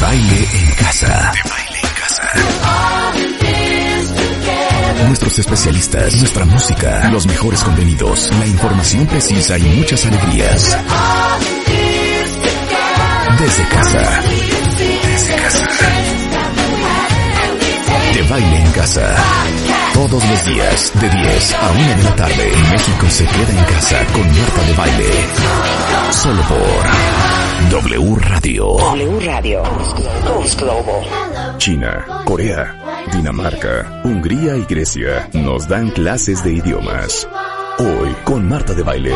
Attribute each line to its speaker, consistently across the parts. Speaker 1: baile en casa. De baile en casa. Nuestros especialistas, nuestra música, los mejores contenidos, la información precisa y muchas alegrías. Desde casa. Desde casa. De baile en casa. Todos los días, de 10 a 1 de la tarde, México se queda en casa con Marta de Baile. Solo por W Radio.
Speaker 2: W Radio. Goes Global.
Speaker 1: China, Corea, Dinamarca, Hungría y Grecia nos dan clases de idiomas. Hoy con Marta de Baile.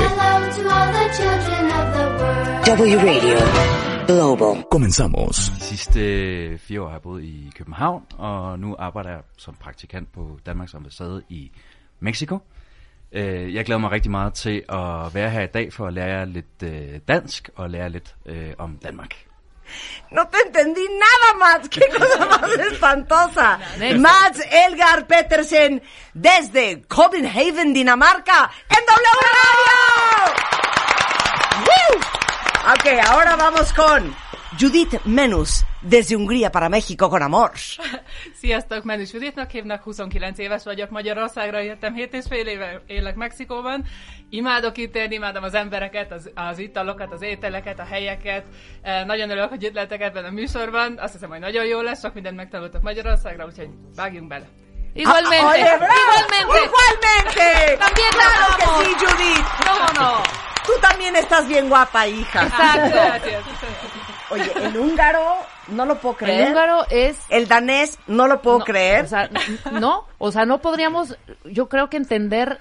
Speaker 2: W Radio. Global.
Speaker 1: Comenzamos.
Speaker 3: sidste fire år har jeg boet i København, og nu arbejder jeg som praktikant på Danmarks ambassade i Mexico. Øh, Jeg glæder mig rigtig meget til at være her i dag for at lære jer lidt øh, dansk og lære lidt øh, om Danmark.
Speaker 4: No te entendí nada más. Qué cosa más espantosa. Mads Elgar Petersen desde Copenhagen, Dinamarca, en W Radio. ¡Woo! Ok, ahora vamos con Judith Menus desde Hungría para México con amor.
Speaker 5: Sziasztok, Menüs Juditnak hívnak, 29 éves vagyok, Magyarországra jöttem, 7 és fél éve élek Mexikóban. Imádok itt élni, imádom az embereket, az, az italokat, az ételeket, a helyeket. Eh, Nagyon örülök, hogy itt lehetek ebben a műsorban. Azt hiszem, hogy nagyon jó lesz, sok mindent megtanultak Magyarországra, úgyhogy vágjunk bele.
Speaker 6: Igualmente,
Speaker 4: Ah, oye, bravo.
Speaker 6: igualmente.
Speaker 4: Igualmente.
Speaker 6: También la
Speaker 4: claro
Speaker 6: amo.
Speaker 4: que sí, Judith.
Speaker 6: ¿Cómo no?
Speaker 4: Tú también estás bien guapa, hija.
Speaker 6: Exacto.
Speaker 5: Gracias.
Speaker 4: Oye, el húngaro, no lo puedo creer.
Speaker 6: El húngaro es...
Speaker 4: El danés, no lo puedo
Speaker 6: no,
Speaker 4: creer.
Speaker 6: O sea, no, o sea, no podríamos, yo creo que entender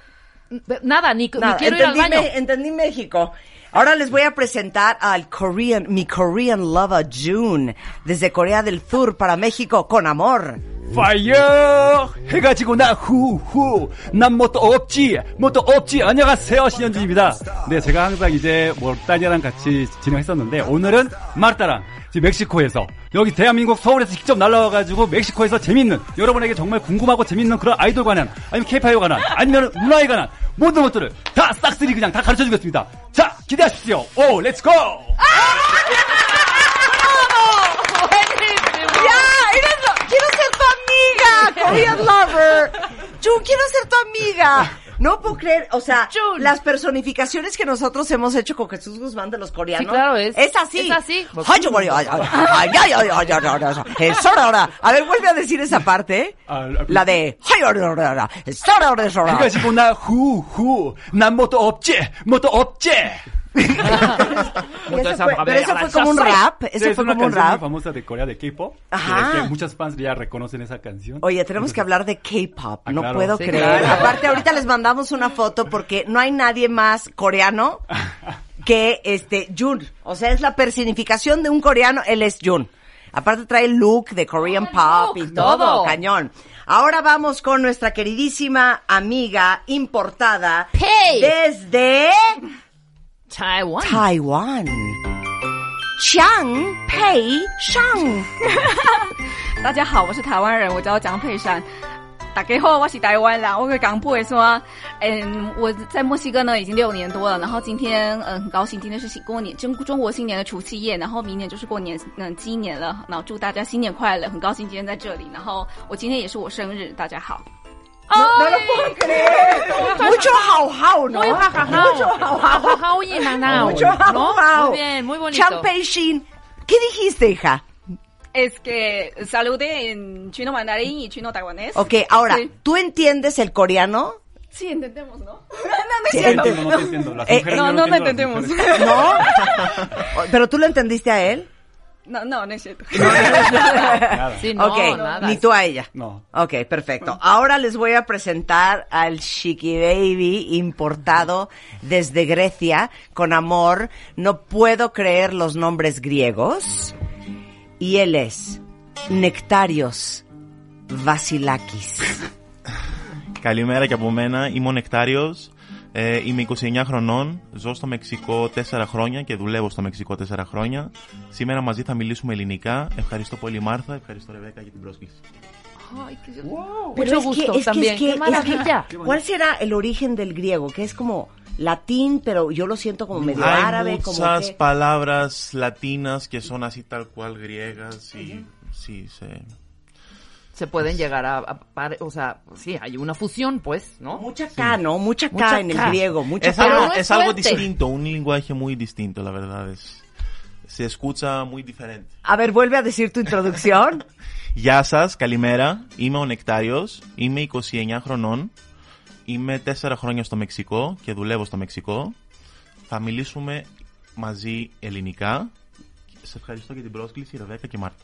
Speaker 6: nada, ni, ni
Speaker 4: Nada,
Speaker 6: quiero ir al
Speaker 4: entendí,
Speaker 6: baño.
Speaker 4: Me- entendí México. Ahora les voy a presentar al Korean, mi Korean lover June, desde Corea del Sur para México con amor.
Speaker 7: 파이어 해가지고 나 후후 난 뭐도 없지 뭐도 없지 안녕하세요 신현준입니다 네 제가 항상 이제 뭐 딸이랑 같이 진행했었는데 오늘은 마르타랑 지금 멕시코에서 여기 대한민국 서울에서 직접 날라와가지고 멕시코에서 재밌는 여러분에게 정말 궁금하고 재밌는 그런 아이돌 관한 아니면 케이팝에 관한 아니면 문화에 관한 모든 것들을 다 싹쓸이 그냥 다 가르쳐주겠습니다 자 기대하십시오 오 렛츠고
Speaker 4: ¡Ya! eres lo- ¡Quiero ser tu amiga! ¡Korean lover! June, quiero ser tu amiga. No puedo creer, o sea,
Speaker 6: June.
Speaker 4: las personificaciones que nosotros hemos hecho con Jesús Guzmán de los coreanos.
Speaker 6: Sí, claro, es-
Speaker 4: Es así.
Speaker 6: es así. Pues,
Speaker 4: Ay, yo voy- ay, ay, ay, ay, ay, ay, ay, ay, ay, ay. Es hora, hora. A ver, vuelve a decir esa parte.
Speaker 7: Ah,
Speaker 4: La de. ay, hora, hora, hora. Es hora, hora, es hora.
Speaker 7: 해가지고 나 후후 난 뭐도 없지 뭐도 없지
Speaker 4: Y eso fue- pero eso fue como un rap,
Speaker 7: Sí,
Speaker 4: eso
Speaker 7: es
Speaker 4: fue
Speaker 7: una
Speaker 4: como
Speaker 7: canción muy
Speaker 4: un rap.
Speaker 7: famosa de Corea de K-pop.
Speaker 4: Ajá.
Speaker 7: Que, que muchas fans ya reconocen esa canción.
Speaker 4: Oye, tenemos que hablar de K-pop,
Speaker 7: Ah,
Speaker 4: no
Speaker 7: claro.
Speaker 4: puedo
Speaker 7: Sí,
Speaker 4: creer.
Speaker 7: claro.
Speaker 4: Aparte, ahorita les mandamos una foto porque no hay nadie más coreano que este Jun. O sea, es la personificación de un coreano, él es Jun. Aparte trae el look de Korean
Speaker 6: Todo
Speaker 4: Pop
Speaker 6: el
Speaker 4: y
Speaker 6: look,
Speaker 4: todo,
Speaker 6: todo.
Speaker 4: cañón. Ahora vamos con nuestra queridísima amiga importada
Speaker 6: Hey.
Speaker 4: desde
Speaker 6: Taiwán.
Speaker 4: Taiwán. Chiang Pei Shang.
Speaker 8: 大家好，我是台湾人，我叫张佩珊。打给后，我是台湾人，我会港普说，嗯，我在墨西哥呢已经六年多了，然后今天嗯很高兴，今天是新过年中中国新年的除夕夜，然后明年就是过年嗯鸡年了，然后祝大家新年快乐，很高兴今天在这里，然后我今天也是我生日，大家好。
Speaker 4: No, no lo puedo creer. Mucho how how, ¿no?
Speaker 6: Muy jajajao.
Speaker 4: Mucho how how.
Speaker 6: Jajajao y nanao,
Speaker 4: Mucho how
Speaker 6: ¿no?
Speaker 4: how.
Speaker 6: Muy bien, muy bonito.
Speaker 4: Champeixin. ¿Qué dijiste, hija?
Speaker 8: Es que salude en chino mandarín y chino taiwanés.
Speaker 4: Ok, ahora,
Speaker 8: Sí.
Speaker 4: ¿tú entiendes el coreano?
Speaker 8: Sí, entendemos, ¿no?
Speaker 7: No te entiendo, no te entiendo. Las
Speaker 4: Eh,
Speaker 7: mujeres
Speaker 8: no,
Speaker 7: yo
Speaker 8: no, no
Speaker 7: entiendo a las
Speaker 8: entendemos.
Speaker 7: mujeres.
Speaker 4: ¿No? ¿Pero tú lo entendiste a él?
Speaker 8: No, no, no es cierto.
Speaker 7: Nada.
Speaker 6: Sí, no,
Speaker 4: ok,
Speaker 6: nada.
Speaker 4: ni tú a ella.
Speaker 7: No.
Speaker 4: Ok, perfecto. Ahora les voy a presentar al Shiki Baby importado desde Grecia con amor. No puedo creer los nombres griegos. Y él es Nectarios Vasilakis.
Speaker 9: Καλημέρα και από μένα. Είμαι ο Νεκτάριος. Ε, είμαι 29 χρονών. Ζω στο Μεξικό 4 χρόνια και δουλεύω στο Μεξικό 4 χρόνια. Σήμερα μαζί θα μιλήσουμε ελληνικά. Ευχαριστώ πολύ, Μάρθα. Ευχαριστώ, Ρεβέκα, για την πρόσκληση.
Speaker 6: Ay, qué-
Speaker 4: Pero
Speaker 6: Mucho
Speaker 4: es que-
Speaker 6: gusto
Speaker 4: es que- es
Speaker 6: también.
Speaker 4: que-
Speaker 6: qué
Speaker 4: es que-
Speaker 6: maravilla.
Speaker 4: ¿Cuál será el origen del griego? Que es como latín, pero yo lo siento como medio
Speaker 9: Hay
Speaker 4: árabe, como
Speaker 9: muchas
Speaker 4: que-
Speaker 9: palabras latinas que son así tal cual griegas y sí, se...
Speaker 6: Se pueden llegar a, a par- o sea, pues sí, hay una fusión, pues, ¿no?
Speaker 4: mucha K, ¿no? Mucha K
Speaker 6: Mucha
Speaker 4: en el
Speaker 6: K.
Speaker 4: griego, mucha
Speaker 9: Es
Speaker 4: K.
Speaker 6: Pero
Speaker 9: algo,
Speaker 6: no es
Speaker 9: es algo ε,
Speaker 6: fuerte.
Speaker 9: distinto, un lenguaje muy distinto, la verdad es. Se escucha muy diferente.
Speaker 4: A ver, vuelve a decir tu introducción.
Speaker 9: Γεια σας, καλημέρα. Είμαι ο Νεκτάριος, είμαι 29 χρονών, είμαι 4 χρόνια στο Μεξικό και δουλεύω στο Μεξικό. Θα μιλήσουμε μαζί ελληνικά. Σε ευχαριστώ για την πρόσκληση, Ρεβέκα και Μάρτα.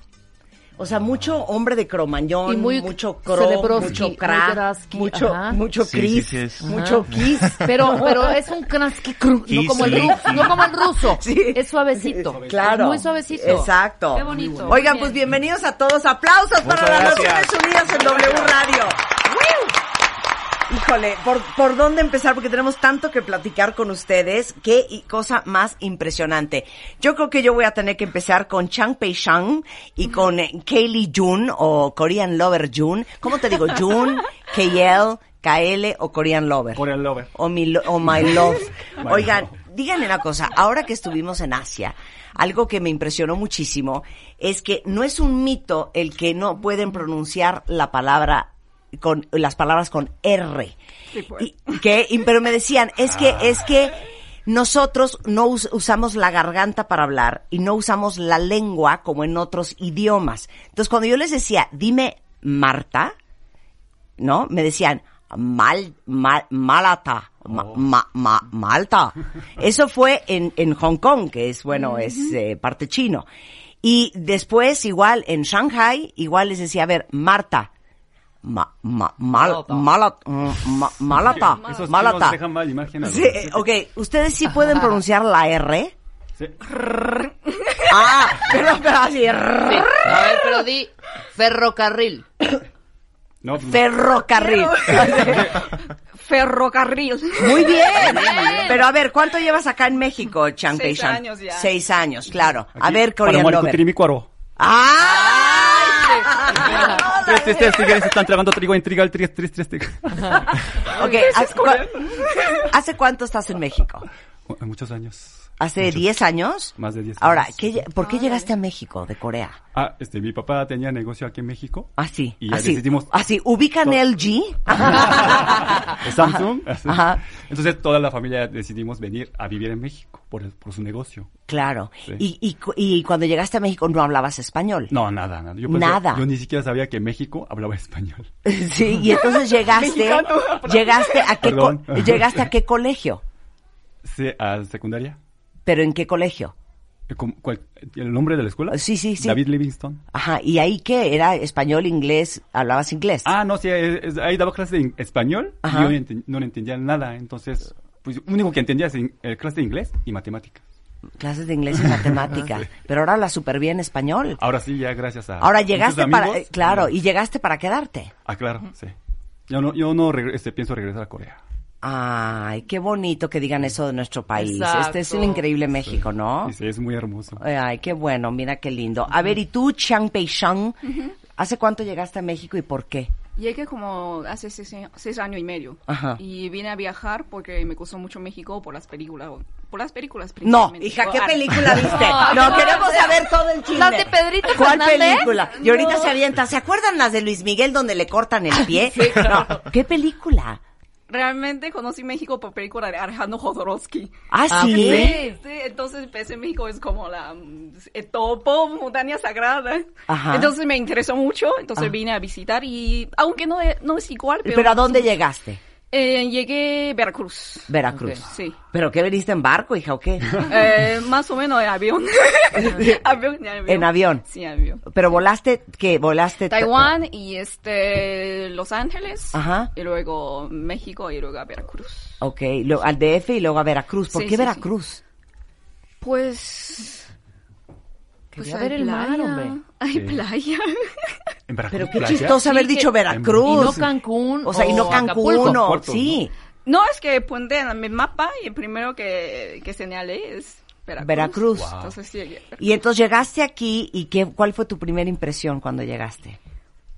Speaker 4: O sea, mucho hombre de cromañón,
Speaker 6: Y muy
Speaker 4: mucho cro,
Speaker 6: Celebrovsky,
Speaker 4: mucho
Speaker 6: muy
Speaker 4: cra,
Speaker 6: Grasky,
Speaker 4: mucho,
Speaker 6: ajá.
Speaker 4: mucho
Speaker 9: Sí, sí,
Speaker 4: Chris,
Speaker 9: sí es.
Speaker 4: mucho
Speaker 6: Ajá.
Speaker 4: Kiss.
Speaker 6: Ah. Pero, pero es un kransky kru- no
Speaker 9: Kiss,
Speaker 6: como el
Speaker 9: lick,
Speaker 6: ruso, no como el ruso.
Speaker 4: Sí.
Speaker 6: Es suavecito.
Speaker 4: Claro.
Speaker 6: Muy suavecito.
Speaker 4: Exacto.
Speaker 8: Qué bonito.
Speaker 4: Oigan,
Speaker 8: Bien.
Speaker 4: pues bienvenidos a todos. Aplausos para las Naciones
Speaker 9: gracias.
Speaker 4: Unidas en W Radio. ¡Woo! Híjole, ¿por, ¿por dónde empezar? Porque tenemos tanto que platicar con ustedes. Qué i- cosa más impresionante. Yo creo que yo voy a tener que empezar con Chang Pei Shang y con eh, Kaylee Jun o Korean Lover Jun. ¿Cómo te digo? Jun, KL, KL o Korean Lover.
Speaker 7: Korean Lover.
Speaker 4: O mi lo- o my love. Oigan, díganme una cosa, ahora que estuvimos en Asia, algo que me impresionó muchísimo es que no es un mito el que no pueden pronunciar la palabra con las palabras con R.
Speaker 6: pues.
Speaker 4: Y- que, y- pero me decían, es que es que nosotros no us- usamos la garganta para hablar y no usamos la lengua como en otros idiomas. Entonces, cuando yo les decía, dime Marta, ¿no? Me decían mal, mal, malata, ma-
Speaker 7: Oh.
Speaker 4: ma- ma- malta. Eso fue en, en Hong Kong, que es, bueno, es eh, parte chino. Y después, igual, en Shanghai, igual les decía, a ver, Marta. Ma, ma- mal, mala, ma- malata,
Speaker 7: Esos chinos
Speaker 4: malata.
Speaker 7: dejan mal imagen. a los-
Speaker 4: Sí, eh, ok, ustedes sí pueden pronunciar la R.
Speaker 7: Sí.
Speaker 4: Ah, pero, pero así.
Speaker 6: Sí. A ver, pero di ferrocarril.
Speaker 7: No, pues,
Speaker 4: Ferrocarril.
Speaker 8: Ferrocarril.
Speaker 4: Muy bien. Pero a ver, ¿cuánto llevas acá en México, Chang
Speaker 8: Seis
Speaker 4: Pei-shan?
Speaker 8: años ya.
Speaker 4: Seis años, claro. A
Speaker 7: aquí,
Speaker 4: ver, Korean
Speaker 7: Paraguarico,
Speaker 4: Lover.
Speaker 7: tirimícuaro.
Speaker 4: ¡Ah!
Speaker 7: Tres, tres, tres tigres están tragando trigo en trigal, tres, tres, tres, tres. "Ah,
Speaker 4: Ok, ¿hace, cua- ¿hace cuánto estás en México?
Speaker 7: Mu- Muchos años.
Speaker 4: ¿Hace 10 años?
Speaker 7: Más de 10
Speaker 4: Ahora,
Speaker 7: años.
Speaker 4: ¿qué lle- ¿por qué llegaste a México de Corea?
Speaker 7: Ah, este, mi papá tenía negocio aquí en México.
Speaker 4: Así,
Speaker 7: Y ya
Speaker 4: así,
Speaker 7: decidimos-
Speaker 4: así, Ah, ubican LG.
Speaker 7: Samsung. así.
Speaker 4: Ah, Ajá.
Speaker 7: Entonces toda la familia decidimos venir a vivir en México por, por su negocio.
Speaker 4: Claro.
Speaker 7: Sí.
Speaker 4: Y, y cu- y cuando llegaste a México no hablabas español.
Speaker 7: No, nada, nada. Yo,
Speaker 4: Nada.
Speaker 7: yo ni siquiera sabía que México hablaba español.
Speaker 4: Sí, y entonces llegaste, llegaste a qué, co-
Speaker 7: Perdón.
Speaker 4: llegaste a qué colegio,
Speaker 7: Sí, a secundaria.
Speaker 4: pero en qué colegio.
Speaker 7: Eh, ¿cómo- cuál- ¿El nombre de la escuela?
Speaker 4: Sí, sí, sí.
Speaker 7: David Livingston.
Speaker 4: Ajá, ¿y ahí qué? ¿Era español, inglés? ¿Hablabas inglés?
Speaker 7: Ah, no, sí, eh, es- ahí daba clases de in- español
Speaker 4: Ajá.
Speaker 7: y yo no enten- no le entendía nada. Entonces, pues lo único que entendía es in- eh, clase de inglés y matemáticas.
Speaker 4: Clases de inglés y matemática. Pero ahora hablas súper bien español.
Speaker 7: Ahora sí, ya gracias a.
Speaker 4: Ahora
Speaker 7: muchos
Speaker 4: llegaste para...
Speaker 7: Ah, amigos,
Speaker 4: eh, Claro,
Speaker 7: eh,
Speaker 4: y llegaste para quedarte.
Speaker 7: Ah, claro, sí. Yo no, yo no regre- este, pienso regresar a Corea.
Speaker 4: Ay, qué bonito que digan eso de nuestro país.
Speaker 6: Exacto.
Speaker 4: Este es un increíble México, ¿no?
Speaker 7: Sí, sí, es muy hermoso.
Speaker 4: Ay, qué bueno, mira qué lindo. A ver, ¿y tú, Chiang Pei-shang? ¿Hace cuánto llegaste a México y por qué?
Speaker 8: Llegué como hace seis, año- seis años y medio.
Speaker 4: Ajá.
Speaker 8: Y vine a viajar porque me gustó mucho México por las películas. o- Por las películas
Speaker 4: No,
Speaker 8: principalmente. Ah.
Speaker 4: hija,
Speaker 8: O
Speaker 4: ¿qué
Speaker 8: arte.
Speaker 4: película viste?
Speaker 6: Ay,
Speaker 4: No,
Speaker 6: no,
Speaker 4: queremos
Speaker 6: no.
Speaker 4: saber todo el chisme.
Speaker 6: ¿Las de Pedrito
Speaker 4: ¿Cuál
Speaker 6: Fernández?
Speaker 4: película? Y ahorita
Speaker 6: No.
Speaker 4: se avienta. ¿Se acuerdan las de Luis Miguel donde le cortan el pie? No. ¿Qué película?
Speaker 8: Realmente conocí México por película de Alejandro Jodorowsky.
Speaker 4: Ah,
Speaker 6: Ah,
Speaker 4: sí.
Speaker 6: sí.
Speaker 8: Sí, entonces pensé en México es como la mm, el topo, montaña sagrada.
Speaker 4: Ajá.
Speaker 8: Entonces me interesó mucho, entonces
Speaker 4: Ajá.
Speaker 8: vine a visitar y aunque no, es- no es igual, pero...
Speaker 4: Pero, ¿a dónde llegaste?
Speaker 8: Eh, llegué a Veracruz.
Speaker 4: Veracruz.
Speaker 8: Ok. Sí.
Speaker 4: ¿Pero qué veniste en barco, hija, o qué?
Speaker 8: Eh, más o menos en avión. Avión,
Speaker 4: En avión.
Speaker 8: Sí, avión.
Speaker 4: Pero volaste, ¿qué? Volaste. to-
Speaker 8: Taiwán y este Los Ángeles.
Speaker 4: Ajá.
Speaker 8: Y luego México y luego a Veracruz.
Speaker 4: Ok, lo- al DF y luego a Veracruz. ¿Por
Speaker 8: Sí,
Speaker 4: qué
Speaker 8: sí, sí.
Speaker 4: Veracruz?
Speaker 8: Pues...
Speaker 6: Quería ver el mar, hombre.
Speaker 8: Hay
Speaker 7: Sí.
Speaker 8: playa.
Speaker 7: En Veracruz,
Speaker 4: Pero qué
Speaker 7: playa.
Speaker 4: chistoso haber
Speaker 6: Sí,
Speaker 4: dicho
Speaker 6: que-
Speaker 4: Veracruz.
Speaker 6: Y no Cancún.
Speaker 4: O sea, y no Cancún,
Speaker 6: Acapulco.
Speaker 4: o-
Speaker 7: Puerto,
Speaker 4: sí.
Speaker 8: No, es que pondré en mi mapa y el primero que, que señalé es Veracruz.
Speaker 4: Veracruz. Wow.
Speaker 8: Entonces sí,
Speaker 4: Y entonces llegaste aquí y qué, ¿cuál fue tu primera impresión cuando llegaste?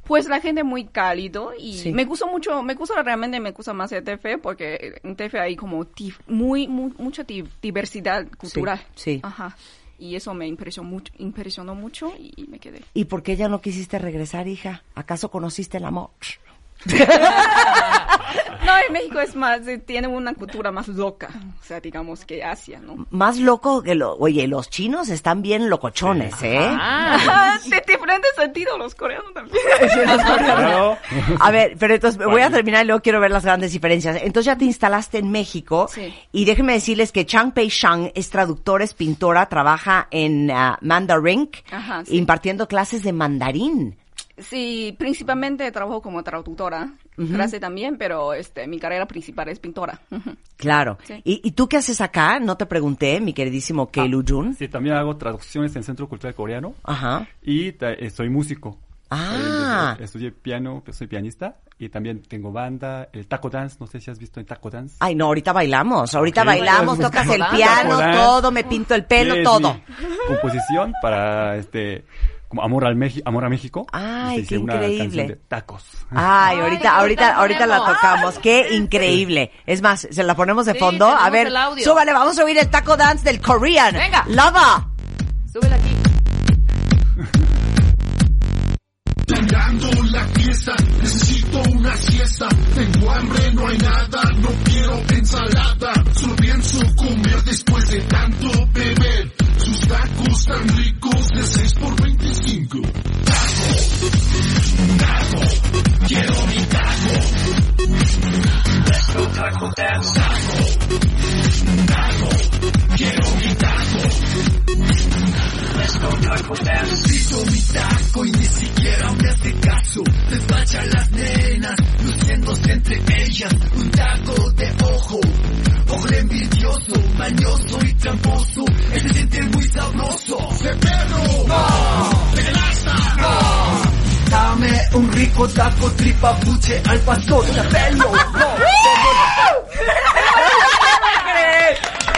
Speaker 8: Pues la gente muy cálido y
Speaker 4: Sí.
Speaker 8: me gustó mucho, me gusta realmente, me gusta más el TF porque en TF hay como di- muy, mu- mucha di- diversidad cultural.
Speaker 4: sí.
Speaker 8: Ajá. Y eso me impresionó mucho, impresionó mucho y, y me quedé.
Speaker 4: ¿Y por qué ya no quisiste regresar, hija? ¿Acaso conociste el amor?
Speaker 8: No, en México es más, eh, tiene una cultura más loca, o sea, digamos que Asia, ¿no?
Speaker 4: Más loco que lo... Oye, los chinos están bien locochones, ¿eh?
Speaker 8: De diferentes sentidos, los coreanos también.
Speaker 7: Claro.
Speaker 4: A ver, pero entonces me voy a terminar y luego quiero ver las grandes diferencias. Entonces ya te instalaste en México
Speaker 8: Sí.
Speaker 4: y déjenme decirles que Chang Pei Shang es traductora, es pintora, trabaja en ah, Mandarin,
Speaker 8: Ajá, Ah, sí.
Speaker 4: impartiendo clases de mandarín.
Speaker 8: Sí, principalmente trabajo como traductora, clase también, pero este, mi carrera principal es pintora. Ujú.
Speaker 4: Claro.
Speaker 8: Sí.
Speaker 4: ¿Y, y tú qué haces acá? No te pregunté, mi queridísimo Keilu Jun.
Speaker 7: Sí, también hago traducciones en el Centro Cultural Coreano
Speaker 4: Ajá.
Speaker 7: y ta- eh, soy músico.
Speaker 4: Ah.
Speaker 7: Eh, Estudié piano, pues soy pianista y también tengo banda, el taco dance, no sé si has visto el taco dance.
Speaker 4: Ay, no, ahorita bailamos, ahorita
Speaker 7: Ok.
Speaker 4: bailamos,
Speaker 7: Bueno,
Speaker 4: tocas el
Speaker 6: vamos.
Speaker 4: piano,
Speaker 7: Vamos.
Speaker 4: todo, me pinto el pelo,
Speaker 7: Sí, es
Speaker 4: todo.
Speaker 7: mi Composición para este como amor al México, amor a México.
Speaker 4: Ay,
Speaker 7: Este, hice
Speaker 4: qué
Speaker 7: una
Speaker 4: increíble.
Speaker 7: canción de tacos.
Speaker 4: Ay,
Speaker 6: Ay,
Speaker 4: ahorita,
Speaker 6: ahorita
Speaker 4: ahorita, ahorita la
Speaker 6: ponemos.
Speaker 4: tocamos. Qué increíble. Es más, se la ponemos de
Speaker 6: Sí,
Speaker 4: fondo. A
Speaker 6: tenemos
Speaker 4: ver,
Speaker 6: el audio.
Speaker 4: súbale, vamos a oír el taco dance del Korean.
Speaker 6: Venga.
Speaker 4: Lava.
Speaker 6: Súbela aquí.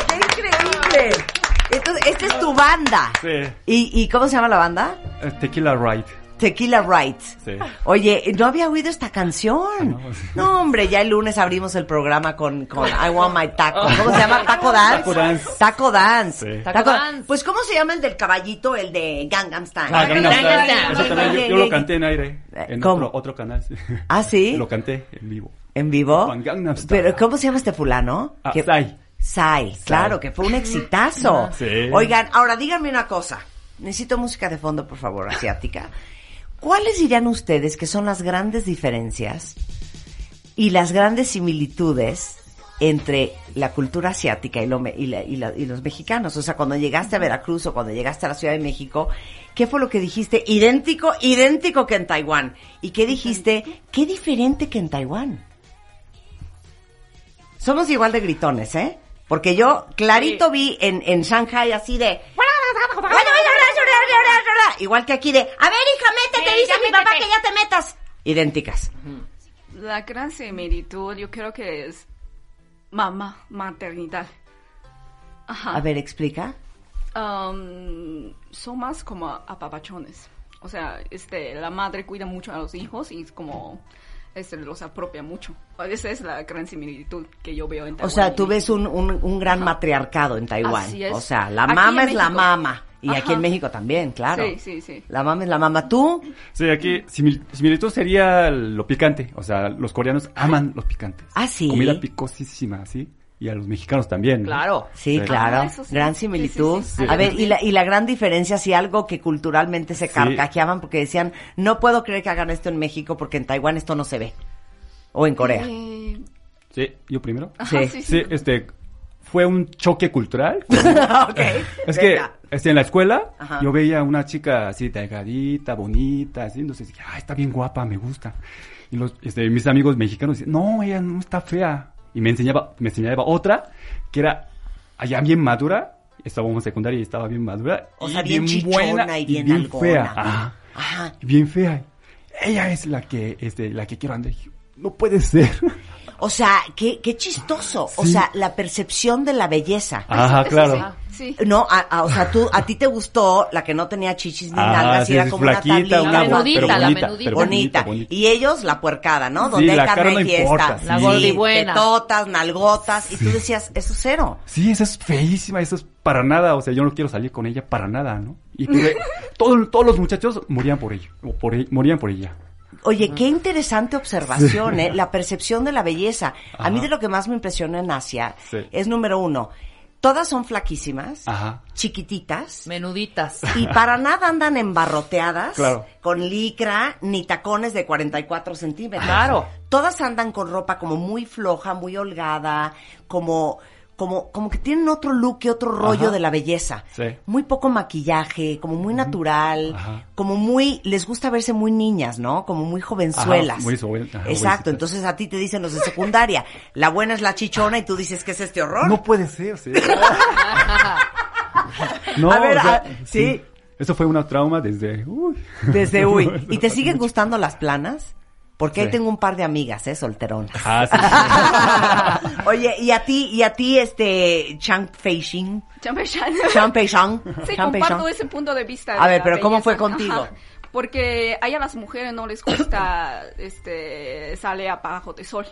Speaker 4: Qué increíble. Entonces, esta es tu banda.
Speaker 7: Sí.
Speaker 4: ¿Y, y cómo se llama la banda?
Speaker 7: Eh, Tequila Ride.
Speaker 4: Tequila Right.
Speaker 7: Sí.
Speaker 4: Oye, no había oído esta canción.
Speaker 7: Ah, no.
Speaker 4: No, hombre, ya el lunes abrimos el programa con, con I Want My Taco. ¿Cómo se llama? Taco Dance.
Speaker 7: Taco Dance.
Speaker 4: Taco Dance.
Speaker 7: Sí.
Speaker 6: Taco Dance.
Speaker 4: Pues, ¿cómo se llama el del caballito? El de Gangnam Style.
Speaker 7: Ah, Gangnam Style.
Speaker 6: Gangnam
Speaker 7: Eso
Speaker 6: Style.
Speaker 7: también yo, yo lo canté en aire.
Speaker 4: Eh,
Speaker 7: En
Speaker 4: ¿cómo?
Speaker 7: otro, otro canal. sí.
Speaker 4: ¿Ah, sí?
Speaker 7: Lo canté en vivo.
Speaker 4: ¿En vivo?
Speaker 7: Con Gangnam Style.
Speaker 4: Pero ¿cómo se llama este fulano?
Speaker 7: Ah,
Speaker 4: Que-
Speaker 7: Psy.
Speaker 4: Psy, claro, que fue un exitazo.
Speaker 7: Sí.
Speaker 4: Oigan, ahora díganme una cosa. Necesito música de fondo, por favor, asiática. ¿Cuáles dirían ustedes que son las grandes diferencias y las grandes similitudes entre la cultura asiática y, lo me- y la- y la- y los mexicanos? O sea, cuando llegaste a Veracruz o cuando llegaste a la Ciudad de México, ¿qué fue lo que dijiste? Idéntico, idéntico que en Taiwán. ¿Y qué dijiste? ¿Qué diferente que en Taiwán? Somos igual de gritones, ¿eh? Porque yo clarito vi en, en Shanghai así de... Igual que aquí de... A ver, hija, métete,
Speaker 6: Sí,
Speaker 4: dice
Speaker 6: ya
Speaker 4: mi papá
Speaker 6: métete.
Speaker 4: que ya te metas. Idénticas.
Speaker 8: La gran similitud yo creo que es mamá, maternidad. Ajá.
Speaker 4: A ver, explica.
Speaker 8: Am, son más como apapachones. O sea, este, la madre cuida mucho a los hijos y es como este, los apropia mucho. Esa es la gran similitud que yo veo en
Speaker 4: O
Speaker 8: Taiwán.
Speaker 4: sea, tú
Speaker 8: Y-
Speaker 4: ves un, un, un gran matriarcado en Taiwán.
Speaker 8: Así es.
Speaker 4: O sea, la
Speaker 8: Aquí
Speaker 4: mama
Speaker 8: en
Speaker 4: es la
Speaker 8: México.
Speaker 4: mama. Y aquí
Speaker 8: Ajá.
Speaker 4: en México también, claro.
Speaker 8: Sí, sí, sí.
Speaker 4: La mama es la mama. ¿Tú?
Speaker 7: Sí, aquí simil- similitud sería lo picante. O sea, los coreanos aman los picantes.
Speaker 4: Ah, sí.
Speaker 7: Comida picosísima, ¿sí? Y a los mexicanos también. ¿no?
Speaker 6: Claro.
Speaker 4: Sí,
Speaker 7: Sí.
Speaker 4: claro.
Speaker 8: Ah, eso sí.
Speaker 4: Gran
Speaker 8: Sí, sí,
Speaker 4: similitud.
Speaker 8: sí.
Speaker 4: A ver, y la, y la gran diferencia, si algo que culturalmente se
Speaker 7: Sí.
Speaker 4: carcajeaban porque decían, no puedo creer que hagan esto en México porque en Taiwán esto no se ve. O en Corea.
Speaker 8: Eh,
Speaker 7: Sí, yo primero.
Speaker 8: ajá,
Speaker 4: Sí.
Speaker 8: sí, sí.
Speaker 7: Sí, este fue un choque cultural.
Speaker 4: ok.
Speaker 7: Es
Speaker 4: venga.
Speaker 7: que este, en la escuela
Speaker 4: Ajá.
Speaker 7: yo veía a una chica así delgadita, bonita, así, entonces dije, ah, está bien guapa, me gusta. Y los, este, mis amigos mexicanos decían, no, ella no está fea. Y me enseñaba, me enseñaba otra que era allá bien madura, estábamos en secundaria y estaba bien madura.
Speaker 4: O
Speaker 7: y
Speaker 4: sea, bien chichona y bien algona,
Speaker 7: fea.
Speaker 4: ¿no?
Speaker 7: Ajá.
Speaker 4: Ajá.
Speaker 7: Bien fea. Ella es la que, este, la que quiero andar. Y dije, No puede ser.
Speaker 4: O sea, qué, qué chistoso. O
Speaker 7: Sí. Ah,
Speaker 4: sea, la percepción de la belleza.
Speaker 7: Ajá, claro.
Speaker 8: Sí.
Speaker 4: No, a- a- o sea, tú, a ti te gustó la que no tenía chichis ni
Speaker 7: Ah,
Speaker 4: nalgas,
Speaker 7: sí,
Speaker 4: y era
Speaker 7: es
Speaker 4: como una
Speaker 7: flaquita,
Speaker 4: tablita.
Speaker 7: una
Speaker 6: La menudita,
Speaker 7: pero
Speaker 6: la
Speaker 7: bonita,
Speaker 6: menudita.
Speaker 7: pero
Speaker 4: bonita.
Speaker 7: bonita.
Speaker 4: Y ellos la puercada, ¿no?
Speaker 7: Sí,
Speaker 4: Donde hay
Speaker 7: la
Speaker 4: carne
Speaker 7: cara
Speaker 4: y
Speaker 7: no
Speaker 4: fiesta.
Speaker 7: importa,
Speaker 6: La sí. gordibuena.
Speaker 4: Tetotas, nalgotas. Y tú decías, eso es cero.
Speaker 7: Sí, esa es feísima, eso es para nada, o sea, yo no quiero salir con ella para nada, ¿no? Y tuve- todo- todos los muchachos morían por ella, o por, e- morían por ella.
Speaker 4: Oye, qué interesante observación, ¿eh? La percepción de la belleza. A mí de lo que más me impresionó en Asia
Speaker 7: Sí.
Speaker 4: es número uno. Todas son flaquísimas,
Speaker 7: Ajá.
Speaker 4: chiquititas,
Speaker 6: Menuditas.
Speaker 4: y para nada andan embarroteadas,
Speaker 7: Claro.
Speaker 4: con licra, ni tacones de 44 centímetros.
Speaker 6: Claro.
Speaker 4: Todas andan con ropa como muy floja, muy holgada, como, como, como que tienen otro look y otro rollo
Speaker 7: Ajá.
Speaker 4: de la belleza.
Speaker 7: Sí.
Speaker 4: Muy poco maquillaje, como muy natural,
Speaker 7: Ajá.
Speaker 4: como muy, les gusta verse muy niñas, ¿no? Como muy jovenzuelas.
Speaker 7: muy joven- ajá,
Speaker 4: Exacto,
Speaker 7: jovencitas.
Speaker 4: entonces a ti te dicen los de secundaria, la buena es la chichona y tú dices, ¿qué es este horror?
Speaker 7: No puede ser, sí. no,
Speaker 4: A ver,
Speaker 7: o sea,
Speaker 4: a- sí.
Speaker 7: Eso fue una trauma desde... uy.
Speaker 4: Desde uy. ¿Y te siguen gustando las planas? Porque ahí
Speaker 7: Sí.
Speaker 4: tengo un par de amigas, ¿eh? Solteronas.
Speaker 7: Ah, sí, Ah, sí.
Speaker 4: Oye, ¿y a ti, y a ti, este, Chang Feixing?
Speaker 8: Champeysan.
Speaker 4: Chang Feixang.
Speaker 8: Sí,
Speaker 4: Chang
Speaker 8: comparto
Speaker 4: Feixang.
Speaker 8: ese punto de vista.
Speaker 4: A
Speaker 8: de
Speaker 4: ver,
Speaker 8: la
Speaker 4: pero ¿cómo
Speaker 8: belleza.
Speaker 4: fue contigo?
Speaker 8: Ajá. Porque a ella las mujeres no les gusta este sale abajo de sol.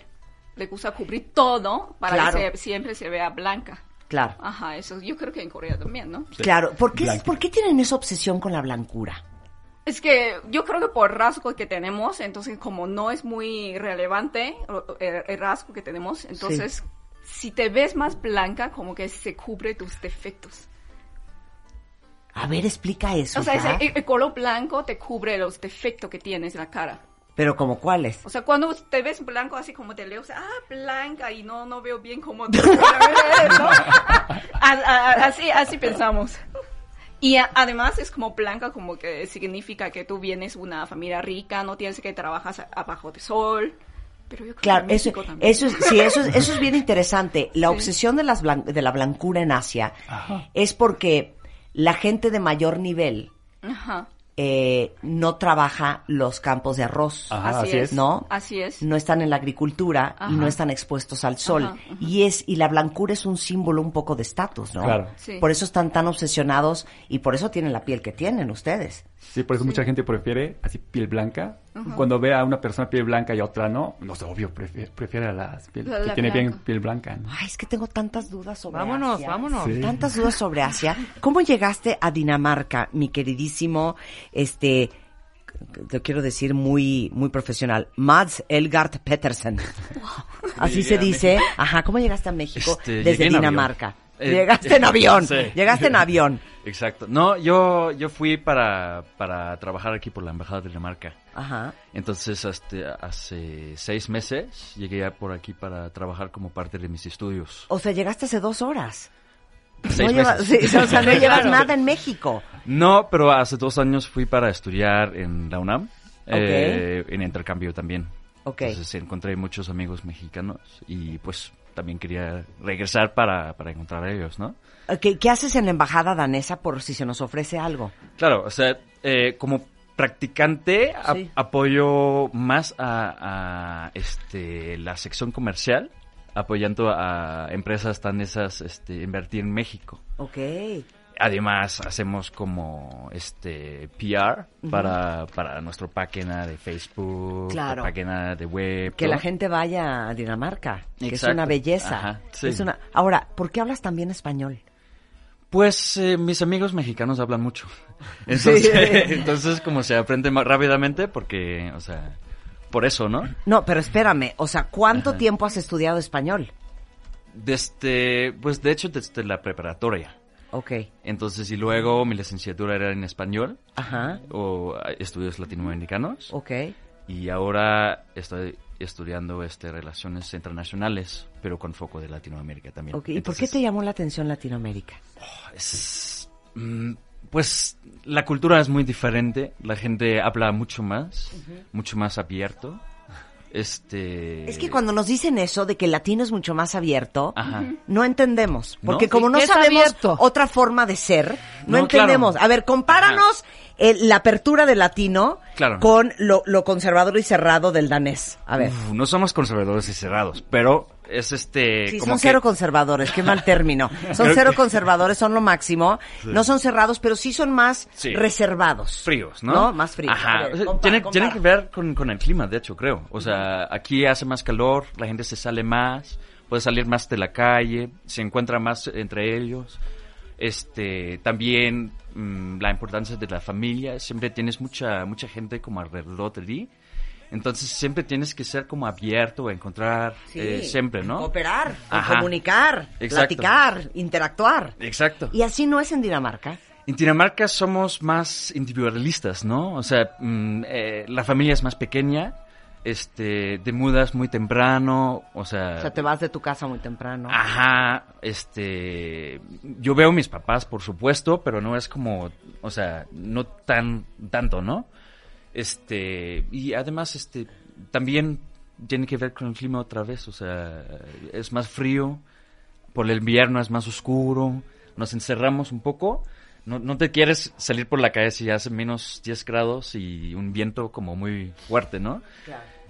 Speaker 8: Le gusta cubrir todo para
Speaker 4: Claro.
Speaker 8: que se- siempre se vea blanca.
Speaker 4: Claro.
Speaker 8: Ajá, eso yo creo que en Corea también, ¿no?
Speaker 4: Claro. ¿Por qué,
Speaker 7: Blanca.
Speaker 4: ¿Por qué tienen esa obsesión con la blancura?
Speaker 8: Es que yo creo que por rasgo que tenemos, entonces como no es muy relevante o- el, el rasgo que tenemos, entonces si te ves más blanca, como que se cubre tus defectos.
Speaker 4: A ver, explica eso.
Speaker 8: O sea, ese-
Speaker 4: Kat.
Speaker 8: el, el color blanco te cubre los defectos que tienes en la cara.
Speaker 4: Pero como cuáles.
Speaker 8: O sea, cuando te ves blanco así como te leo, o sea, ah, blanca y no, no veo bien cómo te ¿no? A- a- así, así pensamos. Y a- además es como blanca, como que significa que tú vienes de una familia rica, no tienes que trabajar a- abajo de sol. Pero yo creo
Speaker 4: Claro,
Speaker 8: que en
Speaker 4: eso,
Speaker 8: México también.
Speaker 4: eso, es, sí, eso, es- eso es bien interesante. La obsesión de, las blan- de la blancura en Asia es porque la gente de mayor nivel
Speaker 8: Ajá,
Speaker 4: eh, no trabaja los campos de arroz.
Speaker 7: Ajá,
Speaker 8: así,
Speaker 7: así
Speaker 8: es.
Speaker 7: es.
Speaker 4: ¿No?
Speaker 8: Así es.
Speaker 4: no están en la agricultura
Speaker 8: Ajá.
Speaker 4: y no están expuestos al sol.
Speaker 8: Ajá, ajá.
Speaker 4: Y es y la blancura es un símbolo un poco de estatus, ¿no?
Speaker 7: Claro.
Speaker 8: Sí.
Speaker 4: Por eso están tan obsesionados y por eso tienen la piel que tienen ustedes.
Speaker 7: Sí, por eso mucha gente prefiere así piel blanca. Cuando ve a una persona piel blanca y a otra no, no sé, obvio, prefiere, prefiere a las piel,
Speaker 8: La-
Speaker 7: que
Speaker 8: la
Speaker 7: tiene bien
Speaker 8: blanca.
Speaker 7: piel blanca. ¿no?
Speaker 4: Ay, es que tengo tantas dudas sobre
Speaker 6: Vámonos,
Speaker 4: Asia.
Speaker 6: vámonos.
Speaker 7: Sí.
Speaker 4: Tantas dudas sobre Asia. ¿Cómo llegaste a Dinamarca, mi queridísimo este te quiero decir muy muy profesional, Mads Elgart Petersen. Así
Speaker 3: Llegué
Speaker 4: se
Speaker 3: a
Speaker 4: dice. Ajá, ¿cómo llegaste a México
Speaker 3: Este, llegué
Speaker 4: desde
Speaker 3: en avión.
Speaker 4: Dinamarca?
Speaker 3: Eh,
Speaker 4: llegaste en avión.
Speaker 3: sí.
Speaker 4: Llegaste en avión.
Speaker 3: Exacto. No, yo, yo fui para, para trabajar aquí por la Embajada de Dinamarca.
Speaker 4: Ajá.
Speaker 3: Entonces, hasta, hace seis meses llegué ya por aquí para trabajar como parte de mis estudios.
Speaker 4: O sea, llegaste hace dos horas.
Speaker 3: Seis
Speaker 4: no lleva-
Speaker 3: meses.
Speaker 4: sí, o sea, no llevas
Speaker 3: Claro.
Speaker 4: nada en México.
Speaker 3: No, pero hace dos años fui para estudiar en la UNAM. eh, en intercambio también.
Speaker 4: Ok.
Speaker 3: Entonces encontré muchos amigos mexicanos y pues también quería regresar para, para encontrar a ellos, ¿no?
Speaker 4: Ok, ¿Qué haces en la embajada danesa por si se nos ofrece algo?
Speaker 3: Claro, o sea, eh, como practicante a-
Speaker 4: Sí.
Speaker 3: apoyo más a, a, este, la sección comercial, apoyando a empresas tan esas este, invertir en México.
Speaker 4: Ok.
Speaker 3: Además, hacemos como este PR para, para nuestro página de Facebook,
Speaker 4: Claro.
Speaker 3: página de web.
Speaker 4: Que
Speaker 3: todo.
Speaker 4: la gente vaya a Dinamarca, que es
Speaker 3: Exacto.
Speaker 4: una belleza.
Speaker 3: Ajá, sí.
Speaker 4: es una... Ahora, ¿por qué hablas también español?
Speaker 3: Pues eh, mis amigos mexicanos hablan mucho. Entonces, entonces como se aprende más rápidamente porque, o sea, por eso, ¿no?
Speaker 4: No, pero espérame, o sea, ¿cuánto tiempo has estudiado español?
Speaker 3: Desde, pues de hecho desde la preparatoria.
Speaker 4: Ok,
Speaker 3: Entonces, y luego mi licenciatura era en español
Speaker 4: ajá,
Speaker 3: o eh, estudios latinoamericanos.
Speaker 4: ok.
Speaker 3: Y ahora estoy estudiando este relaciones internacionales, pero con foco de Latinoamérica también.
Speaker 4: okay. ¿Y por qué
Speaker 3: Entonces, Oh,
Speaker 4: te llamó la atención Latinoamérica?
Speaker 3: es, mm, pues la cultura es muy diferente, la gente habla mucho más, mucho más abierto. Este...
Speaker 4: Es que cuando nos dicen eso de que el latino es mucho más abierto,
Speaker 3: Ajá.
Speaker 4: no entendemos.
Speaker 3: ¿No?
Speaker 4: Porque como
Speaker 6: Sí,
Speaker 4: no
Speaker 6: que es
Speaker 4: sabemos
Speaker 6: abierto.
Speaker 4: otra forma de ser, no,
Speaker 3: No, claro.
Speaker 4: entendemos. A ver, compáranos eh, la apertura del latino
Speaker 3: Claro.
Speaker 4: con lo, lo conservador y cerrado del danés. A ver.
Speaker 3: Uf, no somos conservadores y cerrados, pero es este...
Speaker 4: Sí,
Speaker 3: como
Speaker 4: son
Speaker 3: que-
Speaker 4: cero conservadores, qué mal término. Son
Speaker 3: Creo
Speaker 4: cero
Speaker 3: que-
Speaker 4: conservadores, son lo máximo. No son cerrados, pero sí son más
Speaker 3: Sí.
Speaker 4: reservados.
Speaker 3: fríos, ¿no?
Speaker 4: No, más fríos.
Speaker 3: Ajá.
Speaker 4: A ver,
Speaker 3: O sea,
Speaker 4: compara,
Speaker 3: tiene,
Speaker 4: compara.
Speaker 3: tiene que ver con, con el clima, de hecho, creo. O sea, aquí hace más calor, la gente se sale más, puede salir más de la calle, se encuentra más entre ellos. Este, también mm, la importancia de la familia, siempre tienes mucha mucha gente como alrededor de ti. Entonces siempre tienes que ser como abierto a encontrar
Speaker 4: Sí.
Speaker 3: eh, siempre, ¿no?
Speaker 4: Cooperar,
Speaker 3: Ajá.
Speaker 4: comunicar,
Speaker 3: Exacto.
Speaker 4: platicar, interactuar.
Speaker 3: Exacto.
Speaker 4: Y así no es en Dinamarca.
Speaker 3: En Dinamarca somos más individualistas, ¿no? O sea, mm, eh, la familia es más pequeña, este, te mudas muy temprano, o sea...
Speaker 4: O sea, te vas de tu casa muy temprano.
Speaker 3: Ah. Ajá, este... Yo veo a mis papás, por supuesto, pero no es como, o sea, no tan, tanto, ¿no? Este, y además, este, también tiene que ver con el clima otra vez, o sea, es más frío, por el invierno es más oscuro, nos encerramos un poco, no, no te quieres salir por la calle si hace menos 10 grados y un viento como muy fuerte, ¿no?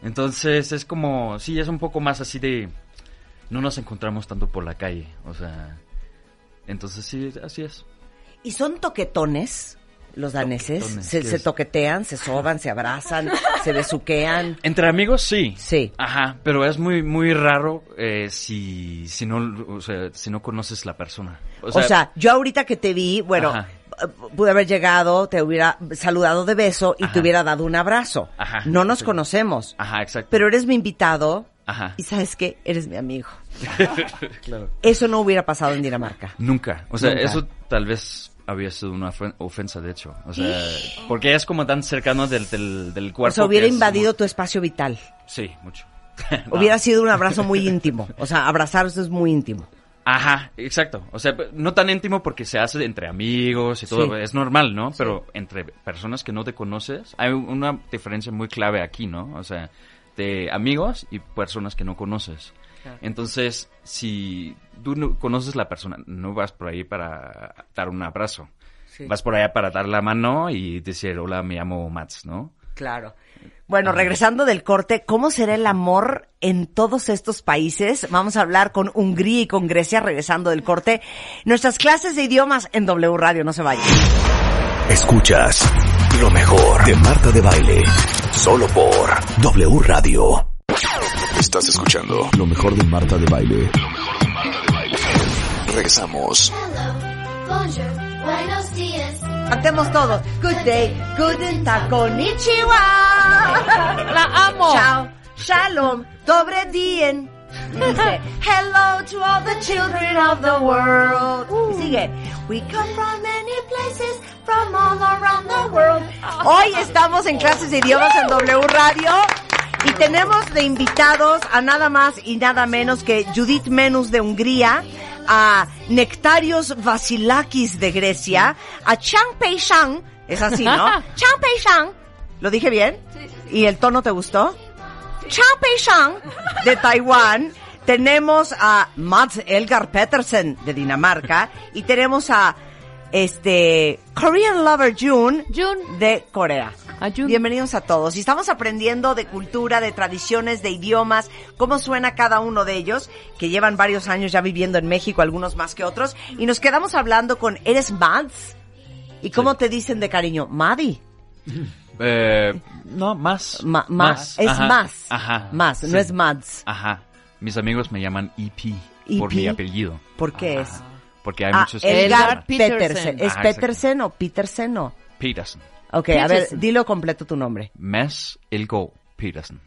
Speaker 3: Entonces es como, sí, es un poco más así de, no nos encontramos tanto por la calle, o sea, entonces sí, así es.
Speaker 4: Y son toquetones los daneses.
Speaker 3: Toquetones,
Speaker 4: se,
Speaker 3: ¿qué
Speaker 4: se
Speaker 3: es?
Speaker 4: toquetean, se soban, se abrazan, se besuquean.
Speaker 3: Entre amigos sí.
Speaker 4: Sí.
Speaker 3: Ajá, pero es muy muy raro eh, si si no o sea, si no conoces la persona.
Speaker 4: O sea, yo ahorita que te vi, bueno,
Speaker 3: Ajá.
Speaker 4: p- pude haber llegado, te hubiera saludado de beso y te
Speaker 3: Ajá.
Speaker 4: hubiera dado un abrazo.
Speaker 3: Ajá.
Speaker 4: No nos
Speaker 3: Sí.
Speaker 4: conocemos,
Speaker 3: ajá, exacto.
Speaker 4: pero eres mi invitado
Speaker 3: Ajá.
Speaker 4: y sabes que eres mi amigo.
Speaker 3: Claro.
Speaker 4: Eso no hubiera pasado en Dinamarca.
Speaker 3: Nunca. O sea,
Speaker 4: Nunca.
Speaker 3: eso tal vez había sido una ofen- ofensa, de hecho. O sea, porque es como tan cercano del, del, del
Speaker 4: O
Speaker 3: cuerpo.
Speaker 4: sea, hubiera
Speaker 3: que es Ah.
Speaker 4: invadido tu espacio vital.
Speaker 3: como- Sí, mucho. No.
Speaker 4: Hubiera sido un abrazo muy íntimo. O sea, abrazarse es muy íntimo.
Speaker 3: Ajá, exacto. O sea, no tan íntimo porque se hace entre amigos y todo.
Speaker 4: Sí.
Speaker 3: Es normal, ¿no? Pero entre personas que no te conoces, hay una diferencia muy clave aquí, ¿no? O sea, de amigos y personas que no conoces. Entonces, si tú no conoces la persona, no vas por ahí para dar un abrazo. Vas por allá para dar la mano y decir, hola, me llamo Mats, ¿no?
Speaker 4: Claro. Bueno, regresando del corte, ¿cómo será el amor en todos estos países? Vamos a hablar con Hungría y con Grecia regresando del corte. Nuestras clases de idiomas en W Radio, no se vayan.
Speaker 1: Escuchas lo mejor de Marta de Baile. Solo por W Radio. Estás escuchando lo mejor de Marta de Baile. Lo mejor de Marta de Baile. Regresamos.
Speaker 4: Cantemos todos. Good day, good konnichiwa.
Speaker 6: La amo.
Speaker 4: Chao, shalom, dobre dien. Dice, hello to all the children of the world.
Speaker 6: Uh.
Speaker 4: Y sigue, we come from many places, from all around the world. Hoy estamos en clases de idiomas en W Radio. Y tenemos de invitados a nada más y nada menos que Judith Menus de Hungría, a Nectarios Vasilakis de Grecia, a Chang Pei Shang, es así, ¿no? Chang Pei Shang, ¿lo dije bien? ¿Y el tono te gustó? Chao Pei Shang de Taiwán. Tenemos a Mads Elgar Petersen de Dinamarca. Y tenemos a este Korean Lover June
Speaker 6: Jun.
Speaker 4: de Corea.
Speaker 6: A Jun.
Speaker 4: Bienvenidos a todos. Y estamos aprendiendo de cultura, de tradiciones, de idiomas, cómo suena cada uno de ellos, que llevan varios años ya viviendo en México, algunos más que otros. Y nos quedamos hablando con, ¿eres Mads? ¿Y cómo te dicen de cariño? Madi.
Speaker 3: Eh, no, más.
Speaker 4: Ma- más. Es
Speaker 3: Ajá.
Speaker 4: más.
Speaker 3: Ajá.
Speaker 4: Más,
Speaker 3: Sí.
Speaker 4: no es Mads.
Speaker 3: Ajá. Mis amigos me llaman EP, por
Speaker 4: EP?
Speaker 3: mi apellido.
Speaker 4: ¿Por qué
Speaker 3: Ajá.
Speaker 4: es?
Speaker 3: Porque hay
Speaker 4: Ah,
Speaker 3: muchos que
Speaker 6: Elgar
Speaker 4: Edgar Petersen.
Speaker 6: Petersen.
Speaker 4: ¿Es
Speaker 3: Ah, exacto.
Speaker 4: Petersen o Petersen o?
Speaker 3: Peterson.
Speaker 4: Ok, a ver,
Speaker 6: Petersen.
Speaker 4: dilo completo tu nombre.
Speaker 3: Mads Elgo Peterson.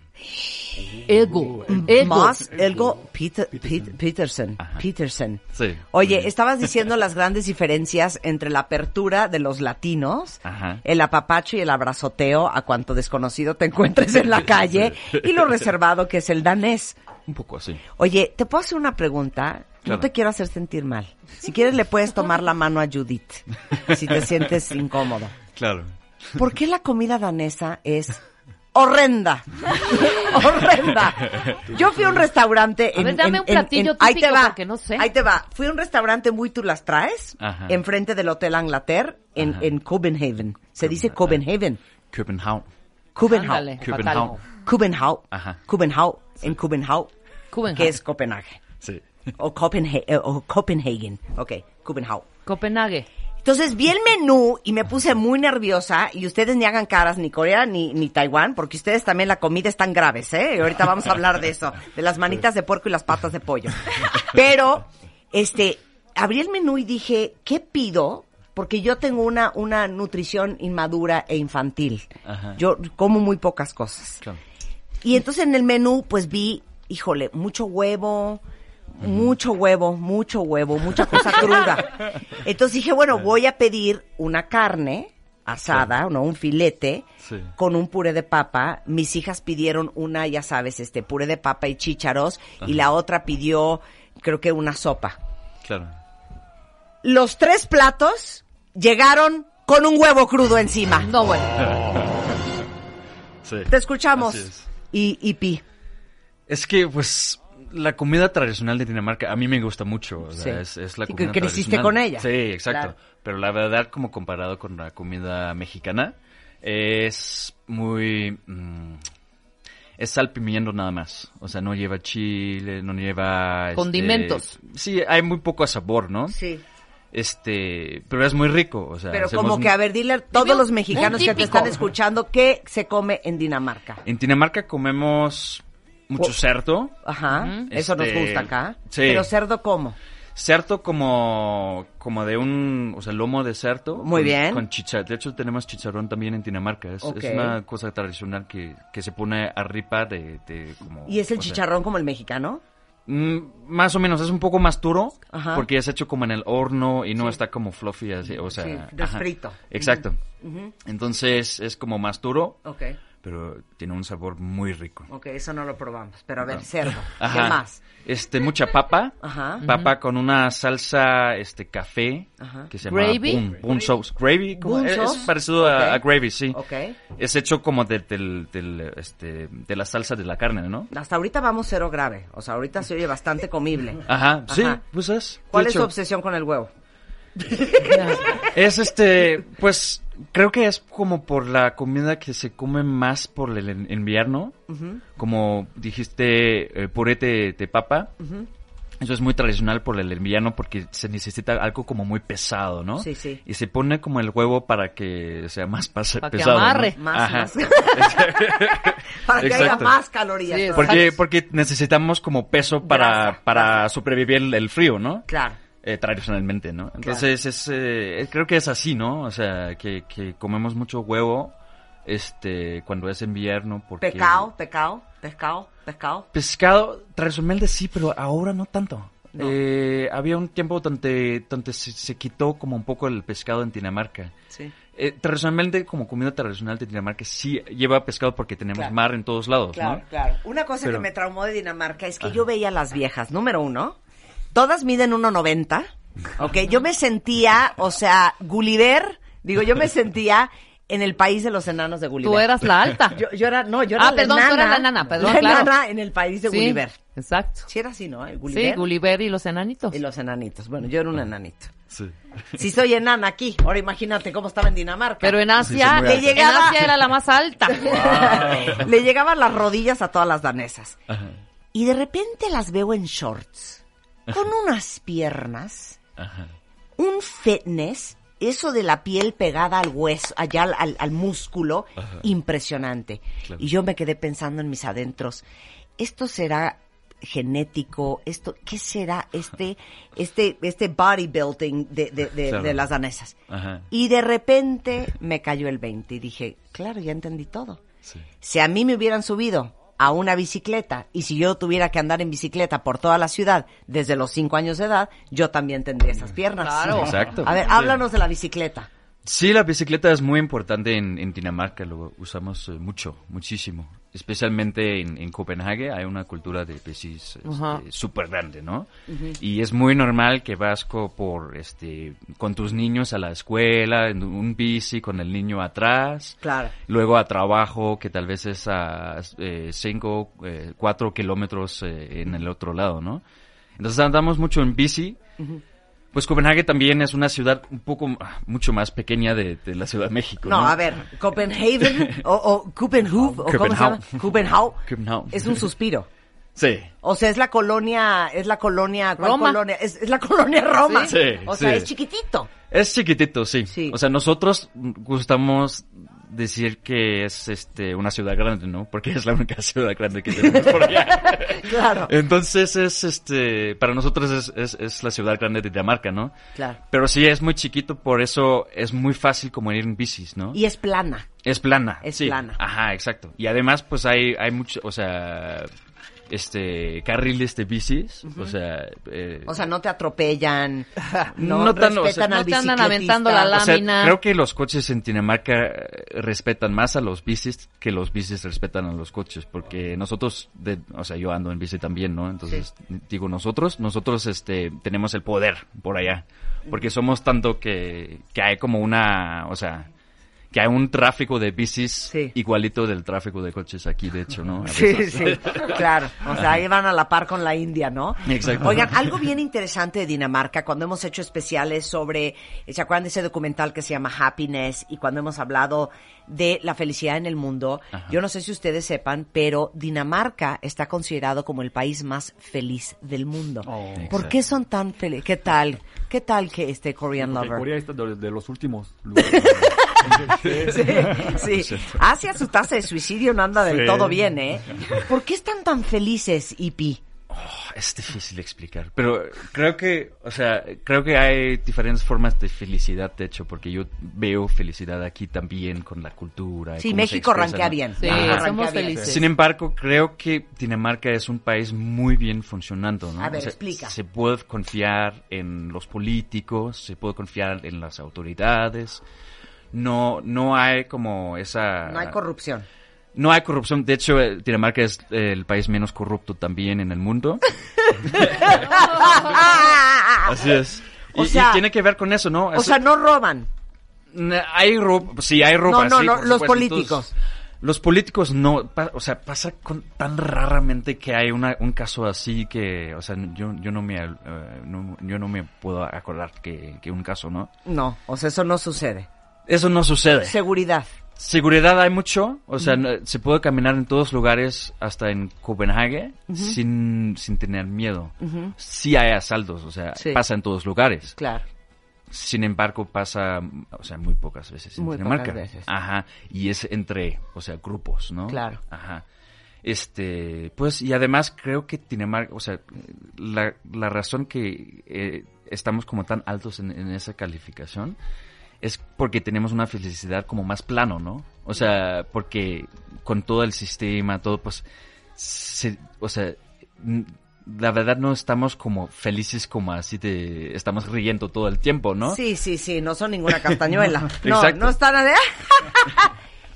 Speaker 6: Ego. Ego.
Speaker 4: Más Elgo Peter, Pet- Petersen.
Speaker 3: Ajá. Mm.
Speaker 4: Petersen.
Speaker 3: Sí.
Speaker 4: Oye, estabas diciendo las grandes diferencias entre la apertura de los latinos,
Speaker 3: Ajá.
Speaker 4: el apapacho y el abrazoteo a cuanto desconocido te encuentres en la calle y lo reservado que es el danés.
Speaker 3: Un poco así.
Speaker 4: Oye, ¿te puedo hacer una pregunta? No
Speaker 3: Claro.
Speaker 4: te quiero hacer sentir mal. Si quieres le puedes tomar la mano a Judith si te sientes incómodo.
Speaker 3: Claro.
Speaker 4: ¿Por qué la comida danesa es horrenda. horrenda. Yo fui a un restaurante.
Speaker 6: A ver, dame un platillo
Speaker 4: ahí
Speaker 6: típico,
Speaker 4: te va,
Speaker 6: porque no sé.
Speaker 4: Ahí te va. Fui a un restaurante muy tú las traes,
Speaker 3: Ajá.
Speaker 4: enfrente del Hotel Anglater, en, en Copenhagen. Se dice Copenhagen.
Speaker 3: København.
Speaker 4: Copenhagen.
Speaker 6: Ándale,
Speaker 3: København.
Speaker 6: fatal.
Speaker 4: Copenhagen.
Speaker 3: Ajá.
Speaker 4: Copenhagen. En Copenhagen.
Speaker 6: Copenhagen.
Speaker 4: Que es Copenhague.
Speaker 3: Sí.
Speaker 4: O Copenhague. O Copenhagen. Ok, Copenhagen.
Speaker 6: Copenhague.
Speaker 4: Entonces vi el menú y me puse muy nerviosa y ustedes ni hagan caras ni Corea ni, ni Taiwán porque ustedes también la comida es tan graves, ¿eh? Y ahorita vamos a hablar de eso, de las manitas de puerco y las patas de pollo. Pero, este, abrí el menú y dije, ¿qué pido? Porque yo tengo una, una nutrición inmadura e infantil.
Speaker 3: Ajá.
Speaker 4: Yo como muy pocas cosas.
Speaker 3: Claro.
Speaker 4: Y entonces en el menú, pues vi, híjole, mucho huevo, mucho huevo, mucho huevo, mucha cosa cruda. Entonces dije, bueno, voy a pedir una carne
Speaker 3: Ah,
Speaker 4: asada, ¿no? Un filete
Speaker 3: Sí.
Speaker 4: con un puré de papa. Mis hijas pidieron una, ya sabes, este puré de papa y chícharos y la otra pidió, creo que una sopa.
Speaker 3: Claro.
Speaker 4: Los tres platos llegaron con un huevo crudo encima.
Speaker 6: No, bueno.
Speaker 3: Sí.
Speaker 4: Te escuchamos.
Speaker 3: Así es.
Speaker 4: Y, y pi.
Speaker 3: Es que, pues, la comida tradicional de Dinamarca a mí me gusta mucho. o sea,
Speaker 4: Sí.
Speaker 3: es, es la
Speaker 4: Sí, que
Speaker 3: comida
Speaker 4: creciste
Speaker 3: tradicional.
Speaker 4: con ella.
Speaker 3: Sí, exacto.
Speaker 4: Claro.
Speaker 3: Pero la verdad, como comparado con la comida mexicana, es muy... mm, es sal pimiento nada más. O sea, no lleva chile, no lleva... este,
Speaker 6: Condimentos.
Speaker 3: sí, hay muy poco sabor, ¿no?
Speaker 4: Sí.
Speaker 3: Este, pero es muy rico. O sea,
Speaker 4: Pero
Speaker 3: hacemos
Speaker 4: como que, a ver, dile a todos
Speaker 6: un-
Speaker 4: los mexicanos
Speaker 6: un
Speaker 4: que te
Speaker 6: típico.
Speaker 4: están escuchando qué se come en Dinamarca.
Speaker 3: En Dinamarca comemos mucho
Speaker 4: Oh.
Speaker 3: cerdo.
Speaker 4: Ajá,
Speaker 3: Ujú.
Speaker 4: eso nos
Speaker 3: Este,
Speaker 4: gusta acá.
Speaker 3: sí.
Speaker 4: Pero cerdo cómo?
Speaker 3: Cerdo como, como de un, o sea, lomo de cerdo.
Speaker 4: Muy
Speaker 3: con-
Speaker 4: bien.
Speaker 3: Con chicharrón. De hecho, tenemos chicharrón también en Dinamarca. Es, es
Speaker 4: Ok.
Speaker 3: una cosa tradicional que, que se pone arriba de, de como...
Speaker 4: ¿Y es el
Speaker 3: o sea,
Speaker 4: chicharrón como el mexicano?
Speaker 3: mm, más o menos, es un poco más duro.
Speaker 4: Ajá.
Speaker 3: Porque es hecho como en el horno y no está como fluffy así, o sea...
Speaker 4: Sí,
Speaker 3: ajá.
Speaker 4: desfrito.
Speaker 3: Exacto. Entonces, es como más duro,
Speaker 4: Ok,
Speaker 3: pero tiene un sabor muy rico.
Speaker 4: ok, eso no lo probamos. Pero a ver,
Speaker 3: No.
Speaker 4: cerdo,
Speaker 3: Ajá.
Speaker 4: ¿qué más?
Speaker 3: Este, mucha papa.
Speaker 4: Ajá.
Speaker 3: Papa con una salsa, este, café.
Speaker 4: Ajá.
Speaker 3: Que se llama
Speaker 6: Gravy.
Speaker 3: Boom, boom sauce. Gravy. como-
Speaker 4: Boom
Speaker 3: es, es
Speaker 4: sauce.
Speaker 3: parecido
Speaker 4: Ok.
Speaker 3: a, a gravy, sí.
Speaker 4: Ok.
Speaker 3: Es hecho como de, del- del, este, de la salsa de la carne, ¿no?
Speaker 4: Hasta ahorita vamos cero grave. O sea, ahorita se oye bastante comible.
Speaker 3: Ajá, sí,
Speaker 4: Ajá.
Speaker 3: pues es. de
Speaker 4: ¿Cuál es tu
Speaker 3: hecho.
Speaker 4: obsesión con el huevo?
Speaker 3: Es este, pues, creo que es como por la comida que se come más por el en- invierno. Como dijiste, eh, puré de, de papa. Eso es muy tradicional por el invierno porque se necesita algo como muy pesado, ¿no?
Speaker 4: Sí, sí.
Speaker 3: Y se pone como el huevo para que sea más pas-
Speaker 6: Para que
Speaker 3: pesado. ¿no?
Speaker 6: amarre.
Speaker 4: Más,
Speaker 3: Ajá.
Speaker 4: más. Para que haya
Speaker 3: Exacto.
Speaker 4: más calorías.
Speaker 6: Sí,
Speaker 4: todavía.
Speaker 3: Porque, porque necesitamos como peso para,
Speaker 4: Grasa,
Speaker 3: para
Speaker 4: grasa.
Speaker 3: sobrevivir el, el frío, ¿no?
Speaker 4: Claro.
Speaker 3: Eh, tradicionalmente, ¿no? Entonces, es, eh, creo que es así, ¿no? O sea, que, que comemos mucho huevo este cuando es invierno. Porque
Speaker 4: Pecado, pecado, pescado, pescado.
Speaker 3: Pescado, tradicionalmente sí, pero ahora no tanto.
Speaker 4: No.
Speaker 3: Eh, había un tiempo donde, donde se, se quitó como un poco el pescado en Dinamarca.
Speaker 4: Sí.
Speaker 3: Eh, tradicionalmente, como comida tradicional de Dinamarca, sí lleva pescado porque tenemos
Speaker 4: Claro.
Speaker 3: mar en todos lados,
Speaker 4: Claro,
Speaker 3: ¿no?
Speaker 4: claro. Una cosa
Speaker 3: Pero-
Speaker 4: que me traumó de Dinamarca es que yo veía a las viejas, número uno, todas miden 1,90, ¿ok? Yo me sentía, o sea, Gulliver, digo, yo me sentía en el país de los enanos de Gulliver.
Speaker 6: Tú eras la alta.
Speaker 4: Yo, yo era, no, yo era
Speaker 6: Ah,
Speaker 4: la
Speaker 6: perdón, tú
Speaker 4: enana.
Speaker 6: eras la enana, perdón,
Speaker 4: la
Speaker 6: claro.
Speaker 4: enana en el país de
Speaker 6: Sí,
Speaker 4: Gulliver.
Speaker 6: Exacto.
Speaker 4: Sí era así, ¿no? El Gulliver.
Speaker 6: Sí, Gulliver y los enanitos.
Speaker 4: Y los enanitos. Bueno, yo era un enanito.
Speaker 3: Ah, Sí.
Speaker 4: Si soy enana aquí, ahora imagínate cómo estaba en Dinamarca.
Speaker 6: Pero en Asia,
Speaker 4: muy altas.
Speaker 6: en Asia era la más alta.
Speaker 4: Le llegaban las rodillas a todas las danesas.
Speaker 3: Ajá.
Speaker 4: Y de repente las veo en shorts, con unas piernas,
Speaker 3: Ajá.
Speaker 4: un fitness, eso de la piel pegada al hueso, allá al, al- al músculo, impresionante.
Speaker 3: Claro.
Speaker 4: Y yo me quedé pensando en mis adentros, esto será genético, esto, ¿qué será este, este, este bodybuilding de, de- de-
Speaker 3: Claro.
Speaker 4: de las danesas?
Speaker 3: Ajá.
Speaker 4: Y de repente me cayó el 20 y dije, claro, ya entendí todo.
Speaker 3: Sí.
Speaker 4: Si a mí me hubieran subido a una bicicleta y si yo tuviera que andar en bicicleta por toda la ciudad desde los cinco años de edad, yo también tendría esas piernas.
Speaker 6: Claro.
Speaker 3: Exacto.
Speaker 4: A ver,
Speaker 3: Sí.
Speaker 4: háblanos de la bicicleta.
Speaker 3: Sí, la bicicleta es muy importante en, en Dinamarca, lo usamos eh, mucho, muchísimo. Especialmente en, en Copenhague hay una cultura de bicis este,
Speaker 6: Ajá.
Speaker 3: súper grande, ¿no? Y es muy normal que vas co- por, este, con tus niños a la escuela, en un bici con el niño atrás.
Speaker 4: Claro.
Speaker 3: Luego a trabajo, que tal vez es a eh, 5, 4 kilómetros eh, en el otro lado, ¿no? Entonces andamos mucho en bici. Pues Copenhague también es una ciudad un poco, ah, mucho más pequeña de, de la Ciudad de México. No,
Speaker 4: No, a ver, Copenhagen o, o Copenhague, o ¿cómo se llama? Copenhague.
Speaker 3: Copenhague.
Speaker 4: Es un suspiro.
Speaker 3: Sí.
Speaker 4: O sea, es la colonia, es la colonia, ¿cuál
Speaker 6: Roma.
Speaker 4: colonia? Es, es la colonia Roma.
Speaker 3: Sí, sí,
Speaker 4: o sea,
Speaker 3: sí.
Speaker 4: es chiquitito.
Speaker 3: Es chiquitito, sí.
Speaker 4: Sí.
Speaker 3: O sea, nosotros gustamos decir que es este una ciudad grande, ¿no? Porque es la única ciudad grande que tenemos por allá.
Speaker 4: Claro.
Speaker 3: Entonces es este, para nosotros es, es, es la ciudad grande de Dinamarca, ¿no?
Speaker 4: Claro.
Speaker 3: Pero sí es muy chiquito, por eso es muy fácil como ir en bicis, ¿no?
Speaker 4: Y es plana.
Speaker 3: Es plana.
Speaker 4: Es
Speaker 3: sí.
Speaker 4: plana.
Speaker 3: Ajá, exacto. Y además, pues hay, hay mucho, o sea, este, carriles de bicis, o sea, eh,
Speaker 4: O sea, no te atropellan, no,
Speaker 3: No tan, o sea,
Speaker 4: respetan
Speaker 6: no
Speaker 4: al
Speaker 6: te andan
Speaker 4: bicicletista.
Speaker 6: aventando la
Speaker 3: o sea,
Speaker 6: lámina.
Speaker 3: creo que los coches en Dinamarca eh, respetan más a los bicis que los bicis respetan a los coches, porque nosotros, de, o sea, yo ando en bici también, ¿no? Entonces, digo nosotros, nosotros este, tenemos el poder por allá, porque somos tanto que, que hay como una, o sea, que hay un tráfico de bicis
Speaker 4: Sí.
Speaker 3: igualito del tráfico de coches aquí, de hecho, ¿no? A
Speaker 4: Sí,
Speaker 3: veces.
Speaker 4: sí, claro. O sea, ahí van a la par con la India, ¿no?
Speaker 3: Exacto.
Speaker 4: Oigan, algo bien interesante de Dinamarca, cuando hemos hecho especiales sobre, ¿se acuerdan de ese documental que se llama Happiness? Y cuando hemos hablado de la felicidad en el mundo, yo no sé si ustedes sepan, pero Dinamarca está considerado como el país más feliz del mundo.
Speaker 6: Oh,
Speaker 4: ¿Por qué son tan felices? ¿Qué tal? ¿Qué tal que este Korean
Speaker 7: Porque
Speaker 4: Lover?
Speaker 7: Corea está de, de los últimos lugares.
Speaker 4: Sí, sí. Asia su tasa de suicidio no anda del
Speaker 7: Sí.
Speaker 4: todo bien, ¿eh? ¿Por qué están tan felices, Ipi?
Speaker 3: Es difícil de explicar, pero creo que, o sea, creo que hay diferentes formas de felicidad, de hecho, porque yo veo felicidad aquí también con la cultura. y
Speaker 4: Sí,
Speaker 3: cómo se
Speaker 4: México
Speaker 3: expresa,
Speaker 4: rankea
Speaker 3: ¿no?
Speaker 4: bien.
Speaker 6: Sí,
Speaker 4: México rankea
Speaker 6: somos
Speaker 4: bien.
Speaker 6: felices.
Speaker 3: Sin embargo, creo que Dinamarca es un país muy bien funcionando, ¿no?
Speaker 4: A ver, explica.
Speaker 3: Se puede confiar en los políticos, se puede confiar en las autoridades. No, no hay como esa...
Speaker 4: No hay corrupción.
Speaker 3: No hay corrupción. De hecho, eh, Dinamarca es eh, el país menos corrupto también en el mundo. Así es. Y,
Speaker 4: O
Speaker 3: y
Speaker 4: sea-
Speaker 3: tiene que ver con eso, ¿no?
Speaker 4: O sea, no roban.
Speaker 3: N- Hay ropa, sí, hay ropa.
Speaker 4: No, no,
Speaker 3: sí,
Speaker 4: no,
Speaker 3: por
Speaker 4: los
Speaker 3: supuesto.
Speaker 4: políticos.
Speaker 3: Entonces, los políticos no, pa- o sea, pasa con, tan raramente que hay una, un caso así que, o sea, yo, yo no me, eh, no- yo no me puedo acordar que, que un caso, ¿no?
Speaker 4: No, o sea, eso no sucede.
Speaker 3: Eso no sucede.
Speaker 4: Seguridad.
Speaker 3: Seguridad hay mucho, o sea, no- se puede caminar en todos lugares, hasta en Copenhague, sin, sin tener miedo. Sí hay asaltos, o sea,
Speaker 4: Sí.
Speaker 3: pasa en todos lugares.
Speaker 4: Claro.
Speaker 3: Sin embargo, pasa, o sea, muy pocas veces en
Speaker 4: Muy
Speaker 3: Dinamarca.
Speaker 4: pocas veces.
Speaker 3: Ajá. Y es entre, o sea, grupos, ¿no?
Speaker 4: Claro.
Speaker 3: Ajá. Este, pues, y además creo que Dinamarca, o sea, la, la razón que eh, estamos como tan altos en, en esa calificación es porque tenemos una felicidad como más plano, ¿no? O sea, porque con todo el sistema, todo, pues, se- o sea, n- la verdad no estamos como felices como así de, estamos riendo todo el tiempo, ¿no?
Speaker 4: Sí, sí, sí, no son ninguna castañuela. No,
Speaker 3: Exacto.
Speaker 4: no están... ah, a-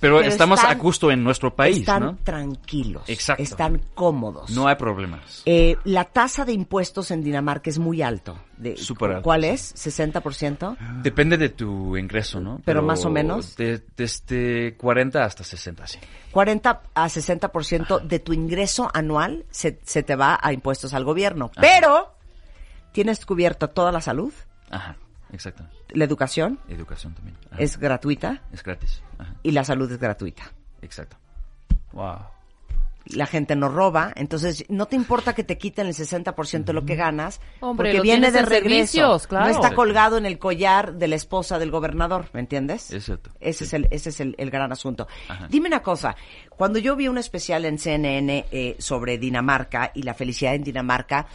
Speaker 3: Pero,
Speaker 4: Pero
Speaker 3: estamos
Speaker 4: están-
Speaker 3: a gusto en nuestro país,
Speaker 4: están
Speaker 3: ¿no?
Speaker 4: tranquilos.
Speaker 3: Exacto.
Speaker 4: Están cómodos.
Speaker 3: No hay problemas.
Speaker 4: Eh, la tasa de impuestos en Dinamarca es muy alto. De,
Speaker 3: Súper alto,
Speaker 4: ¿Cuál
Speaker 3: sí.
Speaker 4: es? ¿60%?
Speaker 3: Depende de tu ingreso, ¿no?
Speaker 4: Ah. Pero más o menos.
Speaker 3: de- desde 40 hasta 60, sí.
Speaker 4: 40 a 60% de tu ingreso anual se, se te va a impuestos al gobierno. Pero tienes cubierta toda la salud,
Speaker 3: Ajá, exacto.
Speaker 4: la educación
Speaker 3: Educación también. Ajá.
Speaker 4: es gratuita
Speaker 3: Es gratis. Ajá,
Speaker 4: y la salud es gratuita.
Speaker 3: exacto.
Speaker 7: wow.
Speaker 4: La gente no roba, entonces no te importa que te quiten el 60% de lo que ganas,
Speaker 6: Hombre,
Speaker 4: porque
Speaker 6: lo
Speaker 4: viene
Speaker 6: tienes
Speaker 4: de
Speaker 6: en
Speaker 4: regreso.
Speaker 6: servicios, claro.
Speaker 4: No está
Speaker 6: Exacto.
Speaker 4: colgado en el collar de la esposa del gobernador, ¿me entiendes?
Speaker 3: Es cierto.
Speaker 4: Ese es el, ese es el, el gran asunto. Dime una cosa, cuando yo vi un especial en CNN eh, sobre Dinamarca y la felicidad en Dinamarca,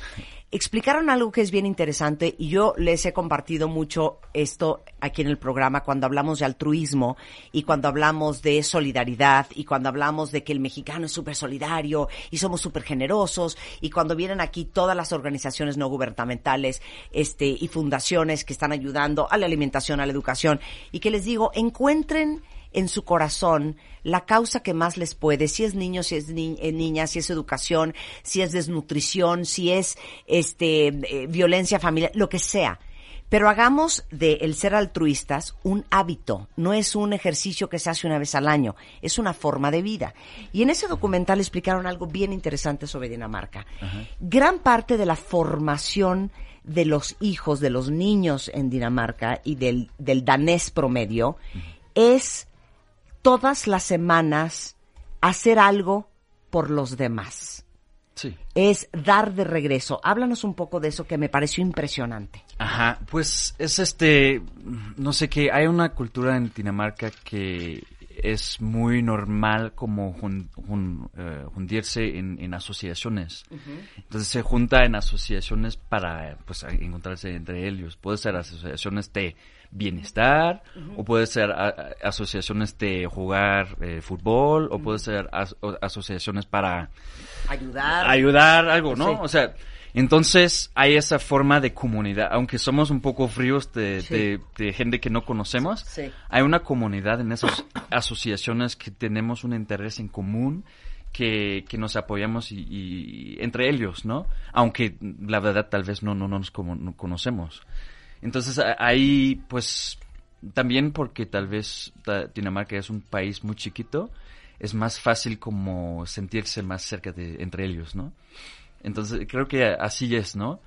Speaker 4: explicaron algo que es bien interesante y yo les he compartido mucho esto aquí en el programa cuando hablamos de altruismo y cuando hablamos de solidaridad y cuando hablamos de que el mexicano es súper solidario y somos súper generosos y cuando vienen aquí todas las organizaciones no gubernamentales este, y fundaciones que están ayudando a la alimentación, a la educación y que les digo, encuentren en su corazón la causa que más les puede, si es niño, si es ni- eh, niña, si es educación, si es desnutrición, si es este eh, violencia familiar, lo que sea. Pero hagamos de el ser altruistas un hábito, no es un ejercicio que se hace una vez al año, es una forma de vida. Y en ese documental explicaron algo bien interesante sobre Dinamarca. Gran parte de la formación de los hijos, de los niños en Dinamarca y del, del danés promedio es todas las semanas hacer algo por los demás.
Speaker 3: Sí.
Speaker 4: Es dar de regreso. Háblanos un poco de eso que me pareció impresionante.
Speaker 3: Ajá, pues es este, no sé qué, hay una cultura en Dinamarca que es muy normal como jun- jun- eh, juntarse en, en asociaciones. Entonces se junta en asociaciones para pues a- encontrarse entre ellos. Puede ser asociaciones de bienestar o puede ser a- a- asociaciones de jugar eh, fútbol o puede ser as- o- asociaciones para
Speaker 4: Ayudar.
Speaker 3: ayudar algo, ¿no?
Speaker 4: Sí.
Speaker 3: O sea, entonces hay esa forma de comunidad, aunque somos un poco fríos de,
Speaker 4: Sí.
Speaker 3: de- de gente que no conocemos,
Speaker 4: Sí.
Speaker 3: hay una comunidad en esas asociaciones que tenemos un interés en común, que, que nos apoyamos y, y entre ellos, ¿no? Aunque la verdad tal vez no, no, no nos como- no conocemos. Entonces a- ahí pues también porque tal vez ta- Dinamarca es un país muy chiquito, es más fácil como sentirse más cerca de entre ellos, ¿no? Entonces creo que así es, ¿no?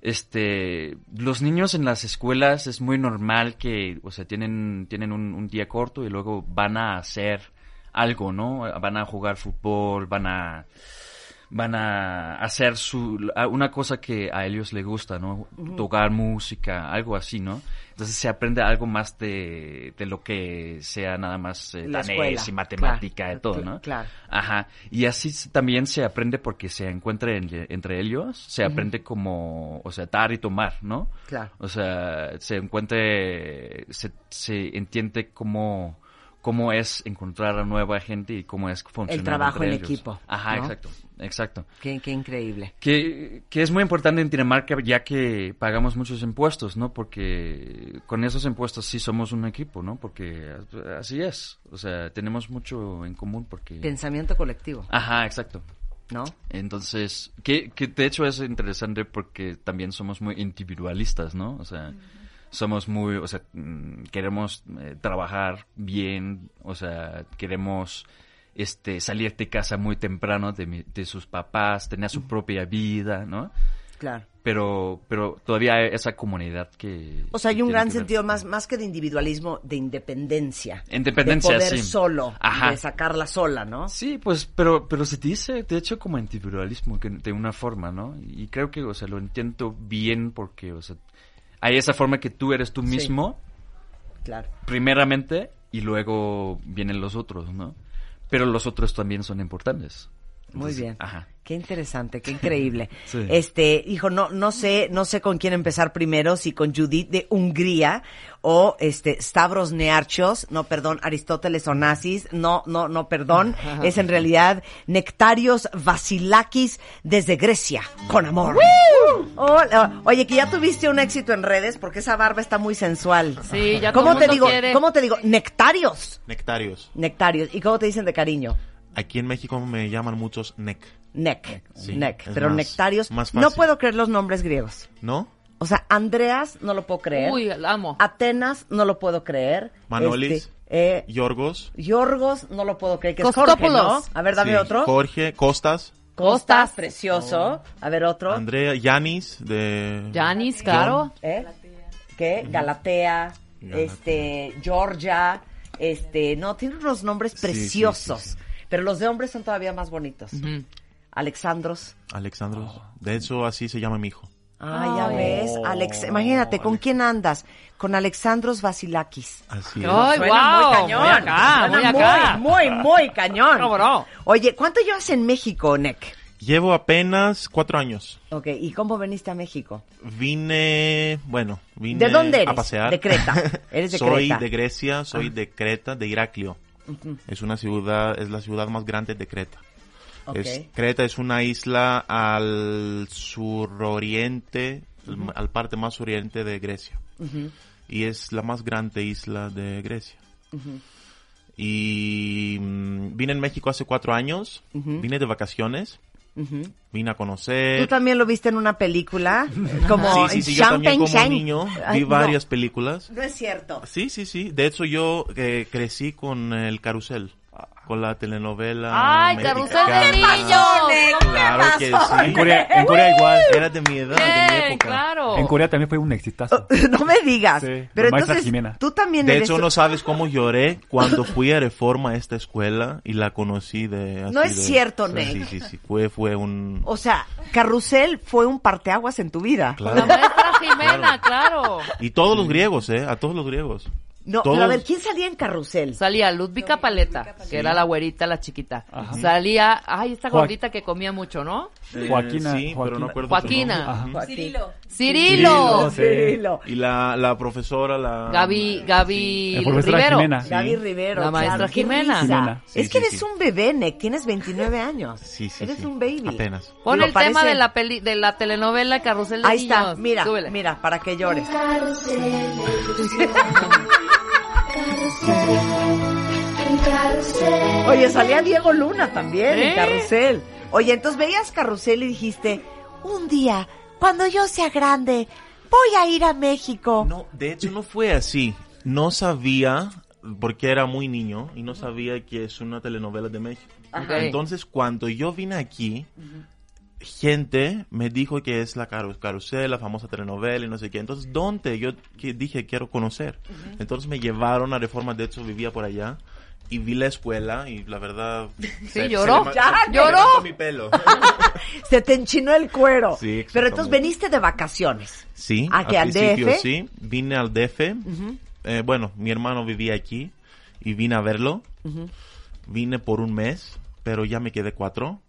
Speaker 3: Este, los niños en las escuelas es muy normal que, o sea, tienen, tienen un, un día corto y luego van a hacer algo, ¿no? Van a jugar fútbol, van a, van a hacer su, a- una cosa que a ellos les gusta, ¿no? Tocar música, algo así, ¿no? Entonces se aprende algo más de, de lo que sea nada más eh,
Speaker 4: La
Speaker 3: danés
Speaker 4: escuela,
Speaker 3: y matemática
Speaker 4: claro,
Speaker 3: y todo,
Speaker 4: cl-
Speaker 3: ¿no?
Speaker 4: claro.
Speaker 3: Ajá. Y así s- también se aprende porque se encuentra en- entre ellos, se aprende como, o sea, dar y tomar, ¿no?
Speaker 4: Claro.
Speaker 3: O sea, se encuentre, se, se entiende cómo, cómo es encontrar a nueva gente y cómo es funcionar
Speaker 4: trabajo
Speaker 3: entre
Speaker 4: en
Speaker 3: ellos.
Speaker 4: equipo,
Speaker 3: Ajá,
Speaker 4: ¿no?
Speaker 3: exacto, exacto.
Speaker 4: Qué, qué increíble.
Speaker 3: Que, que es muy importante en Dinamarca ya que pagamos muchos impuestos, ¿no? Porque con esos impuestos sí somos un equipo, ¿no? Porque así es. O sea, tenemos mucho en común porque...
Speaker 4: Pensamiento colectivo,
Speaker 3: Ajá, exacto.
Speaker 4: ¿no?
Speaker 3: Entonces, que, que de hecho es interesante porque también somos muy individualistas, ¿no? O sea, somos muy, o sea, mm, queremos eh, trabajar bien, o sea, queremos este salir de casa muy temprano de, mi- de sus papás, tener su propia vida, ¿no?
Speaker 4: Claro.
Speaker 3: Pero, pero todavía hay esa comunidad que...
Speaker 4: O sea, hay
Speaker 3: que
Speaker 4: un
Speaker 3: tiene
Speaker 4: gran
Speaker 3: que ver.
Speaker 4: sentido más, más que de individualismo, de independencia.
Speaker 3: Independencia,
Speaker 4: De poder
Speaker 3: sí.
Speaker 4: solo,
Speaker 3: Ajá.
Speaker 4: de sacarla sola, ¿no?
Speaker 3: Sí, pues, pero, pero se dice, de hecho, como antipluralismo, que de una forma, ¿no? Y creo que, o sea, lo entiendo bien porque, o sea, hay esa forma que tú eres tú mismo,
Speaker 4: Claro.
Speaker 3: primeramente, y luego vienen los otros, ¿no? Pero los otros también son importantes.
Speaker 4: Muy
Speaker 3: Entonces,
Speaker 4: bien.
Speaker 3: Ajá.
Speaker 4: Qué interesante, qué increíble.
Speaker 3: Sí.
Speaker 4: Este, hijo, no, no sé, no sé con quién empezar primero, si con Judith de Hungría o este Stavros Nearchos, no, perdón, Aristóteles Onassis, no, no, no, perdón, es en realidad Nectarios Vasilakis desde Grecia, con amor. Hola. Oye, que ya tuviste un éxito en redes porque esa barba está muy sensual.
Speaker 6: Sí, ya todo
Speaker 4: ¿Cómo
Speaker 6: el
Speaker 4: te
Speaker 6: mundo
Speaker 4: digo?
Speaker 6: quiere.
Speaker 4: ¿Cómo te digo? Nectarios.
Speaker 9: Nectarios.
Speaker 4: Nectarios. ¿Y cómo te dicen de cariño?
Speaker 9: Aquí en México me llaman muchos nec,
Speaker 4: Nec,
Speaker 9: Sí,
Speaker 4: nec,
Speaker 9: es
Speaker 4: pero
Speaker 9: más-
Speaker 4: nectarios.
Speaker 9: más
Speaker 4: no
Speaker 9: fácil.
Speaker 4: puedo creer los nombres griegos.
Speaker 9: ¿no?
Speaker 4: O sea, Andreas no lo puedo creer.
Speaker 6: Uy, la amo.
Speaker 4: Atenas no lo puedo creer.
Speaker 9: Manolis.
Speaker 4: Este, eh,
Speaker 9: Yorgos.
Speaker 4: Yorgos no lo puedo creer. Que es Jorge, ¿no?
Speaker 6: Costópolos.
Speaker 4: A ver, dame
Speaker 9: Sí,
Speaker 4: otro.
Speaker 9: Jorge, Costas,
Speaker 4: Costas, precioso.
Speaker 9: Oh.
Speaker 4: A ver, otro.
Speaker 9: Andrea, Yanis de...
Speaker 6: Janis, claro.
Speaker 4: ¿Eh? ¿Qué? Galatea,
Speaker 9: Galatea.
Speaker 4: este, Georgia, este, no, tiene unos nombres
Speaker 9: sí, sí,
Speaker 4: preciosos. Pero los de hombres son todavía más bonitos. Alexandros.
Speaker 9: Alexandros. De hecho, así se llama mi hijo.
Speaker 4: Ah, ya ves, Alex, imagínate, ¿con quién andas? Con Alexandros Vasilakis.
Speaker 9: Así es.
Speaker 6: Ay,
Speaker 4: Suena
Speaker 6: wow.
Speaker 4: muy cañón.
Speaker 6: Voy acá,
Speaker 4: Suena
Speaker 6: voy acá.
Speaker 4: Muy, muy, muy cañón.
Speaker 6: Vámonos.
Speaker 4: Oye, ¿cuánto llevas en México, Nick?
Speaker 9: Llevo apenas cuatro años.
Speaker 4: Ok, ¿y cómo veniste a México?
Speaker 9: Vine, bueno, vine
Speaker 4: ¿De dónde eres?
Speaker 9: a pasear.
Speaker 4: De Creta. Eres de
Speaker 9: soy
Speaker 4: Creta. Ah.
Speaker 9: de Grecia, soy de Creta, de Heraclio. Es una ciudad, es la ciudad más grande de Creta.
Speaker 4: Ok.
Speaker 9: Es- Creta es una isla al suroriente, al- al parte más oriente de Grecia. Y es la más grande isla de Grecia. Y mm, vine en México hace cuatro años, vine de vacaciones, vine a conocer.
Speaker 4: ¿Tú también lo viste en una película? Como
Speaker 9: Eh, Sí, sí, sí, yo también
Speaker 4: Champagne
Speaker 9: como
Speaker 4: Shang.
Speaker 9: niño
Speaker 4: Ay,
Speaker 9: vi
Speaker 4: no.
Speaker 9: varias películas.
Speaker 4: No, es cierto.
Speaker 9: Sí, sí, sí. De hecho, yo eh, crecí con el carrusel, con la telenovela.
Speaker 6: ¡Ay,
Speaker 9: mexicana.
Speaker 6: carrusel de niños!
Speaker 4: ¿Qué
Speaker 9: Claro que
Speaker 4: pasó?
Speaker 9: sí.
Speaker 7: En Corea, en Corea igual.
Speaker 9: Era de mi edad, de mi
Speaker 6: Bien,
Speaker 9: época.
Speaker 6: claro.
Speaker 7: En Corea también fue un exitazo.
Speaker 4: No me digas.
Speaker 7: Sí,
Speaker 4: Pero
Speaker 7: la maestra
Speaker 4: entonces,
Speaker 7: Jimena.
Speaker 4: tú Oh, también
Speaker 9: De
Speaker 4: eres...
Speaker 9: hecho, no sabes cómo lloré cuando fui a Reforma a esta escuela y la conocí de... así
Speaker 4: No es
Speaker 9: de-
Speaker 4: cierto,
Speaker 9: sí,
Speaker 4: Nick.
Speaker 9: Sí, sí, sí. Fue, fue un...
Speaker 4: O sea, Carrusel fue un parteaguas en tu vida.
Speaker 6: La
Speaker 9: Claro.
Speaker 6: maestra Jimena, claro.
Speaker 9: Y todos los griegos, ¿eh? A todos los griegos.
Speaker 4: No,
Speaker 9: Todos-
Speaker 4: pero a ver, ¿quién salía en Carrusel?
Speaker 6: Salía Ludvika Paleta, que era la güerita, la chiquita. Salía, ay, esta
Speaker 7: Joa-
Speaker 6: gordita que comía mucho, ¿no?
Speaker 9: Eh,
Speaker 7: Joaquina,
Speaker 9: sí, pero no
Speaker 7: Joaquina.
Speaker 9: acuerdo su nombre.
Speaker 6: Joaquina.
Speaker 5: Cirilo.
Speaker 6: Cirilo.
Speaker 7: Sí.
Speaker 4: Cirilo.
Speaker 9: Y la, la profesora, la...
Speaker 6: Gaby, Gaby
Speaker 7: La profesora
Speaker 6: Rivero.
Speaker 7: Jimena.
Speaker 4: Gaby Rivero.
Speaker 6: La maestra
Speaker 4: claro, qué
Speaker 6: Jimena.
Speaker 4: risa.
Speaker 7: Jimena.
Speaker 9: Sí,
Speaker 4: es que
Speaker 9: sí,
Speaker 4: eres
Speaker 9: sí.
Speaker 4: un bebé, Nick. Tienes 29 años.
Speaker 9: Sí, sí,
Speaker 4: Eres
Speaker 9: sí.
Speaker 4: un baby.
Speaker 9: Apenas.
Speaker 6: Pon
Speaker 4: Digo,
Speaker 6: el tema
Speaker 4: parece-
Speaker 6: de la peli, de la telenovela Carrusel de
Speaker 4: Ahí está,
Speaker 6: Niños.
Speaker 4: mira,
Speaker 6: Súbele.
Speaker 4: mira, para que llores. Oye, salía Diego Luna también en
Speaker 6: ¿Eh?
Speaker 4: Carrusel. Oye, entonces veías Carrusel y dijiste, un día, cuando yo sea grande, voy a ir a México.
Speaker 9: No, de hecho no fue así. No sabía, porque era muy niño, y no sabía que es una telenovela de México.
Speaker 6: Ok.
Speaker 9: Entonces, cuando yo vine aquí, gente me dijo que es la caru- carusel, la famosa telenovela y no sé qué. Entonces, ¿dónde? Yo que- dije, quiero conocer. Entonces me llevaron a Reforma, de hecho vivía por allá. Y vi la escuela y la verdad... se- se
Speaker 6: lloró.
Speaker 9: le ma-
Speaker 4: Ya,
Speaker 9: se le
Speaker 6: lloró.
Speaker 9: levantó mi pelo.
Speaker 4: Se te enchinó el cuero.
Speaker 9: Sí, exactamente.
Speaker 4: Pero entonces veniste de vacaciones.
Speaker 9: Sí,
Speaker 4: ¿A qué, al
Speaker 9: principio
Speaker 4: DF?
Speaker 9: sí. Vine al DF. Eh, bueno, mi hermano vivía aquí y vine a verlo. Vine por un mes, pero ya me quedé cuatro.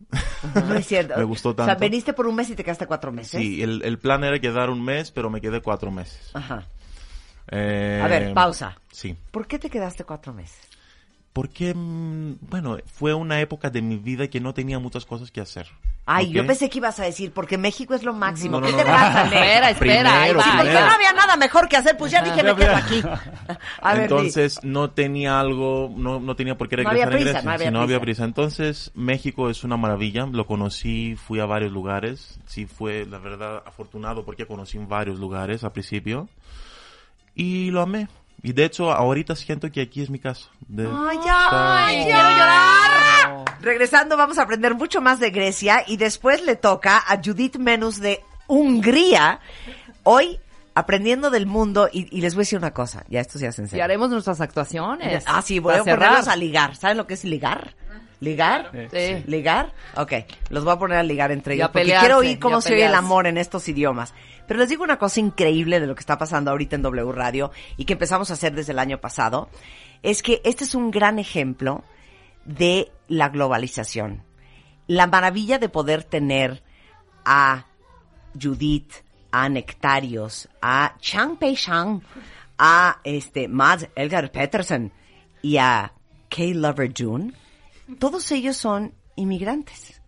Speaker 4: No es cierto.
Speaker 9: Me gustó
Speaker 4: O sea,
Speaker 9: tanto.
Speaker 4: veniste por un mes y te quedaste cuatro meses.
Speaker 9: Sí, el, el plan era quedar un mes, pero me quedé cuatro meses.
Speaker 4: Ajá.
Speaker 9: Eh,
Speaker 4: A ver, pausa.
Speaker 9: Sí.
Speaker 4: ¿Por qué te quedaste cuatro meses?
Speaker 9: Porque, mm, bueno, fue una época de mi vida que no tenía muchas cosas que hacer.
Speaker 4: Ay, yo
Speaker 9: ¿ok?
Speaker 4: pensé que ibas a decir, porque México es lo máximo.
Speaker 9: No,
Speaker 4: ¿Qué
Speaker 9: no,
Speaker 4: te
Speaker 9: no.
Speaker 4: pasa, Nick?
Speaker 6: Espera, espera, ahí
Speaker 9: Primero,
Speaker 6: va,
Speaker 4: Porque
Speaker 6: ahí
Speaker 9: primero.
Speaker 6: va.
Speaker 4: no había nada mejor que hacer, pues ya dije, me quedo aquí. A ver, di.
Speaker 9: Entonces no tenía algo, no, no tenía por qué
Speaker 4: No
Speaker 9: regresar
Speaker 4: había prisa,
Speaker 9: a Grecia.
Speaker 4: no había
Speaker 9: Sí,
Speaker 4: prisa.
Speaker 9: Entonces México es una maravilla, lo conocí, fui a varios lugares, sí fue la verdad afortunado porque conocí en varios lugares al principio y lo amé. Y de hecho ahorita siento que aquí es mi casa. De-
Speaker 4: Ay, ya,
Speaker 9: está-
Speaker 4: ay, quiero llorar. Regresando, vamos a aprender mucho más de Grecia y después le toca a Judith Menus de Hungría. Hoy, aprendiendo del mundo, y, y les voy a decir una cosa, ya esto sí es en
Speaker 6: Y
Speaker 4: serio.
Speaker 6: haremos nuestras actuaciones.
Speaker 4: Ah, sí, voy
Speaker 6: Para
Speaker 4: a ponerlos
Speaker 6: cerrar.
Speaker 4: a ligar. ¿Saben lo que es ligar? ¿Ligar?
Speaker 6: Sí. Sí.
Speaker 4: ¿Ligar? Ok, los voy a poner a ligar entre
Speaker 6: Y
Speaker 4: ellos.
Speaker 6: a
Speaker 4: Porque
Speaker 6: pelearse,
Speaker 4: quiero oír
Speaker 6: y
Speaker 4: cómo
Speaker 6: a
Speaker 4: se oye el
Speaker 6: pelearse.
Speaker 4: amor en estos idiomas. Pero les digo una cosa increíble de lo que está pasando ahorita en W Radio y que empezamos a hacer desde el año pasado. Es que este es un gran ejemplo de la globalización. La maravilla de poder tener a Judith, a Nectarios, a Chang Pei Shang, a este Mads Elgar Peterson y a Kay Lover June, todos ellos son inmigrantes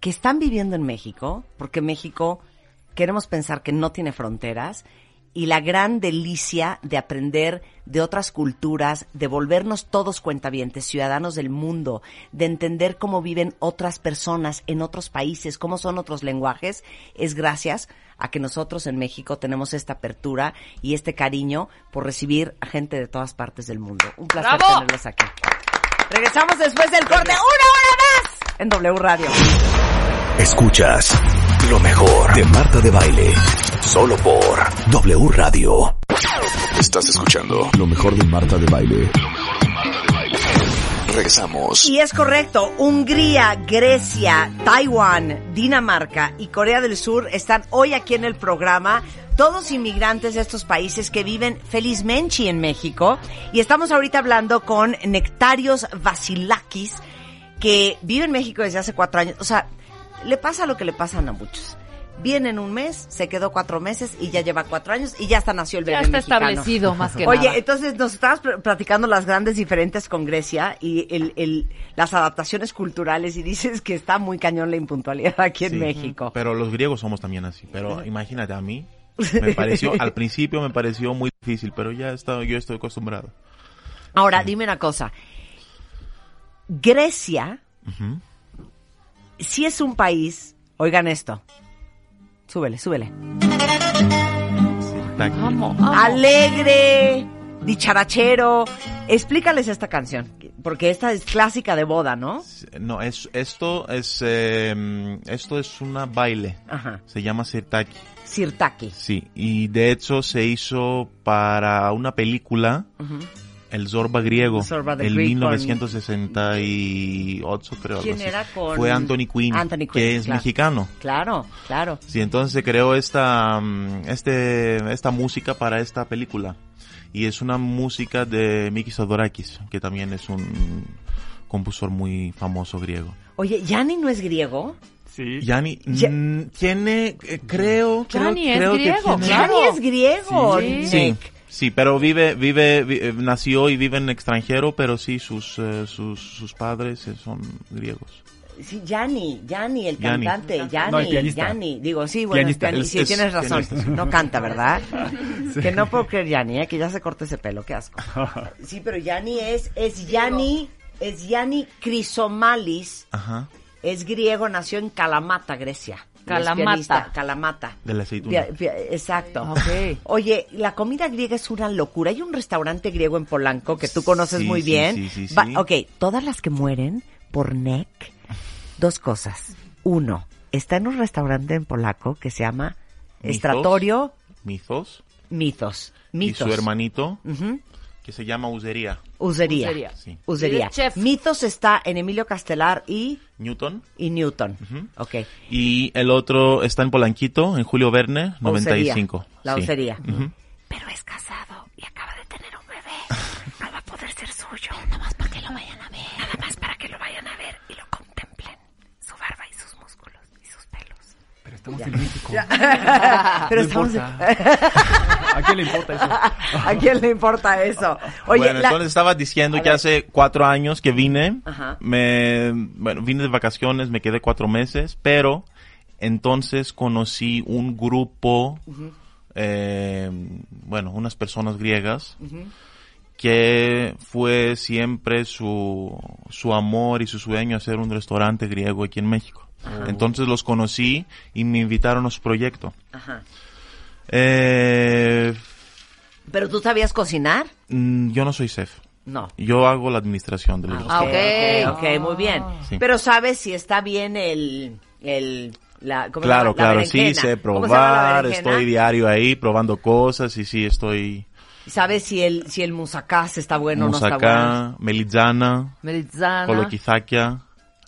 Speaker 4: que están viviendo en México, porque México queremos pensar que no tiene fronteras y la gran delicia de aprender de otras culturas, de volvernos todos cuentavientes, ciudadanos del mundo, de entender cómo viven otras personas en otros países, cómo son otros lenguajes, es gracias a que nosotros en México tenemos esta apertura y este cariño por recibir a gente de todas partes del mundo. Un placer
Speaker 6: ¡Bravo!
Speaker 4: tenerlos aquí. Regresamos después del corte, una hora más en W Radio.
Speaker 1: Escuchas lo mejor de Marta de Baile. Solo por W Radio. Estás escuchando lo mejor de Marta de Baile. Lo mejor de Marta de Baile. Regresamos.
Speaker 4: Y es correcto, Hungría, Grecia, Taiwán, Dinamarca y Corea del Sur están hoy aquí en el programa. Todos inmigrantes de estos países que viven felizmente en México. Y estamos ahorita hablando con Nectarios Vasilakis, que vive en México desde hace cuatro años. O sea, le pasa lo que le pasan a muchos. Viene en un mes, se quedó cuatro meses y ya lleva cuatro años y ya hasta nació el bebé
Speaker 6: Ya está
Speaker 4: mexicano.
Speaker 6: establecido más que
Speaker 4: Oye,
Speaker 6: nada.
Speaker 4: entonces nos estabas pl- platicando las grandes diferentes con Grecia y el, el- las adaptaciones culturales y dices que está muy cañón la impuntualidad aquí en
Speaker 9: Sí.
Speaker 4: México.
Speaker 9: Pero los griegos somos también así. Pero imagínate a mí. Me pareció, al principio me pareció muy difícil, pero ya está, yo estoy acostumbrado.
Speaker 4: Ahora, dime una cosa. Grecia
Speaker 9: Ujú.
Speaker 4: sí es un país, oigan esto. Súbele, súbele.
Speaker 9: Tac.
Speaker 4: Oh.
Speaker 6: Amo, amo.
Speaker 4: Alegre, dicharachero. Explícales esta canción, porque esta es clásica de boda, ¿no?
Speaker 9: No, es, esto es, eh, esto es una baile.
Speaker 4: Ajá.
Speaker 9: Se llama Sirtaki.
Speaker 4: Sirtaki.
Speaker 9: Sí, y de hecho se hizo para una película, el Zorba griego,
Speaker 4: Zorba the
Speaker 9: en
Speaker 4: Greek con-
Speaker 9: 1968 creo. algo
Speaker 4: ¿Quién
Speaker 9: así.
Speaker 4: era con-
Speaker 9: Fue Anthony Quinn,
Speaker 4: Anthony Quinn,
Speaker 9: que es
Speaker 4: claro.
Speaker 9: mexicano.
Speaker 4: Claro, claro.
Speaker 9: Sí, entonces se creó esta, mm, este, esta música para esta película. Y es una música de Mikis Theodorakis, que también es un compositor muy famoso griego.
Speaker 4: Oye, Yanni no es griego.
Speaker 7: Sí.
Speaker 9: Yanni,
Speaker 4: Ya-
Speaker 9: mm, tiene, eh, creo, creo,
Speaker 6: Yanni es
Speaker 9: creo que
Speaker 6: griego,
Speaker 9: tiene-
Speaker 6: Claro.
Speaker 4: Yanni es griego.
Speaker 6: Sí.
Speaker 9: Sí,
Speaker 4: Nick.
Speaker 9: sí, pero vive, vive, vi- eh, nació y vive en extranjero, pero sí, sus, eh, sus, sus padres eh, son griegos.
Speaker 4: Sí, Yanni, Yanni, el
Speaker 9: Yanni.
Speaker 4: cantante,
Speaker 7: No, el
Speaker 4: Yanni,
Speaker 7: pianista.
Speaker 4: Yanni. Digo, sí, bueno,
Speaker 7: Pianista,
Speaker 4: es piani-
Speaker 9: es-
Speaker 4: sí,
Speaker 9: es
Speaker 4: tienes razón.
Speaker 9: pianista.
Speaker 4: No canta, ¿verdad? Que no puedo creer Yanni, ¿eh? que ya se corte ese pelo, qué asco. Sí, pero Yanni es, es Yanni, es Yanni Crisomalis,
Speaker 9: Ajá,
Speaker 4: es griego, nació en Kalamata, Grecia. Y es
Speaker 6: Kalamata.
Speaker 4: pianista, Kalamata.
Speaker 9: de la
Speaker 4: Pia-
Speaker 9: aceituna.
Speaker 4: pia- exacto.
Speaker 6: Ah, Ok.
Speaker 4: Oye, la comida griega es una locura. Hay un restaurante griego en Polanco que tú conoces
Speaker 9: Sí,
Speaker 4: muy
Speaker 9: sí,
Speaker 4: bien.
Speaker 9: sí, sí, sí.
Speaker 4: ok, todas las que mueren por NEC, dos cosas. Uno, está en un restaurante en polaco que se llama
Speaker 9: Mythos.
Speaker 4: Estratorio
Speaker 9: Mizos.
Speaker 4: Mitos.
Speaker 9: Y
Speaker 4: Mitos.
Speaker 9: su hermanito,
Speaker 4: Ujú.
Speaker 9: que se llama Usería.
Speaker 4: Usería.
Speaker 6: Usería.
Speaker 9: Sí.
Speaker 4: Usería.
Speaker 6: Y el chef.
Speaker 4: Mitos está en Emilio Castelar y,
Speaker 9: Newton.
Speaker 4: y Newton. Ok.
Speaker 9: Y el otro está en Polanquito, en Julio Verne,
Speaker 4: Usería.
Speaker 9: 95.
Speaker 4: La
Speaker 9: Sí. Mm.
Speaker 4: usería.
Speaker 9: Ujú.
Speaker 4: Pero es casado y acaba de tener un bebé. No va a poder ser suyo. Nada más para que lo vayan a ver. Nada más para que lo vayan a ver y lo contemplen. Su barba y sus músculos y sus pelos.
Speaker 7: Pero estamos en México.
Speaker 4: Pero
Speaker 7: No
Speaker 4: estamos...
Speaker 7: importa. ¿A quién le importa eso?
Speaker 4: ¿A quién le importa eso? Oye,
Speaker 9: bueno,
Speaker 4: la-
Speaker 9: entonces estaba diciendo
Speaker 4: A
Speaker 9: que
Speaker 4: ver.
Speaker 9: hace cuatro años que vine.
Speaker 4: Ajá.
Speaker 9: Me, bueno, vine de vacaciones, me quedé cuatro meses, pero entonces conocí un grupo, eh, bueno, unas personas griegas, que fue siempre su, su amor y su sueño hacer un restaurante griego aquí en México. Entonces los conocí y me invitaron a su proyecto.
Speaker 4: Ajá.
Speaker 9: Eh,
Speaker 4: ¿Pero tú sabías cocinar?
Speaker 9: mm, yo no soy chef.
Speaker 4: No.
Speaker 9: Yo hago la administración de los
Speaker 4: Ah,
Speaker 9: restaurantes.
Speaker 4: ok,
Speaker 6: ok.
Speaker 4: ok, Ah. muy bien.
Speaker 9: Sí.
Speaker 4: Pero sabes si está bien el... el la, ¿cómo se
Speaker 9: Claro,
Speaker 4: llama? La
Speaker 9: claro, sí,
Speaker 4: berenjena.
Speaker 9: sé
Speaker 4: ¿Cómo se llama la
Speaker 9: probar,
Speaker 4: berenjena?
Speaker 9: estoy diario ahí probando cosas y sí, estoy
Speaker 4: ¿Sabes si el, si el musacás está bueno o no está bueno?
Speaker 9: moussaka, melizana,
Speaker 6: Melizana.
Speaker 9: kolokizakia,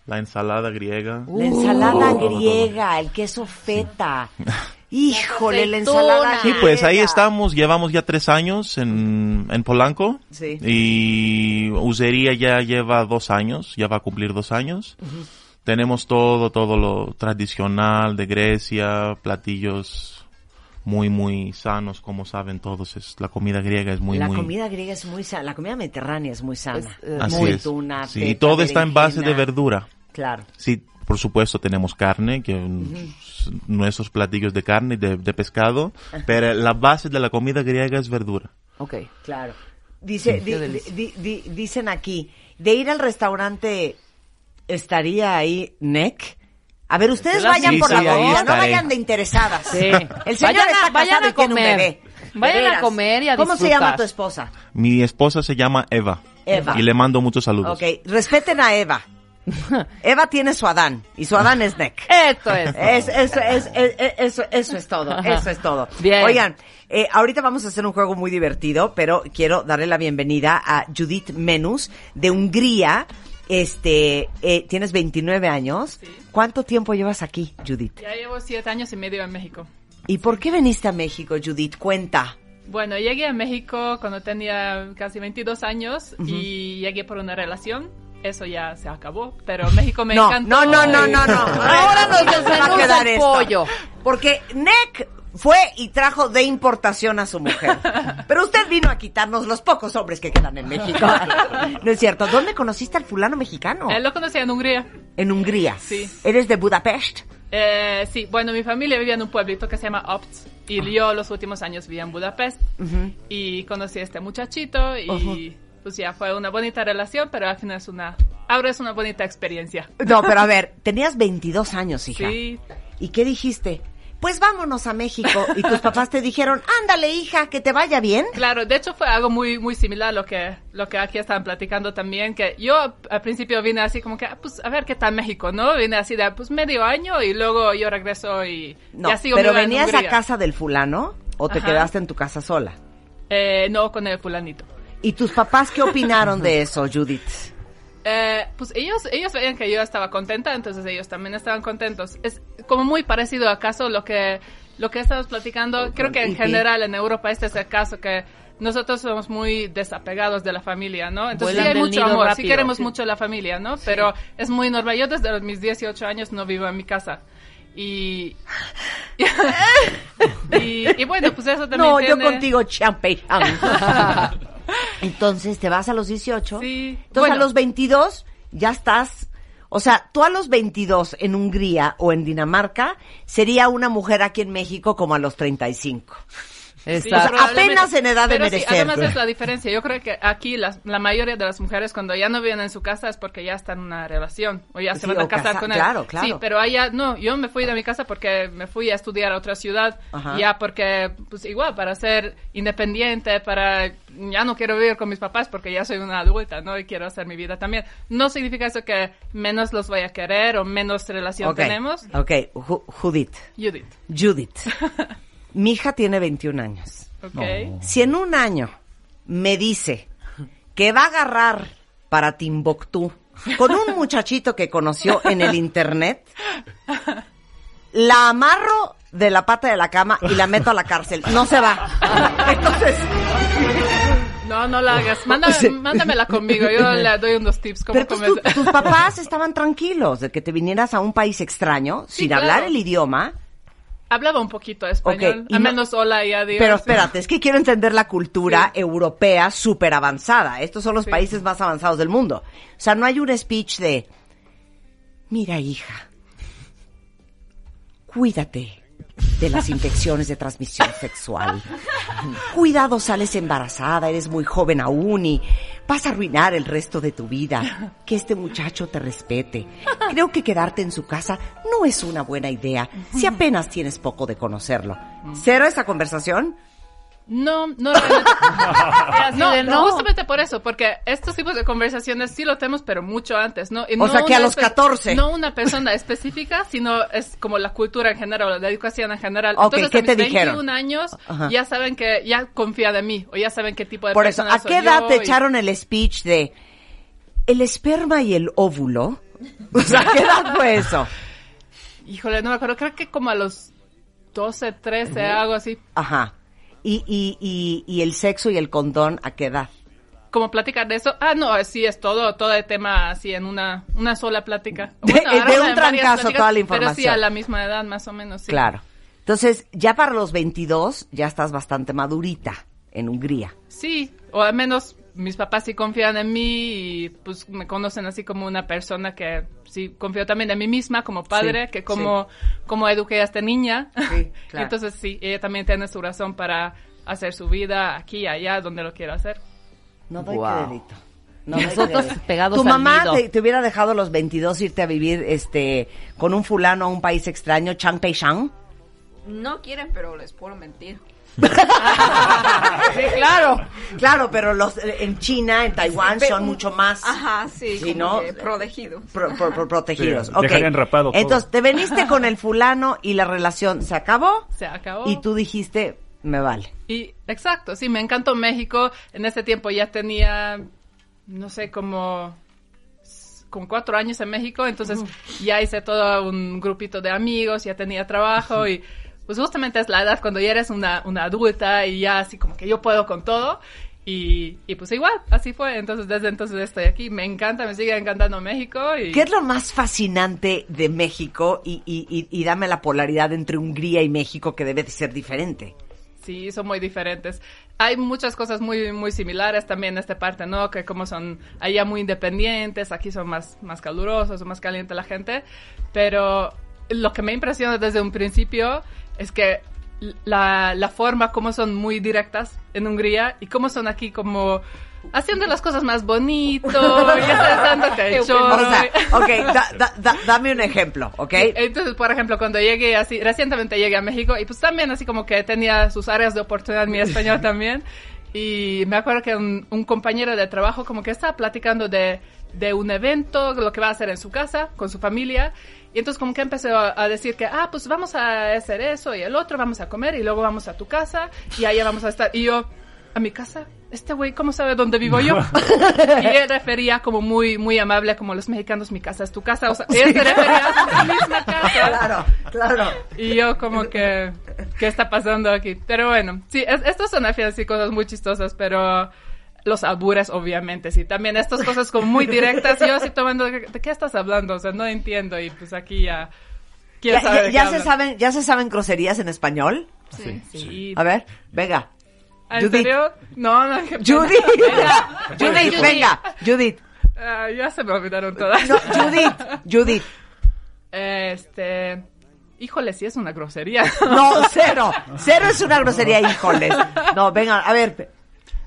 Speaker 9: la ensalada griega.
Speaker 4: La ensalada
Speaker 9: Uh.
Speaker 4: griega, el queso feta. Híjole, la
Speaker 6: Las aceitunas.
Speaker 4: ensalada
Speaker 9: Sí, pues ahí
Speaker 4: griega.
Speaker 9: estamos, llevamos ya tres años en, en Polanco
Speaker 4: Sí.
Speaker 9: y Usería ya lleva dos años, ya va a cumplir dos años. Tenemos todo, todo lo tradicional de Grecia, platillos muy, muy sanos, como saben todos, es, la comida griega es muy,
Speaker 4: la
Speaker 9: muy...
Speaker 4: comida griega es muy sana, la comida mediterránea es muy sana.
Speaker 6: Es, eh,
Speaker 9: Así
Speaker 4: muy
Speaker 9: es.
Speaker 4: tuna,
Speaker 9: Sí,
Speaker 4: feta,
Speaker 9: y todo está en base de
Speaker 4: berenjena.
Speaker 9: verdura.
Speaker 4: Claro.
Speaker 9: Sí, por supuesto tenemos carne, que s- nuestros platillos de carne y de, de pescado, pero la base de la comida griega es verdura.
Speaker 6: Ok.
Speaker 4: Claro. Dice, di-
Speaker 6: Qué delicia.
Speaker 4: di- di- dicen aquí, de ir al restaurante, ¿estaría ahí Nick? A ver, ustedes
Speaker 6: la-
Speaker 4: vayan
Speaker 9: Sí,
Speaker 4: por
Speaker 9: sí,
Speaker 4: la
Speaker 9: ahí
Speaker 4: comida, no
Speaker 9: estaré.
Speaker 4: vayan de interesadas. El señor
Speaker 6: Vayan a-
Speaker 4: está
Speaker 6: vayan
Speaker 4: casado
Speaker 6: a
Speaker 4: y tiene un
Speaker 6: comer.
Speaker 4: bebé. De
Speaker 6: Vayan a
Speaker 4: veras.
Speaker 6: comer y a
Speaker 4: ¿Cómo se llama
Speaker 6: disfrutar.
Speaker 4: tu esposa?
Speaker 9: Mi esposa se llama Eva.
Speaker 4: Eva.
Speaker 9: Y le mando muchos saludos.
Speaker 4: Ok, respeten a Eva. Eva tiene su Adán y su Adán es Nick.
Speaker 6: Esto es.
Speaker 4: Es- eso, es, es- es- eso, eso es todo, eso es todo.
Speaker 6: Bien.
Speaker 4: Oigan, eh, ahorita vamos a hacer un juego muy divertido, pero quiero darle la bienvenida a Judith Menus de Hungría. Este, eh, tienes 29 años. ¿Cuánto tiempo llevas aquí, Judith?
Speaker 5: Ya llevo siete años y medio en México.
Speaker 4: ¿Y por qué viniste a México, Judith? Cuenta.
Speaker 5: Bueno, llegué a México cuando tenía casi 22 años y llegué por una relación eso ya se acabó, pero México me
Speaker 4: No,
Speaker 5: encantó.
Speaker 4: no, no, no, no, no.
Speaker 6: Ahora nos
Speaker 4: Así va a
Speaker 6: desmenuza
Speaker 4: quedar
Speaker 6: el
Speaker 4: esto.
Speaker 6: pollo.
Speaker 4: Porque Nick fue y trajo de importación a su mujer. Pero usted vino a quitarnos los pocos hombres que quedan en México. No es cierto. ¿Dónde conociste al fulano mexicano?
Speaker 5: Eh, lo conocí en Hungría.
Speaker 4: En Hungría.
Speaker 5: Sí.
Speaker 4: ¿Eres de Budapest?
Speaker 5: Eh, sí, bueno, mi familia vivía en un pueblito que se llama Opt y yo los últimos años vivía en Budapest y conocí a este muchachito y pues ya fue una bonita relación, pero al final es una, ahora es una bonita experiencia.
Speaker 4: No, pero a ver, tenías 22 años, hija.
Speaker 5: Sí,
Speaker 4: ¿Y qué dijiste? Pues vámonos a México. Y tus papás te dijeron, "Ah, ándale, hija, que te vaya bien.
Speaker 5: claro, de hecho fue algo muy, muy similar a lo que, lo que aquí estaban platicando también, que yo al principio vine así como que, ah, pues a ver qué tal México, ¿no? Vine así de, pues medio año y luego yo regreso y
Speaker 4: No,
Speaker 5: ya sigo
Speaker 4: pero
Speaker 5: viva en
Speaker 4: venías a
Speaker 5: Hungría.
Speaker 4: casa del fulano o te
Speaker 5: Ajá.
Speaker 4: quedaste en tu casa sola.
Speaker 5: Eh, no, con el fulanito.
Speaker 4: ¿Y tus papás qué opinaron de eso, Judith?
Speaker 5: Eh, pues ellos, ellos veían que yo estaba contenta, entonces ellos también estaban contentos. Es como muy parecido acaso lo que, lo que estamos platicando. Creo que en
Speaker 4: Ujú.
Speaker 5: general en Europa este es el caso que nosotros somos muy desapegados de la familia, ¿no? Entonces
Speaker 6: Vuelan
Speaker 5: sí hay
Speaker 6: del
Speaker 5: mucho
Speaker 6: nido
Speaker 5: amor, sí
Speaker 6: rápido.
Speaker 5: queremos
Speaker 6: Sí.
Speaker 5: mucho la familia, ¿no? Pero es muy normal. Yo desde los- mis 18 años no vivo en mi casa. Y, y, y bueno, pues eso también
Speaker 4: No, yo
Speaker 5: tiene-
Speaker 4: contigo, champeyam. Entonces te vas a los 18.
Speaker 5: Sí.
Speaker 4: Entonces a
Speaker 5: Bueno.
Speaker 4: los 22 ya estás. O sea, tú a los 22 en Hungría o en Dinamarca sería una mujer aquí en México como a los 35.
Speaker 5: Sí,
Speaker 6: Exacto.
Speaker 5: probablemente.
Speaker 4: apenas en edad de
Speaker 5: Pero sí,
Speaker 4: merecer.
Speaker 5: además es la diferencia. Yo creo que aquí las- la mayoría de las mujeres cuando ya no viven en su casa es porque ya están en una relación o ya
Speaker 4: Sí,
Speaker 5: se van
Speaker 4: o
Speaker 5: a casar
Speaker 4: casa-
Speaker 5: con él.
Speaker 4: claro, claro.
Speaker 5: Sí, pero allá no, yo me fui de mi casa porque me fui a estudiar a otra ciudad
Speaker 4: Ajá.
Speaker 5: ya porque pues igual para ser independiente, para ya no quiero vivir con mis papás porque ya soy una adulta, ¿no? Y quiero hacer mi vida también. No significa eso que menos los voy a querer o menos relación
Speaker 4: Ok,
Speaker 5: tenemos.
Speaker 4: Ok, Ju- Judith.
Speaker 5: Judith.
Speaker 4: Judith. Mi hija tiene 21 años.
Speaker 5: Ok.
Speaker 4: Si en un año me dice que va a agarrar para Timbuktu con un muchachito que conoció en el internet, la amarro de la pata de la cama y la meto a la cárcel. No se va. Entonces,
Speaker 5: No, no la hagas. Mándame,
Speaker 4: Sí.
Speaker 5: Mándamela conmigo. Yo le doy unos tips. Cómo
Speaker 4: pero tus,
Speaker 5: comer-
Speaker 4: tus papás estaban tranquilos de que te vinieras a un país extraño
Speaker 5: Sí,
Speaker 4: sin
Speaker 5: claro.
Speaker 4: hablar el idioma.
Speaker 5: Hablaba un poquito español.
Speaker 4: Ok, y
Speaker 5: a
Speaker 4: no-
Speaker 5: menos hola y adiós.
Speaker 4: Pero espérate, es que quiero entender la cultura europea súper avanzada. Estos son los
Speaker 5: Sí.
Speaker 4: países más avanzados del mundo. O sea, no hay un speech de, mira hija, cuídate de las infecciones de transmisión sexual. Cuidado, sales embarazada, eres muy joven aún y vas a arruinar el resto de tu vida. Que este muchacho te respete. Creo que quedarte en su casa no es una buena idea si apenas tienes poco de conocerlo. ¿Cero esa conversación?
Speaker 5: No, no realmente. no,
Speaker 6: de no.
Speaker 5: justamente por eso, porque estos tipos de conversaciones sí lo tenemos, pero mucho antes, ¿no? Y no
Speaker 4: sea, que a
Speaker 5: una
Speaker 4: los
Speaker 5: espe-
Speaker 4: 14.
Speaker 5: No una persona específica, sino es como la cultura en general, la educación en general.
Speaker 4: Ok,
Speaker 5: Entonces,
Speaker 4: ¿qué
Speaker 5: a
Speaker 4: te
Speaker 5: mis
Speaker 4: dijeron?
Speaker 5: 21 años
Speaker 4: Ajá.
Speaker 5: ya saben que, ya confían en mí, o ya saben qué tipo de
Speaker 4: Por eso,
Speaker 5: persona
Speaker 4: ¿a
Speaker 5: soy
Speaker 4: qué edad
Speaker 5: yo
Speaker 4: te
Speaker 5: y-
Speaker 4: echaron el speech de el esperma y el óvulo? O sea, ¿a qué edad fue eso?
Speaker 5: Híjole, no me acuerdo, creo que como a los 12, 13, algo así.
Speaker 4: Ajá. Y, y, y, y el sexo y el condón, ¿a qué edad?
Speaker 5: como platicar de eso. Ah, no, sí, es todo, todo el tema así en una, una sola plática.
Speaker 4: De- de
Speaker 5: ahora
Speaker 4: un
Speaker 5: en varias
Speaker 4: trancazo
Speaker 5: pláticas,
Speaker 4: toda la
Speaker 5: Pero sí, a
Speaker 4: información.
Speaker 5: la misma edad, más o menos, sí.
Speaker 4: Claro. Entonces, ya para los 22, ya estás bastante madurita en Hungría.
Speaker 5: Sí, o al menos mis papás sí confían en mí y pues me conocen así como una persona que sí confío también en mí misma como padre,
Speaker 4: Sí,
Speaker 5: que como, como eduqué a esta niña.
Speaker 4: Sí, claro.
Speaker 5: Entonces sí, ella también tiene su razón para hacer su vida aquí, allá, donde lo quiera hacer.
Speaker 4: No
Speaker 6: doy crédito.
Speaker 4: No
Speaker 6: doy Nosotros crédito. pegados
Speaker 4: Tu
Speaker 6: al
Speaker 4: mamá
Speaker 6: nido.
Speaker 4: te, te hubiera dejado a los 22 irte a vivir este con un fulano a un país extraño, Changpeichang.
Speaker 8: No quieren, pero les puedo mentir.
Speaker 4: sí, claro. Claro, pero los eh, en China, en Taiwán son mucho más
Speaker 8: Ajá, sí.
Speaker 4: Sí,
Speaker 8: como
Speaker 4: ¿no?
Speaker 8: que protegido.
Speaker 4: pro- pro- pro- protegidos.
Speaker 7: Sí,
Speaker 4: Ok.
Speaker 7: dejarían rapado todo.
Speaker 4: Entonces, te veniste con el fulano y la relación se acabó
Speaker 5: Se acabó.
Speaker 4: y tú dijiste, me vale.
Speaker 5: Y exacto, sí, me encantó México. En ese tiempo ya tenía, no sé, como, como cuatro años en México, entonces ya hice todo un grupito de amigos, ya tenía trabajo y pues justamente es la edad cuando ya eres una, una adulta y ya así como que yo puedo con todo. Y, y pues igual, así fue. Entonces, desde entonces estoy aquí. Me encanta, me sigue encantando México. Y...
Speaker 4: ¿Qué es lo más fascinante de México? Y, y- y- y dame la polaridad entre Hungría y México que debe de ser diferente.
Speaker 5: Sí, son muy diferentes. Hay muchas cosas muy, muy similares también en esta parte, ¿no? Que como son allá muy independientes, aquí son más, más calurosos, más caliente la gente. Pero lo que me impresiona desde un principio es que la, la forma como son muy directas en Hungría y cómo son aquí como haciendo las cosas más bonito y estás dándote el choro.
Speaker 4: O sea, ok, da- da- da- dame un ejemplo, ¿ok?
Speaker 5: Entonces, por ejemplo, cuando llegué así, recientemente llegué a México y pues también así como que tenía sus áreas de oportunidad, mi español también. Y me acuerdo que un, un compañero de trabajo como que estaba platicando de, de un evento, lo que va a hacer en su casa, con su familia. Y entonces como que empezó a, a decir que, ah, pues vamos a hacer eso y el otro, vamos a comer y luego vamos a tu casa y allá vamos a estar. Y yo, ¿a mi casa? Este güey, ¿cómo sabe dónde vivo yo? y él refería como muy, muy amable, como los mexicanos, mi casa es tu casa. O sea, él se refería a su misma casa.
Speaker 4: Claro, claro.
Speaker 5: Y yo como que, ¿qué está pasando aquí? Pero bueno, sí, es- estos son al final sí cosas muy chistosas, pero los albures obviamente, sí. También estas cosas como muy directas, yo así tomando, ¿de qué estás hablando? O sea, no entiendo y pues aquí ya... ¿Quién
Speaker 4: Ya,
Speaker 5: sabe
Speaker 4: ya-
Speaker 5: de qué
Speaker 4: ya se
Speaker 5: hablan?
Speaker 4: saben, ¿Ya se saben groserías en español?
Speaker 8: Sí.
Speaker 5: Sí.
Speaker 4: A ver, venga.
Speaker 5: ¿En
Speaker 4: Judith.
Speaker 5: serio? No, no. qué pena.
Speaker 4: Judith,
Speaker 5: Venga.
Speaker 4: Judith, venga, Judith.
Speaker 5: Ah, ya se me olvidaron todas.
Speaker 4: No, Judith, Judith.
Speaker 5: Este... Híjole, sí es una grosería.
Speaker 4: No, cero. Cero es una grosería, híjoles. No, venga, a ver.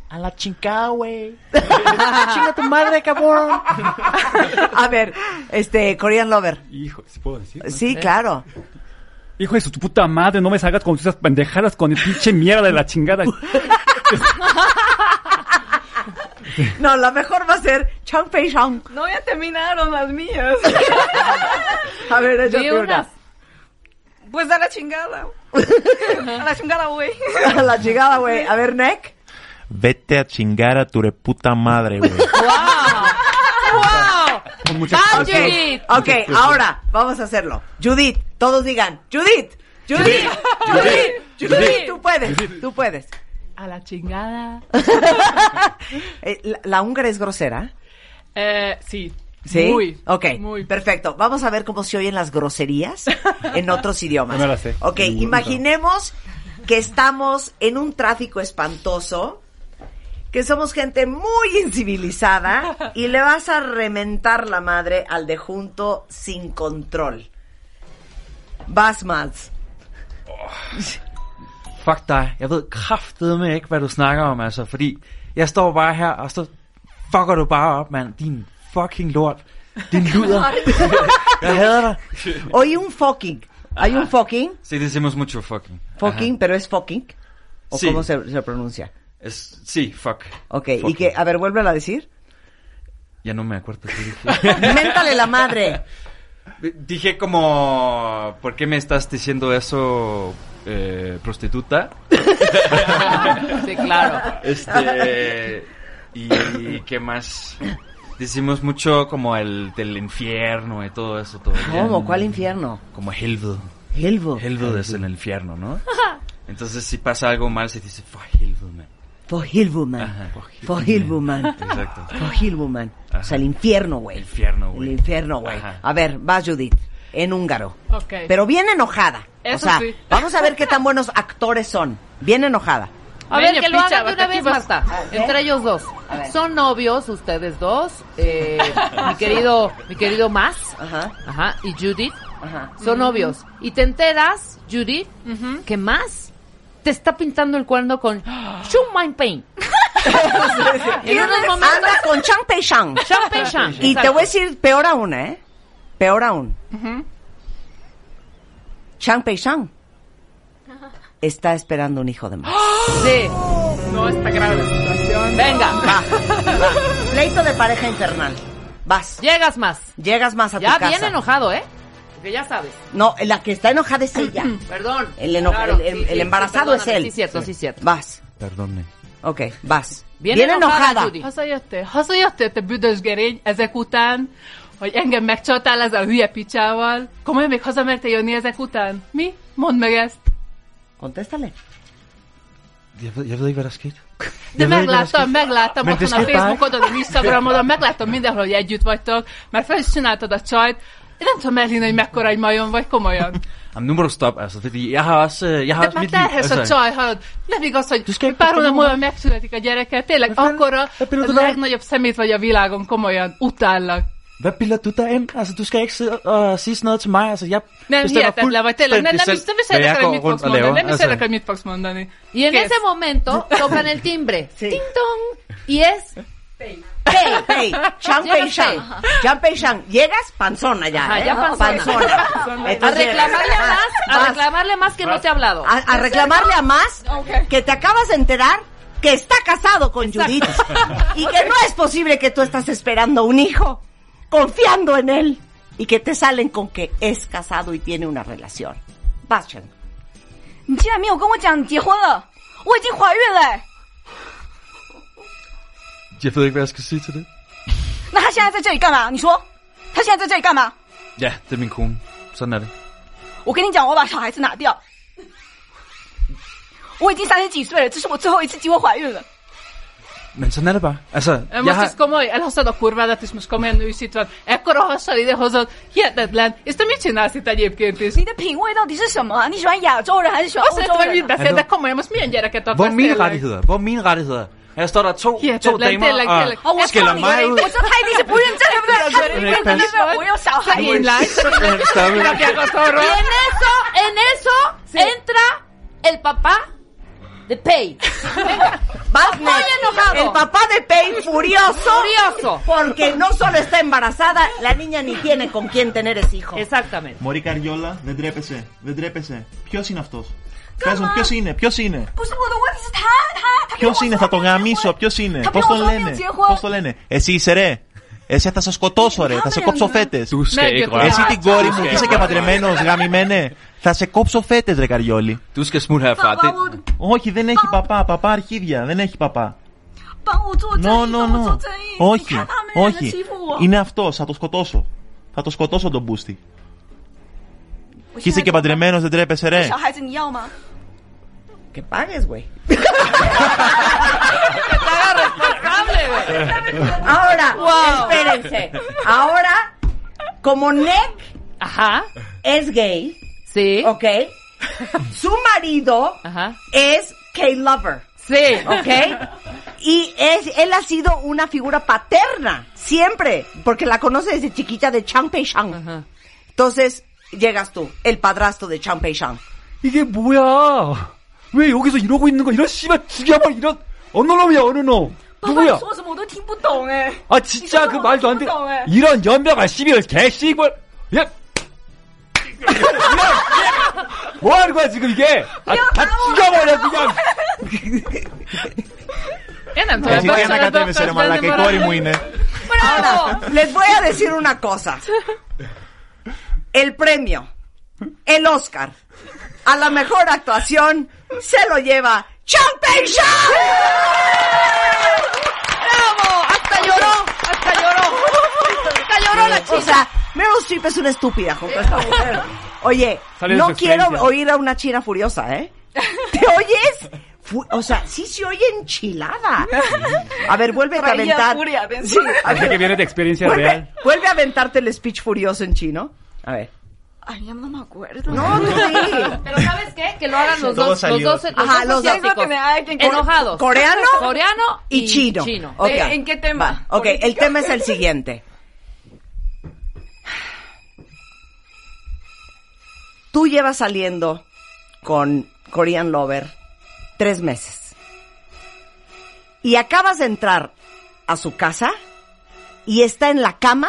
Speaker 10: A la chingada, güey. Chinga tu madre, cabrón.
Speaker 4: A ver, este, Korean Lover.
Speaker 7: Hijo, ¿se puedo decir?
Speaker 10: Eh.
Speaker 4: Sí, claro.
Speaker 7: Hijo de su puta madre, no me salgas con esas pendejadas con el pinche mierda de la chingada.
Speaker 4: No, la mejor va a ser Chang Pei Chang.
Speaker 8: No, ya terminaron las mías.
Speaker 4: A ver, échate
Speaker 6: Di unas.
Speaker 4: una.
Speaker 8: pues a la chingada. a la chingada, güey.
Speaker 4: A la llegada, güey. A ver, Nick.
Speaker 9: Vete a chingar a tu reputa madre, güey.
Speaker 7: Con mucha
Speaker 6: Vamos,
Speaker 4: Ah, Ok,
Speaker 6: Judith.
Speaker 4: ok, ahora vamos a hacerlo. Judith, todos digan, Judith, Judith, Judith, Judith,
Speaker 6: Judith.
Speaker 4: tú puedes, tú puedes.
Speaker 5: A la chingada.
Speaker 4: Eh, la, la húngara es grosera.
Speaker 5: Eh, sí.
Speaker 4: ¿Sí?
Speaker 5: Muy.
Speaker 4: ok,
Speaker 5: Muy.
Speaker 4: perfecto. Vamos a ver cómo se oyen las groserías en otros idiomas.
Speaker 7: No me las sé.
Speaker 4: Ok,
Speaker 7: Ninguna.
Speaker 4: imaginemos que estamos en un tráfico espantoso, que somos gente muy incivilizada y le vas a rementar la madre al de junto sin control. Vas, Mads.
Speaker 3: Fuck dig, jeg ved kraftedeme ikke, hvad du snakker om, altså, fordi jeg står bare her, og så fucker du bare op, mand, din fucking lort, din luder, jeg hader dig.
Speaker 4: Oí un fucking. Hay un fucking.
Speaker 3: Sí, decimos mucho fucking.
Speaker 4: Fucking, pero es fucking. ¿O
Speaker 3: Sí.
Speaker 4: cómo se, se pronuncia?
Speaker 3: Es, sí, fuck.
Speaker 4: Ok, y
Speaker 3: Fucking.
Speaker 4: que, a ver, vuélvela a decir.
Speaker 3: Ya no me acuerdo qué dije.
Speaker 4: Méntale la madre.
Speaker 3: Dije como, ¿por qué me estás diciendo eso, eh, prostituta?
Speaker 6: Sí, claro.
Speaker 3: Este. ¿Y qué más? Decimos mucho como el del infierno y todo eso. Todo
Speaker 4: ¿Cómo? ¿Cuál infierno?
Speaker 3: Como Helved.
Speaker 4: Helvo.
Speaker 3: Helved es el infierno, ¿no? Entonces, si pasa algo mal, se dice, fuck Helved, man.
Speaker 4: For Hilbuman.
Speaker 3: Ajá.
Speaker 4: For Hilbuman.
Speaker 3: Ah, Exacto.
Speaker 4: For Hilbuman. O sea, el infierno, güey.
Speaker 3: El infierno, güey.
Speaker 4: El infierno, güey.
Speaker 3: Ajá.
Speaker 4: A ver, vas, Judith. En húngaro.
Speaker 5: Ok.
Speaker 4: Pero bien enojada. o
Speaker 5: Eso
Speaker 4: sea,
Speaker 5: sí.
Speaker 4: vamos a ver qué tan buenos actores son. Bien enojada.
Speaker 6: A ver,
Speaker 5: Meña,
Speaker 6: que lo
Speaker 5: picha,
Speaker 6: hagan de una vez,
Speaker 5: bataquivas.
Speaker 6: basta.
Speaker 4: ¿Eh?
Speaker 6: Entre ellos dos.
Speaker 4: A ver.
Speaker 6: Son novios, ustedes dos. eh, mi querido, mi querido Más.
Speaker 4: Ajá.
Speaker 6: Ajá. Y Judith.
Speaker 4: Ajá.
Speaker 6: Son novios. Y te enteras, Judith, que Más te está pintando el cuerno con Shumain Pain. en unos momentos.
Speaker 4: Anda con Chang Pei Shang.
Speaker 6: Sean Penn Sean.
Speaker 4: Y te voy a decir peor aún, ¿eh? Peor aún. Chang Pei Shang está esperando un hijo de más.
Speaker 6: Sí.
Speaker 5: No está grave la situación.
Speaker 6: Venga,
Speaker 4: Pleito de pareja infernal. Vas.
Speaker 6: llegas más.
Speaker 4: Llegas más a tu
Speaker 6: Ya
Speaker 4: casa.
Speaker 6: bien enojado, ¿eh? Porque ya sabes.
Speaker 4: No, la que está enojada es ella.
Speaker 6: Perdón.
Speaker 4: El eno- el- el- el embarazado
Speaker 6: perdóname,
Speaker 4: es él.
Speaker 6: Sí, cierto, sí, cierto.
Speaker 4: Vas.
Speaker 3: Perdone.
Speaker 4: Ok, vas.
Speaker 6: Bien enojada,
Speaker 4: enojada.
Speaker 6: Judy.
Speaker 5: Hazajöttél, hazajöttél, te büdös gerény, ezek után, hogy engem megcsatál ezzel a hülye picsával. Komolyan még hazamertél jönni ezek után? Mi? Mondd meg ezt.
Speaker 4: Contéstale.
Speaker 3: Jeg ved, jeg ved ikke, hvad der skete.
Speaker 5: De megláttam, megláttam
Speaker 10: Ment
Speaker 5: otthon a
Speaker 10: és kipár?
Speaker 5: Facebookodon, az Instagramodon, megláttam mindenhol, hogy együtt vagytok, mert fel is csináltad a csajt. Én nem tudom elhinni, hogy mekkora egy majom vagy, komolyan.
Speaker 3: Jamen, nu må du stoppe, altså, fordi jeg har også... øh, Jeg har
Speaker 5: De
Speaker 3: også
Speaker 5: már
Speaker 3: mit liv,
Speaker 5: terhes a
Speaker 3: altså,
Speaker 5: csaj, hallod? Nem igaz, hogy
Speaker 3: Just kell-
Speaker 5: pár hónap múlva megszületik a gyereke. Tényleg, akkora a legnagyobb szemét vagy a világon, komolyan. Utállak.
Speaker 3: hvad bilder du dig ind? Altså, du skal ikke sidde og sige sådan noget til mig. Altså, jeg
Speaker 5: Nem
Speaker 3: bestemmer
Speaker 5: hihetetlen vagy, tényleg. Nem, nem,
Speaker 3: fuldstændig
Speaker 5: is,
Speaker 3: selv, hvad
Speaker 5: nem is
Speaker 3: jeg
Speaker 5: érdekel,
Speaker 3: går
Speaker 5: hogy mit
Speaker 3: rundt
Speaker 5: fogsz
Speaker 3: og
Speaker 5: mondani.
Speaker 3: laver.
Speaker 5: Nem is
Speaker 3: Altså,
Speaker 5: érdekel, hogy mit fogsz mondani.
Speaker 6: Y en
Speaker 5: Kész.
Speaker 6: ese momento tocan el timbre. Ting tong. Y es.
Speaker 4: Pei, pei, Chan
Speaker 6: Yo no
Speaker 4: Pei
Speaker 6: sé.
Speaker 4: Shan. Chan Pei Shan. Llegas panzona ya.
Speaker 6: Ajá,
Speaker 4: ¿eh?
Speaker 6: ya panzona.
Speaker 4: Panzona.
Speaker 6: A
Speaker 4: Entonces,
Speaker 6: reclamarle
Speaker 4: vas,
Speaker 6: más, a
Speaker 4: vas.
Speaker 6: reclamarle más que no te ha hablado.
Speaker 4: A, a reclamarle a más que te acabas de enterar que está casado con Judith y que no es posible que tú estás esperando un hijo, confiando en él y que te salen con que es casado y tiene una relación. Vas, Chan.
Speaker 8: 你竟然没有跟我讲你结婚了，我已经怀孕了、哎
Speaker 3: Jeg ved ikke, hvad jeg skal sige til det.
Speaker 8: 那他现在在这里干嘛？你说，他现在在这里干嘛？
Speaker 3: Ja, det er min kone. Sådan er det.
Speaker 8: 我跟你讲，我把小孩子拿掉。我已经三十几岁了，这是我最后一次机会怀孕了。
Speaker 3: Men sådan er det bare. Altså,
Speaker 5: Most
Speaker 3: jeg
Speaker 5: ez
Speaker 3: har...
Speaker 5: komoly, elhoztad a kurvádat, és most komolyan őszít van. Ekkora hassal idehozod, hihetetlen. És te mit csinálsz itt egyébként is?
Speaker 8: 你的品味到底是什么啊？你喜欢亚洲人还是喜欢
Speaker 5: Azt
Speaker 8: 欧
Speaker 5: nem tudom,
Speaker 8: 洲
Speaker 5: hogy
Speaker 8: 人
Speaker 5: mit
Speaker 8: 啊、
Speaker 5: beszél, de komolyan most milyen gyereket akarsz
Speaker 3: Hvor er mine
Speaker 5: tényleg?
Speaker 3: rettigheder? Hvor er mine rettigheder? Her står der to, to
Speaker 5: Hihetetlen,
Speaker 3: damer
Speaker 5: tényleg, tényleg.
Speaker 3: og
Speaker 8: 哦，我
Speaker 3: skælder
Speaker 8: 告你
Speaker 3: mig ud.
Speaker 4: pues,
Speaker 8: 我知道他一定是不认真，对不对？他
Speaker 5: 有人
Speaker 8: 一定认真，对不对？我有小孩子
Speaker 5: Szegény lány,
Speaker 3: Simpelthen stoppe.
Speaker 5: rakják
Speaker 6: Y
Speaker 5: a
Speaker 6: en
Speaker 5: torról.
Speaker 6: eso, en eso entra el papá de Pei.
Speaker 4: Vas,
Speaker 6: Estoy
Speaker 4: Ned.
Speaker 6: enojado.
Speaker 4: El papá de Pei furioso.
Speaker 6: Furioso.
Speaker 4: Porque no solo está embarazada, la niña ni tiene con quién tener ese hijo.
Speaker 6: Exactamente.
Speaker 9: Μωρή Καριόλα, δεν τρέπεσαι. Δεν τρέπεσαι. Ποιο είναι αυτό. Πε μου, ποιο είναι, ποιο είναι.
Speaker 4: Pues,
Speaker 8: 不是我的问题，是他他他跟
Speaker 9: Ποιο
Speaker 8: 我说
Speaker 9: είναι,
Speaker 8: 他
Speaker 9: θα τον
Speaker 8: 没有结婚
Speaker 9: γαμίσω, ποιο είναι.
Speaker 8: Θα
Speaker 9: Πώ
Speaker 8: πει
Speaker 9: τον
Speaker 8: εγώ δεν
Speaker 9: λένε,
Speaker 8: έχω
Speaker 9: πώ τον λένε.
Speaker 7: Eh,
Speaker 9: Εσύ είσαι ρε. Εσύ θα σε σκοτώσω, ρε. Θα σε κόψω φέτε.
Speaker 3: Du skal
Speaker 5: Mærke
Speaker 3: ikke
Speaker 5: det.
Speaker 3: røre.
Speaker 9: Εσύ την κόρη μου,
Speaker 3: Άκουσε.
Speaker 9: είσαι και παντρεμένο, γαμημένε. Θα σε κόψω φέτε, ρε Καριόλη.
Speaker 3: Du skal smutte herfra. Det...
Speaker 9: Όχι, δεν έχει παπά, παπά αρχίδια, δεν έχει παπά.
Speaker 8: 帮我做正
Speaker 9: No,
Speaker 8: 义，帮
Speaker 9: no,
Speaker 8: 我做
Speaker 9: no.
Speaker 8: 正义。你
Speaker 9: Όχι,
Speaker 8: 看他们两个
Speaker 9: όχι.
Speaker 8: 欺负我。
Speaker 9: Είναι αυτό, θα το σκοτώσω. Θα το σκοτώσω τον Μπούστη.
Speaker 8: 我
Speaker 9: Και
Speaker 8: 现
Speaker 9: είσαι
Speaker 8: 在
Speaker 9: και παντρεμένο, δεν τρέπεσαι, ρε.
Speaker 8: 小孩子，你要吗？
Speaker 4: Que pagues, güey. Ahora, espérense. Ahora, como Nick
Speaker 6: Ajá.
Speaker 4: es gay,
Speaker 6: Sí.
Speaker 4: ¿ok? Su marido
Speaker 6: Ajá.
Speaker 4: es K-Lover,
Speaker 6: Sí.
Speaker 4: ¿ok? Y es, él ha sido una figura paterna, siempre, porque la conoce desde chiquita de Chang Pei Shang.
Speaker 6: Ajá.
Speaker 4: Entonces, llegas tú, el padrastro de Chang Pei Shang.
Speaker 7: 이게 뭐야? 왜 여기서 이러고 있는 거야? 이런 씨발 죽여버려 뭐 이런 어느 놈이야 어느 놈?
Speaker 8: 爸爸，你
Speaker 7: 누구야?
Speaker 8: 说什么我都听不懂哎。
Speaker 7: 아 진짜 그 말도 안 돼.
Speaker 8: 이상한 거
Speaker 7: 이런 연병아 씨발 개씨발 예. 야, 뭐 하는 거야 지금 이게? 아, 다 죽여버려
Speaker 2: 아,
Speaker 7: 그냥.
Speaker 5: Én nem tudom,
Speaker 9: Εσύ
Speaker 5: ebben
Speaker 9: τι
Speaker 5: a szerepben
Speaker 9: ανακατεύεσαι, ρε
Speaker 5: akarsz lenni,
Speaker 9: μαλάκα, η κόρη μου
Speaker 5: barátnő?
Speaker 9: είναι.
Speaker 8: 아,
Speaker 4: Ahora, les voy a decir una cosa. El premio, el Oscar, a la mejor actuación, se lo lleva Championship. ¡Bravo! ¡Hasta lloró! ¡Hasta lloró! ¡Hasta lloró la chica! O sea, Meryl Streep es una estúpida junto a esta mujer. Oye,
Speaker 7: Sale de
Speaker 4: no
Speaker 7: su
Speaker 4: quiero
Speaker 7: experiencia.
Speaker 4: oír a una china furiosa, ¿eh? ¿Te oyes? Fu- o sea, sí se oye enchilada. A ver, vuelve a
Speaker 8: Traía
Speaker 4: aventar.
Speaker 8: furia, pensé.
Speaker 4: Sí, a
Speaker 7: Así
Speaker 4: ver.
Speaker 7: que viene de experiencia
Speaker 4: Vuelve,
Speaker 7: real.
Speaker 4: vuelve a aventarte el speech furioso en chino. A ver.
Speaker 8: Ay, ya no me acuerdo.
Speaker 4: No, tú sí.
Speaker 6: Pero ¿sabes qué? Que lo hagan
Speaker 9: Todo
Speaker 6: los dos, los
Speaker 9: salió.
Speaker 6: dos, los
Speaker 4: Ajá,
Speaker 6: dos
Speaker 4: los dos.
Speaker 6: asiáticos. Enojados.
Speaker 4: ¿Coreano?
Speaker 6: Coreano
Speaker 4: Y chino. Ok.
Speaker 8: ¿En qué tema?
Speaker 4: Ok, el tema es el siguiente. Tú llevas saliendo con Korean Lover tres meses. Y acabas de entrar a su casa y está en la cama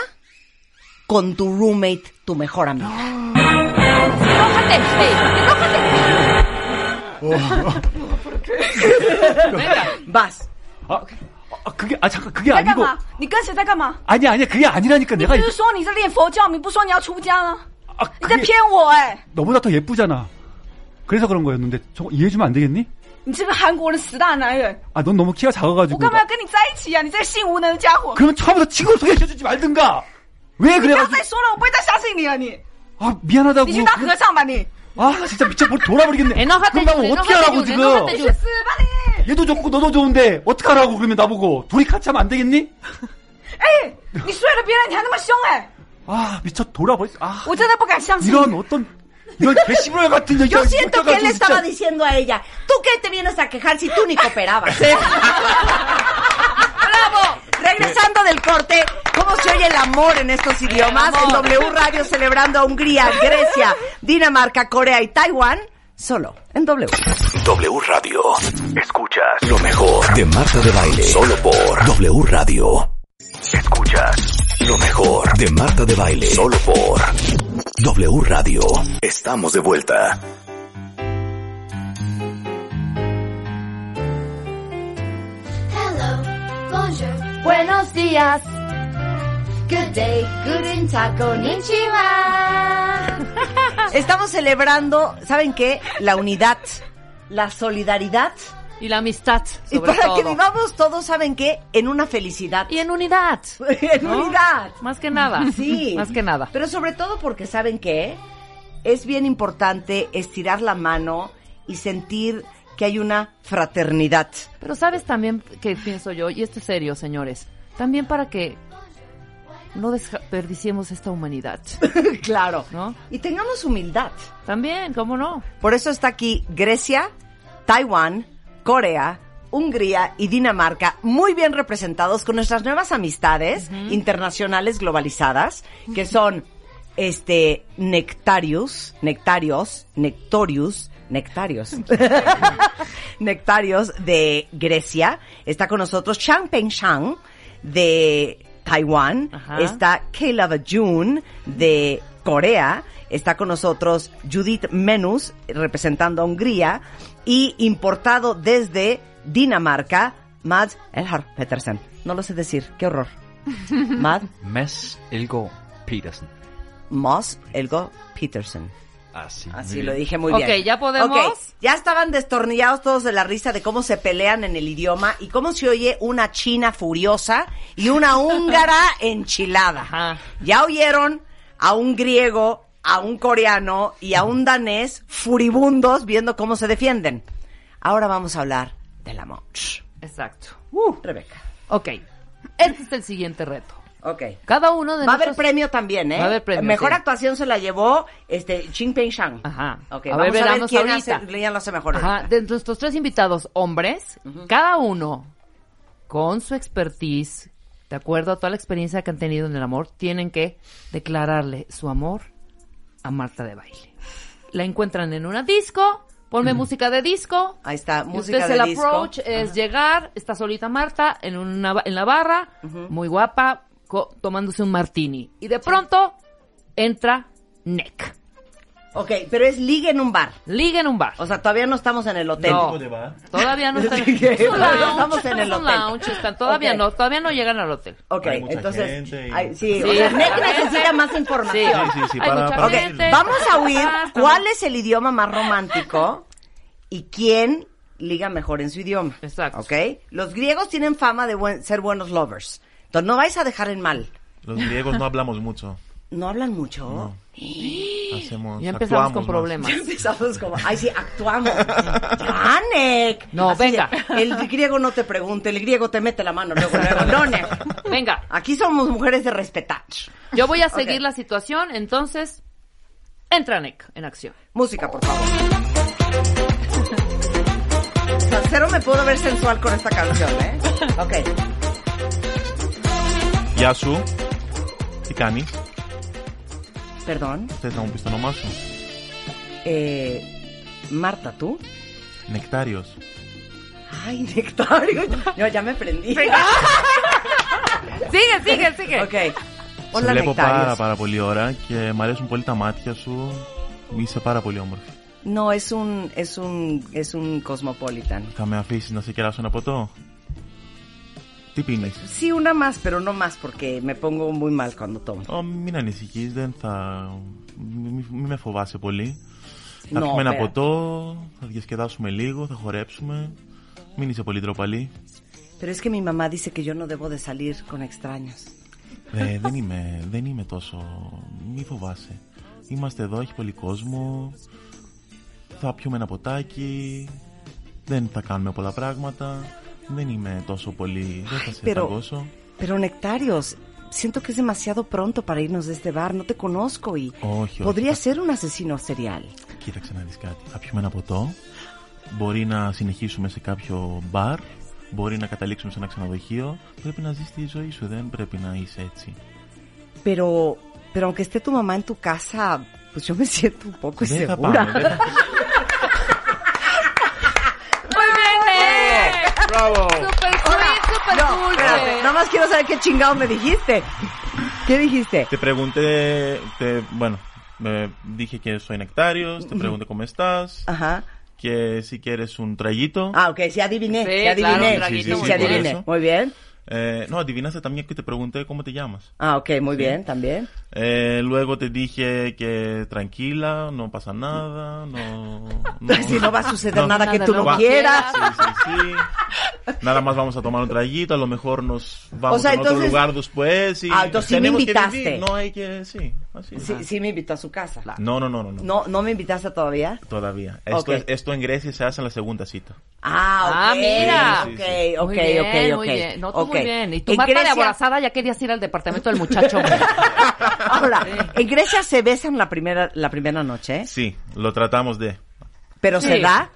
Speaker 4: con tu roommate, tu mejor amiga.
Speaker 6: Enójate, sí, enójate.
Speaker 4: Vas.
Speaker 7: 아, 아 그게 아 잠깐 그게
Speaker 8: 在干
Speaker 7: 아니고
Speaker 8: 嘛？你跟谁在干嘛？
Speaker 7: 아니야 아니야 그게 아니라니까
Speaker 8: 你
Speaker 7: 내가
Speaker 8: 不
Speaker 7: 이게
Speaker 8: 是说你是练佛教，你不说你要出家吗？
Speaker 7: 아
Speaker 8: 你在
Speaker 7: 그게
Speaker 8: 骗我哎、
Speaker 7: 너보다 더 예쁘잖아. 그래서 그런 거였는데 저거 이해해주면 안 되겠니?
Speaker 8: 你这个韩国人死大男人，
Speaker 7: 아넌 너무 키가
Speaker 8: 我
Speaker 7: 작아가지고.
Speaker 8: 干嘛要
Speaker 7: 나-
Speaker 8: 跟你在一起啊？你这个性无能的家伙！
Speaker 7: 그러면 처음부터 친구를 소개시켜주지 말든가. 왜
Speaker 8: 你不要再
Speaker 7: 그래가지고
Speaker 8: 说了，我不会再相信你了。你，
Speaker 7: 아 미안하다고.
Speaker 8: 你去当和尚吧你！
Speaker 7: 아 진짜 미쳐 버- 돌아버리겠네.
Speaker 6: Enójate,
Speaker 7: 그럼 나
Speaker 6: Yuri,
Speaker 7: 어떻게
Speaker 6: enójate,
Speaker 7: 하라고
Speaker 6: Yuri,
Speaker 7: 지금?
Speaker 6: enójate, Yuri.
Speaker 8: 去死吧你！
Speaker 7: 얘도 좋고 너도 좋은데 어떡하라고 그러면 나보고 둘이 같이 하면 안 되겠니?
Speaker 8: 哎，你睡了别人，你还那么凶哎、
Speaker 7: 아 미쳐 돌아버렸어. 아
Speaker 8: 我真的不敢相信。
Speaker 7: 이런 어떤 이런 개시불 같은 얘기.
Speaker 4: Yo siento que él le estaba diciendo a ella, ¿tú qué te vienes a quejar si tú ni cooperabas? ¡Bravo! Regresando del corte, ¿cómo se oye el amor en estos idiomas? En W Radio celebrando a Hungría, Grecia, Dinamarca, Corea y Taiwán, solo en W.
Speaker 1: W Radio. Escuchas lo mejor de Marta de Baile. Solo por W Radio. Escuchas lo mejor de Marta de Baile. Solo por W Radio. Estamos de vuelta.
Speaker 11: Hello, bonjour, buenos días. Good day, guten tag, konnichiwa.
Speaker 4: Estamos celebrando, ¿saben qué? La unidad, la solidaridad.
Speaker 6: Y la amistad,
Speaker 4: Y
Speaker 6: sobre
Speaker 4: para
Speaker 6: todo.
Speaker 4: que vivamos todos, ¿saben qué? En una felicidad.
Speaker 6: Y en unidad.
Speaker 4: En
Speaker 6: ¿no?
Speaker 4: unidad.
Speaker 6: Más que nada.
Speaker 4: Sí.
Speaker 6: Más que nada.
Speaker 4: Pero sobre todo porque saben que es bien importante estirar la mano y sentir que hay una fraternidad.
Speaker 6: Pero sabes también que pienso yo, y esto es serio, señores, también para que no desperdiciemos esta humanidad,
Speaker 4: claro.
Speaker 6: ¿no?
Speaker 4: Y tengamos humildad.
Speaker 6: También, ¿cómo no?
Speaker 4: Por eso está aquí Grecia, Taiwán, Corea, Hungría y Dinamarca, muy bien representados con nuestras nuevas amistades internacionales globalizadas, que son este Nectarius, Nectarios, Nectorius, Nectarios. Nectarios de Grecia. Está con nosotros Chang Peng Shang de Taiwán.
Speaker 6: Ajá.
Speaker 4: Está Kayla June de Corea. Está con nosotros Judith Menus representando a Hungría y importado desde Dinamarca, Mads Elhar Petersen. No lo sé decir, qué horror. Mad
Speaker 3: Mads Elgård Petersen.
Speaker 4: Moss Elgo Petersen.
Speaker 3: Así,
Speaker 4: Así
Speaker 3: muy
Speaker 4: lo
Speaker 3: bien.
Speaker 4: dije muy
Speaker 6: Ok,
Speaker 4: bien.
Speaker 6: ¿ya podemos?
Speaker 4: Ok, ya estaban destornillados todos de la risa de cómo se pelean en el idioma y cómo se oye una china furiosa y una húngara enchilada.
Speaker 6: Ajá.
Speaker 4: Ya oyeron a un griego, a un coreano y a un danés furibundos viendo cómo se defienden. Ahora vamos a hablar del amor.
Speaker 6: Exacto.
Speaker 4: Uh, Rebeca.
Speaker 6: Ok, este es el siguiente reto.
Speaker 4: Ok.
Speaker 6: Cada uno de
Speaker 4: Va a haber
Speaker 6: nuestros-
Speaker 4: premio también, ¿eh?
Speaker 6: Va a haber premio,
Speaker 4: Mejor
Speaker 6: sí.
Speaker 4: actuación se la llevó este Ching Peng Shang.
Speaker 6: Ajá.
Speaker 4: Ok,
Speaker 6: A ver,
Speaker 4: vamos a ver
Speaker 6: veamos
Speaker 4: quién
Speaker 6: ahorita.
Speaker 4: hace, quién lo hace mejor.
Speaker 6: Ajá,
Speaker 4: ahorita.
Speaker 6: de nuestros tres invitados hombres, cada uno con su expertise, de acuerdo a toda la experiencia que han tenido en el amor, tienen que declararle su amor a Marta de Baile. La encuentran en una disco, ponme música de disco.
Speaker 4: Ahí está,
Speaker 6: Y
Speaker 4: música
Speaker 6: ustedes
Speaker 4: de
Speaker 6: el
Speaker 4: disco.
Speaker 6: approach es llegar, está solita Marta en una en la barra, muy guapa, co- tomándose un martini y de pronto entra Nick.
Speaker 4: Ok, pero es liga en un bar.
Speaker 6: Liga en un bar.
Speaker 4: O sea, todavía no estamos en el hotel.
Speaker 6: No. Todavía no están
Speaker 4: Sí, que
Speaker 6: es un
Speaker 4: todavía
Speaker 6: lounge,
Speaker 4: estamos en el
Speaker 6: es un
Speaker 4: hotel.
Speaker 6: lounge, están- todavía
Speaker 4: Ok.
Speaker 6: no, todavía no llegan al hotel.
Speaker 4: Ok,
Speaker 9: Hay mucha
Speaker 4: entonces.
Speaker 9: gente y-
Speaker 4: ay, sí, o
Speaker 6: Sí.
Speaker 4: sea, Nick necesita más información.
Speaker 9: Sí, sí, sí,
Speaker 6: Hay
Speaker 9: para-
Speaker 6: mucha
Speaker 9: para-
Speaker 4: Ok,
Speaker 6: gente.
Speaker 4: vamos a huir.
Speaker 6: Ah,
Speaker 4: ¿Cuál es el idioma más romántico y quién liga mejor en su idioma?
Speaker 6: Exacto.
Speaker 4: Ok, los griegos tienen fama de buen- ser buenos lovers. Entonces, no vais a dejar en mal.
Speaker 9: Los griegos no hablamos mucho.
Speaker 4: No hablan mucho.
Speaker 9: Hacemos,
Speaker 6: Ya empezamos
Speaker 9: actuamos
Speaker 6: con
Speaker 9: más.
Speaker 6: problemas.
Speaker 4: Ya empezamos como, ay, sí, actuamos. Ya, Nick.
Speaker 6: No,
Speaker 4: Así
Speaker 6: venga.
Speaker 4: de, el griego no te pregunta, el griego te mete la mano luego, luego. No, Nick.
Speaker 6: Venga,
Speaker 4: Aquí somos mujeres de respetar.
Speaker 6: yo voy a
Speaker 4: Ok.
Speaker 6: seguir la situación, entonces entra Nick en acción.
Speaker 4: Música, por favor. O sea, cero me puedo ver sensual con esta canción, ¿eh? Ok.
Speaker 9: Γεια σου. Τι κάνει,
Speaker 4: Perdón.
Speaker 9: θε να μου πει το όνομά σου.
Speaker 4: Eh, Marta, ¿tú?
Speaker 9: Νεκτάριο.
Speaker 4: Ay, Nectario. Yo ya me prendí.
Speaker 6: Sigue, sigue, sigue.
Speaker 4: Ok.
Speaker 9: Σε
Speaker 4: Hola,
Speaker 9: βλέπω πάρα,
Speaker 4: Nectarios.
Speaker 9: πάρα πολύ ώρα και μου αρέσουν πολύ τα μάτια σου. Είσαι πάρα πολύ όμορφη.
Speaker 4: No, es un, es un, es un cosmopolitan.
Speaker 9: Θα με αφήσει να σε κεράσω ένα ποτό. Τι πίνει.
Speaker 4: Sí, una más, pero no más porque me pongo muy mal cuando tomo.
Speaker 9: Ω, μην ανησυχεί, δεν θα. Μην μη με φοβάσαι πολύ. Θα
Speaker 4: Νο,
Speaker 9: πιούμε ένα
Speaker 4: πέρα.
Speaker 9: ποτό, θα διασκεδάσουμε λίγο, θα χορέψουμε. Μην είσαι πολύ ντροπαλή.
Speaker 4: Pero es que mi mamá dice que yo no debo de salir con extraños.
Speaker 9: Δε, Ε, δεν, είμαι, δεν είμαι τόσο. Μη φοβάσαι. Είμαστε εδώ, έχει πολύ κόσμο. Θα πιούμε ένα ποτάκι. Δεν θα κάνουμε πολλά πράγματα. Δεν είμαι τόσο πολύ. Δεν θα σε
Speaker 4: pero-
Speaker 9: παγκώσω.
Speaker 4: Pero Nectarios, siento que es demasiado pronto para irnos de este bar. No te conozco y
Speaker 9: Όχι, όχι.
Speaker 4: podría ser un asesino serial.
Speaker 9: Κοίταξε να δεις κάτι. Θα πιούμε ένα ποτό. Μπορεί να συνεχίσουμε σε κάποιο μπαρ. Μπορεί να καταλήξουμε σε ένα ξενοδοχείο. Πρέπει να ζεις τη ζωή σου. Δεν πρέπει να είσαι έτσι.
Speaker 4: Pero, pero aunque esté tu mamá en tu casa, pues yo me siento un poco
Speaker 9: Δεν θα
Speaker 4: insegura.
Speaker 9: πάμε. δεν θα-
Speaker 8: Muy bien, eh.
Speaker 10: Bravo.
Speaker 8: Super sweet, super
Speaker 4: No,
Speaker 8: dulce.
Speaker 4: espérate, nada más quiero saber qué chingado me dijiste. ¿Qué dijiste?
Speaker 9: Te pregunté, te, bueno, me dije que soy nectarios, te pregunté cómo estás,
Speaker 4: Ajá.
Speaker 9: que si quieres un trayito.
Speaker 4: Ah, ok, sí adiviné,
Speaker 6: Sí,
Speaker 4: sí adiviné,
Speaker 9: claro, un
Speaker 4: sí,
Speaker 9: traguito, muy bien.
Speaker 4: adiviné. Muy bien.
Speaker 9: Eh, no, adivinaste también que te pregunté cómo te llamas.
Speaker 4: Ah, ok, muy bien, también.
Speaker 9: Eh, luego te dije que tranquila, no pasa nada, no... no-
Speaker 4: Si no va a suceder nada que
Speaker 6: Nada,
Speaker 4: tú
Speaker 6: no
Speaker 4: no,
Speaker 9: va-
Speaker 4: quieras.
Speaker 9: Sí, sí, sí. Nada más vamos a tomar un trayito, a lo mejor nos vamos
Speaker 4: O sea,
Speaker 9: a otro
Speaker 4: entonces-
Speaker 9: lugar después y
Speaker 4: Ah, entonces sí me
Speaker 9: tenemos que
Speaker 4: invitaste.
Speaker 9: vivir, No hay que... Sí, así.
Speaker 4: Sí, sí me invitó a su casa.
Speaker 9: No, no, no, no, no.
Speaker 4: No, no me invitaste todavía.
Speaker 9: Todavía. Esto,
Speaker 4: Ok.
Speaker 9: es- esto en Grecia se hace en la segunda cita.
Speaker 4: Ah,
Speaker 6: Ah,
Speaker 4: ok,
Speaker 6: mira.
Speaker 9: Sí,
Speaker 4: ok, ok,
Speaker 6: muy bien,
Speaker 4: ok, ok.
Speaker 6: Muy bien. No, tú
Speaker 4: ok.
Speaker 6: muy bien. Y tu
Speaker 4: En
Speaker 6: Marta de
Speaker 4: Grecia-
Speaker 6: aborazada ya querías ir al departamento del muchacho. güey.
Speaker 4: Ahora, en Grecia se besan la primera, la primera noche, ¿eh?
Speaker 9: Sí, lo tratamos de...
Speaker 4: pero
Speaker 6: Sí.
Speaker 4: se da.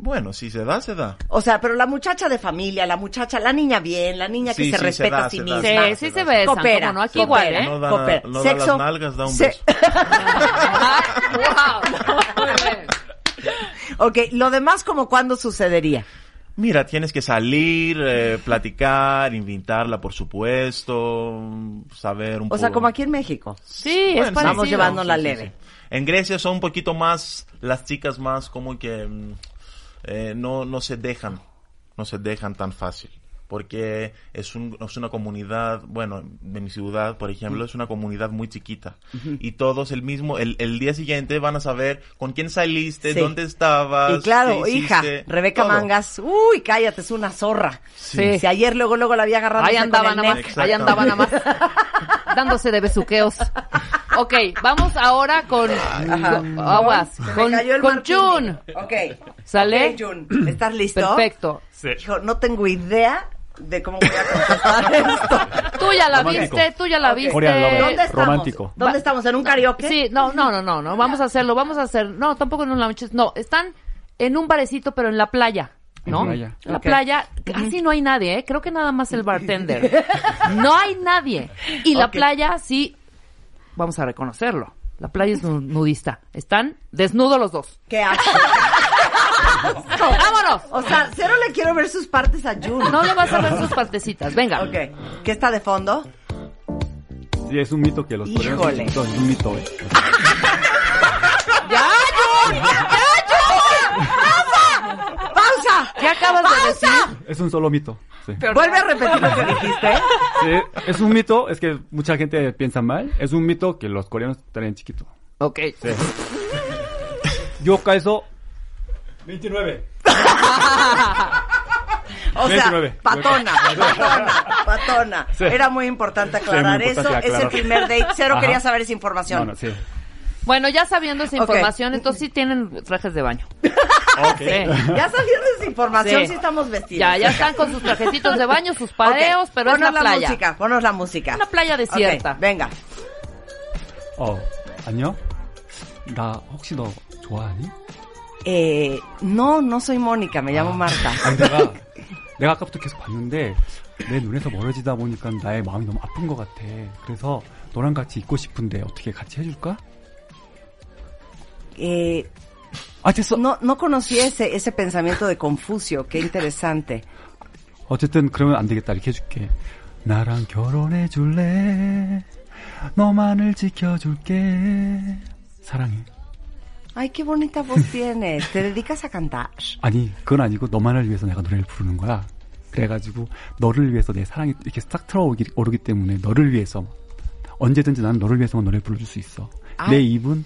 Speaker 9: Bueno, si se da, se da.
Speaker 4: O sea, pero la muchacha de familia, la muchacha, la niña bien, la niña que
Speaker 9: Sí,
Speaker 4: se
Speaker 9: sí,
Speaker 4: respeta
Speaker 9: se da,
Speaker 4: a sí
Speaker 9: se da,
Speaker 4: misma.
Speaker 9: se da.
Speaker 6: sí, sí se besan.
Speaker 4: Coopera,
Speaker 6: cómo no, aquí
Speaker 4: coopera.
Speaker 6: igual, ¿eh?
Speaker 9: No da,
Speaker 4: Cooper,
Speaker 9: no da
Speaker 4: sexo,
Speaker 9: las nalgas, da un
Speaker 4: se-
Speaker 9: beso.
Speaker 6: Ah, wow. Muy bien.
Speaker 4: Ok, lo demás como cuándo sucedería.
Speaker 9: Mira, tienes que salir, eh, platicar, invitarla, por supuesto, saber un poco.
Speaker 4: O sea, como aquí en México.
Speaker 6: Sí, es
Speaker 9: Bueno,
Speaker 6: parecido.
Speaker 4: Vamos llevándola
Speaker 9: Sí, sí,
Speaker 4: leve.
Speaker 9: sí. En Grecia son un poquito más, las chicas más como que mm, eh, no, no se dejan, no se dejan tan fácil. Porque es, un- es una comunidad, bueno, de mi ciudad, por ejemplo, es una comunidad muy chiquita. Y todos el mismo, el, el día siguiente van a saber con quién saliste,
Speaker 4: Sí.
Speaker 9: dónde estabas.
Speaker 4: Y claro,
Speaker 9: qué
Speaker 4: hija,
Speaker 9: hiciste,
Speaker 4: Rebeca
Speaker 9: todo.
Speaker 4: Mangas, uy, cállate, es una zorra.
Speaker 6: Sí.
Speaker 4: Si ayer luego luego la había agarrado.
Speaker 6: Ahí andaba nada más, ahí
Speaker 9: Exactamente.
Speaker 6: andaba nada más, dándose de besuqueos. Ok, vamos ahora con, con- aguas, con, con Jun.
Speaker 4: Ok.
Speaker 6: ¿Sale?
Speaker 4: Ok, Jun, ¿estás listo?
Speaker 6: Perfecto.
Speaker 4: Hijo, no tengo idea de cómo voy a contestar esto.
Speaker 6: Tú ya la
Speaker 7: Romántico.
Speaker 6: viste, tú ya la
Speaker 4: Ok.
Speaker 7: Oriana Lover.
Speaker 4: ¿Dónde
Speaker 6: viste.
Speaker 4: estamos?
Speaker 7: Romántico.
Speaker 4: ¿Dónde estamos? ¿En un karaoke?
Speaker 6: Sí, no, no, no, no, no, vamos a hacerlo, vamos a hacer, no, tampoco en un lunch, no, están en un barecito pero en la playa. ¿No?
Speaker 7: En la playa.
Speaker 6: La
Speaker 4: Ok.
Speaker 6: playa, casi no hay nadie, ¿eh? creo que nada más el bartender. No hay nadie. Y la
Speaker 4: Ok.
Speaker 6: playa sí, vamos a reconocerlo. La playa es nu- nudista. Están desnudos los dos.
Speaker 4: ¿Qué haces?
Speaker 6: ¡Vámonos!
Speaker 4: O sea, cero le quiero ver sus partes a Jun.
Speaker 6: No le vas a ver sus partecitas. Venga.
Speaker 4: Ok. ¿Qué está de fondo?
Speaker 7: Sí, es un mito que los
Speaker 4: Híjole.
Speaker 7: coreanos son- es un mito, eh.
Speaker 6: ¡Ya, Jun!
Speaker 4: ¡Pausa!
Speaker 6: ¿Qué acabas de decir?
Speaker 7: Es un solo mito. Sí.
Speaker 4: Vuelve a repetir lo que dijiste.
Speaker 7: Sí, es un mito, es que mucha gente piensa mal. Es un mito que los coreanos traen chiquito.
Speaker 6: Ok.
Speaker 7: Yo caeso 29.
Speaker 4: O sea,
Speaker 7: 29.
Speaker 4: patona, patona, patona.
Speaker 7: Sí.
Speaker 4: Era muy importante aclarar
Speaker 7: muy importante
Speaker 4: eso. Es el
Speaker 7: aclarar.
Speaker 4: primer date. Cero
Speaker 7: Ajá.
Speaker 4: quería saber esa información.
Speaker 7: No, no, sí.
Speaker 6: Bueno, ya sabiendo esa
Speaker 4: Ok.
Speaker 6: información, entonces sí tienen trajes de baño. Sí.
Speaker 4: Ya sabiendo esa información,
Speaker 6: Sí.
Speaker 4: sí, estamos vestidos.
Speaker 6: Ya, ya están con sus trajecitos de baño, sus padeos,
Speaker 4: Ok,
Speaker 6: pero es
Speaker 4: ponos
Speaker 6: la playa.
Speaker 4: música, ponos la música.
Speaker 6: Una playa desierta.
Speaker 4: Ok, venga.
Speaker 7: 어, 안녕? 나 혹시 너 좋아하니?
Speaker 4: Eh, no, no soy Mónica, me llamo Marta.
Speaker 7: 아니, 내가, 내가 아까부터 계속 봤는데, 내 눈에서 멀어지다 보니까 나의 마음이 너무 아픈 것 같아. 그래서 너랑 같이 있고 싶은데 어떻게 같이 해줄까?
Speaker 4: Eh,
Speaker 7: 아, 됐어!
Speaker 4: no, no conocí ese, ese pensamiento de Confucio, qué interesante.
Speaker 7: 어쨌든 그러면 안 되겠다. 이렇게 해줄게. 나랑 결혼해 줄래? 너만을 지켜줄게. 사랑해.
Speaker 4: Ay, qué bonita voz tienes. ¿Te dedicas a cantar?
Speaker 7: 아니, 그건 아니고 너만을 위해서 내가 노래를 부르는 거야. 그래가지고 너를 위해서 내 사랑이 이렇게 싹 틀어오기 오르기 때문에 너를 위해서 언제든지 나는 너를 위해서만 노래 를 불러줄 수 있어.
Speaker 4: 아.
Speaker 7: 내 입은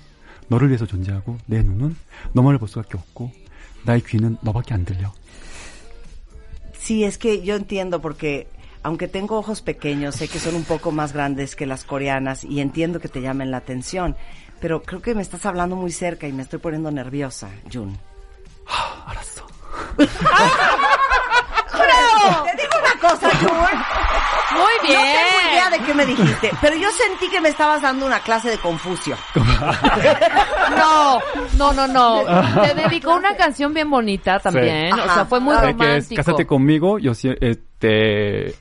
Speaker 7: 너를 위해서 존재하고 내 눈은 너만을 볼 수밖에 없고 나의 귀는 너밖에 안 들려.
Speaker 4: Sí, es que yo entiendo porque aunque tengo ojos pequeños, sé que son un poco más grandes que las coreanas y entiendo que te llamen la atención, pero creo que me estás hablando muy cerca y me estoy poniendo nerviosa, Jun.
Speaker 7: 알았어.
Speaker 4: ¡Creo! Te digo una cosa, Jul.
Speaker 6: Muy bien.
Speaker 4: No tengo idea de qué me dijiste, pero yo sentí que me estabas dando una clase de Confucio.
Speaker 6: No, no, no, no. Te dedicó una canción bien bonita también. O sea, fue muy
Speaker 7: Eh, que es
Speaker 6: romántico.
Speaker 7: Cásate conmigo, yo sí, eh, te eh,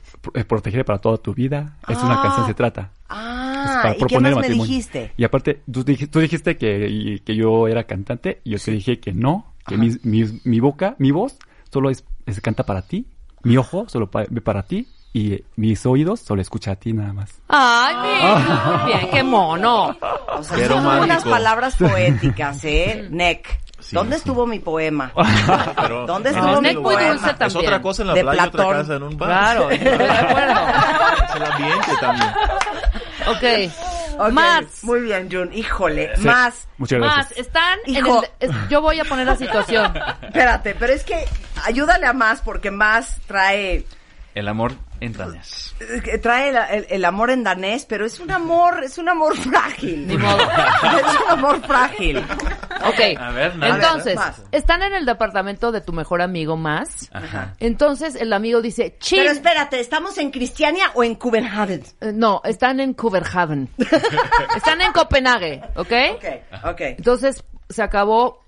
Speaker 7: protegeré para toda tu vida. Es una
Speaker 4: Ah.
Speaker 7: canción se trata. Es
Speaker 4: Ah, ¿y qué
Speaker 7: proponer
Speaker 4: más
Speaker 7: el
Speaker 4: me
Speaker 7: matrimonio.
Speaker 4: dijiste?
Speaker 7: Y aparte, tú, dij- tú dijiste que, y- que yo era cantante y yo te dije que no, que mi, mi- mi boca, mi voz solo es, es- canta para ti, mi ojo solo pa- ve para ti y eh, mis oídos solo escucha a ti nada más.
Speaker 6: Ay, mira, muy bien, qué mono.
Speaker 4: Ah. O sea,
Speaker 7: Pero
Speaker 4: son
Speaker 7: mágico.
Speaker 4: unas palabras poéticas, ¿eh? Neck. ¿Dónde estuvo mi poema?
Speaker 9: Pero
Speaker 4: ¿Dónde
Speaker 9: en
Speaker 4: estuvo
Speaker 9: este
Speaker 4: mi
Speaker 9: lugar
Speaker 4: poema?
Speaker 9: Es otra cosa en la
Speaker 4: De
Speaker 9: playa, otra
Speaker 4: Platón.
Speaker 9: casa en un bar.
Speaker 4: Claro,
Speaker 9: Sí.
Speaker 4: estoy de
Speaker 9: Es el ambiente también.
Speaker 6: Ok.
Speaker 4: Ok,
Speaker 6: Mats.
Speaker 4: Muy bien, Jun. Híjole,
Speaker 7: Sí.
Speaker 4: más.
Speaker 7: Muchas gracias.
Speaker 6: Más, están en
Speaker 4: Hijo.
Speaker 6: el- es- yo voy a poner la situación.
Speaker 4: Espérate, pero es que ayúdale a más porque más trae
Speaker 3: El amor en dañas.
Speaker 4: eh, trae el, el- el amor en danés, pero es un amor, es un amor frágil.
Speaker 6: Ni modo.
Speaker 4: Es un amor frágil.
Speaker 6: Ok.
Speaker 3: A ver, nada.
Speaker 6: Entonces,
Speaker 4: Más.
Speaker 6: están en el departamento de tu mejor amigo más.
Speaker 3: Ajá.
Speaker 6: Entonces, el amigo dice,
Speaker 4: Pero
Speaker 6: chin.
Speaker 4: espérate, ¿estamos en Cristiania o en Copenhagen?
Speaker 6: Eh, No, están en Copenhagen. están en Copenhague,
Speaker 4: Ok, ok.
Speaker 6: Entonces se acabó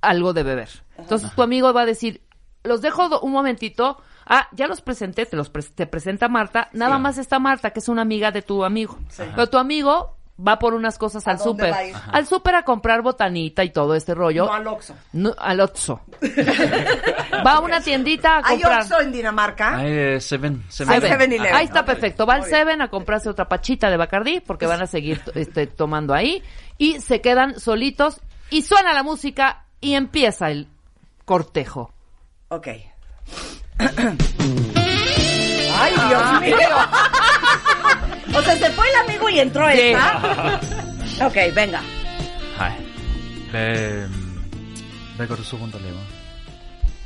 Speaker 6: algo de beber. Entonces tu amigo va a decir, los dejo do- un momentito. Ah, ya los presenté, te los pres- te presenta Marta. Nada más está Marta, que es una amiga de tu amigo. Pero tu amigo va por unas cosas
Speaker 4: ¿A
Speaker 6: al
Speaker 4: dónde
Speaker 6: súper.
Speaker 4: va a ir? Ajá.
Speaker 6: Al súper a comprar botanita y todo este rollo.
Speaker 4: No al Oxxo.
Speaker 6: No, al Oxxo. va a una tiendita a
Speaker 4: ¿Hay
Speaker 6: comprar.
Speaker 4: Oxxo en Dinamarca?
Speaker 3: Ay, eh, Seven.
Speaker 4: Hay
Speaker 3: Seven.
Speaker 6: Seven.
Speaker 4: 7-Eleven.
Speaker 6: Ahí está
Speaker 4: Ok,
Speaker 6: perfecto. Va al
Speaker 4: muy bien.
Speaker 6: 7 a comprarse otra pachita de Bacardí porque van a seguir to- este, tomando ahí. Y se quedan solitos y suena la música y empieza el cortejo.
Speaker 4: Ok. Ay,
Speaker 6: Ah.
Speaker 4: Dios mío. O sea, se fue el amigo y entró
Speaker 6: Sí.
Speaker 4: esta. Ok, venga.
Speaker 3: Hej. Hvad, øhm, hvad går du så rundt og laver?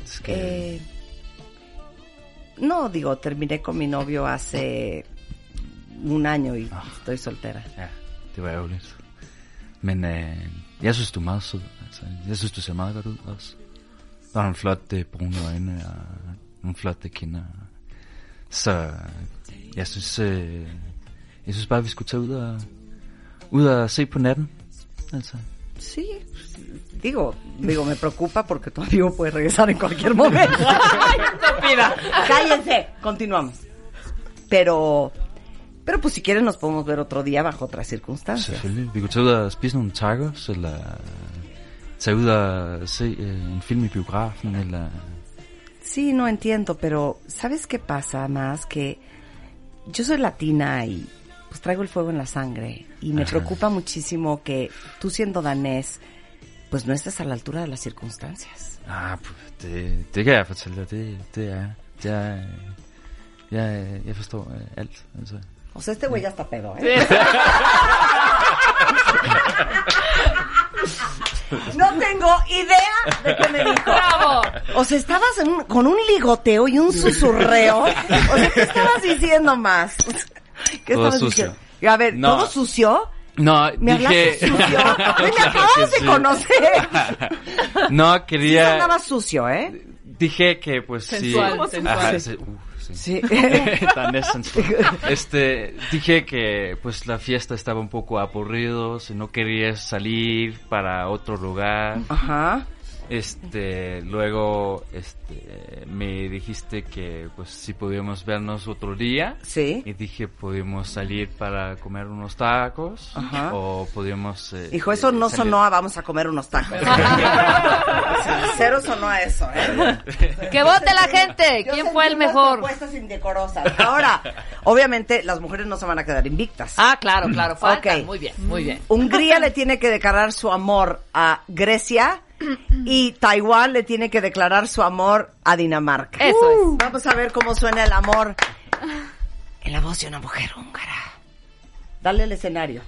Speaker 3: Skal...
Speaker 4: Eh, no, digo, terminé con mi novio hace un año y estoy soltera.
Speaker 3: Ja, det var ærgerligt. Men øh, jeg synes, du er meget sød. Altså, jeg synes, du ser meget godt ud også. Du har nogle flotte øh, brune øjne og nogle flotte kinder. Så øh, jeg synes, øh, jeg synes bare, vi skulle tage ud og, ud og se på natten. Altså,
Speaker 4: Sí, digo, digo, me preocupa porque tu amigo puede regresar en cualquier momento. Cállense, continuamos. Pero, pero pues si quieren nos podemos ver otro día bajo otras circunstancias.
Speaker 3: Selvfølgelig. Vi kunne tage ud og spise nogle tacos, eller øh, tage ud og se øh, en film i biografen, eller...
Speaker 4: Sí, no entiendo, pero ¿sabes qué pasa más? Que yo soy latina y pues traigo el fuego en la sangre y me
Speaker 3: Ajá.
Speaker 4: preocupa muchísimo que tú siendo danés, pues no estés a la altura de las circunstancias.
Speaker 3: Ah, p- det, det kan jeg fortælle dig. Det, det er... Det er øh, jeg, øh, jeg forstår øh, alt. Altså.
Speaker 4: O sea, este güey ya está pedo, ¿eh? No tengo idea de qué me dijo.
Speaker 6: ¡Bravo!
Speaker 4: O sea, estabas en un- con un ligoteo y un susurreo. O sea, ¿qué estabas diciendo más? ¿Qué
Speaker 3: Todo
Speaker 4: estabas
Speaker 3: sucio.
Speaker 4: diciendo? A ver,
Speaker 3: No.
Speaker 4: ¿todo sucio?
Speaker 3: Nå,
Speaker 4: ¿Me hablaste
Speaker 3: dije...
Speaker 4: sucio? Güey, Me
Speaker 3: Que
Speaker 4: acababas
Speaker 3: sí.
Speaker 4: de conocer.
Speaker 3: Nå,
Speaker 4: Sí,
Speaker 3: quería...
Speaker 4: andaba sucio, ¿eh?
Speaker 3: Dije que, pues, sí...
Speaker 5: Sensual, sensual.
Speaker 3: Ajá, sí. Uh, er sí.
Speaker 4: Sí.
Speaker 3: Tan es sensual. Este, dije que pues la fiesta estaba un poco aburrido, si no querías salir para otro lugar.
Speaker 4: Ajá.
Speaker 3: Este, luego este, me dijiste que pues si podíamos vernos otro día.
Speaker 4: Sí.
Speaker 3: Y dije, podíamos salir para comer unos tacos
Speaker 4: Ajá.
Speaker 3: o podíamos... eh,
Speaker 4: Hijo, eso no
Speaker 3: eh, salir-
Speaker 4: sonó a vamos a comer unos tacos. O sea, Cero sonó a eso, ¿eh?
Speaker 6: ¡Que vote la gente!
Speaker 4: Yo
Speaker 6: ¿Quién
Speaker 4: sentí
Speaker 6: fue el
Speaker 4: unas
Speaker 6: mejor?
Speaker 4: propuestas indecorosas. Ahora, obviamente, las mujeres no se van a quedar invictas.
Speaker 6: Ah, claro, claro, falta.
Speaker 4: Ok.
Speaker 6: Muy bien, muy bien.
Speaker 4: Hungría le tiene que declarar su amor a Grecia y Taiwán le tiene que declarar su amor a Dinamarca.
Speaker 6: Eso
Speaker 4: Uh, Vamos a ver cómo suena el amor en la voz de una mujer húngara. Dale el escenario.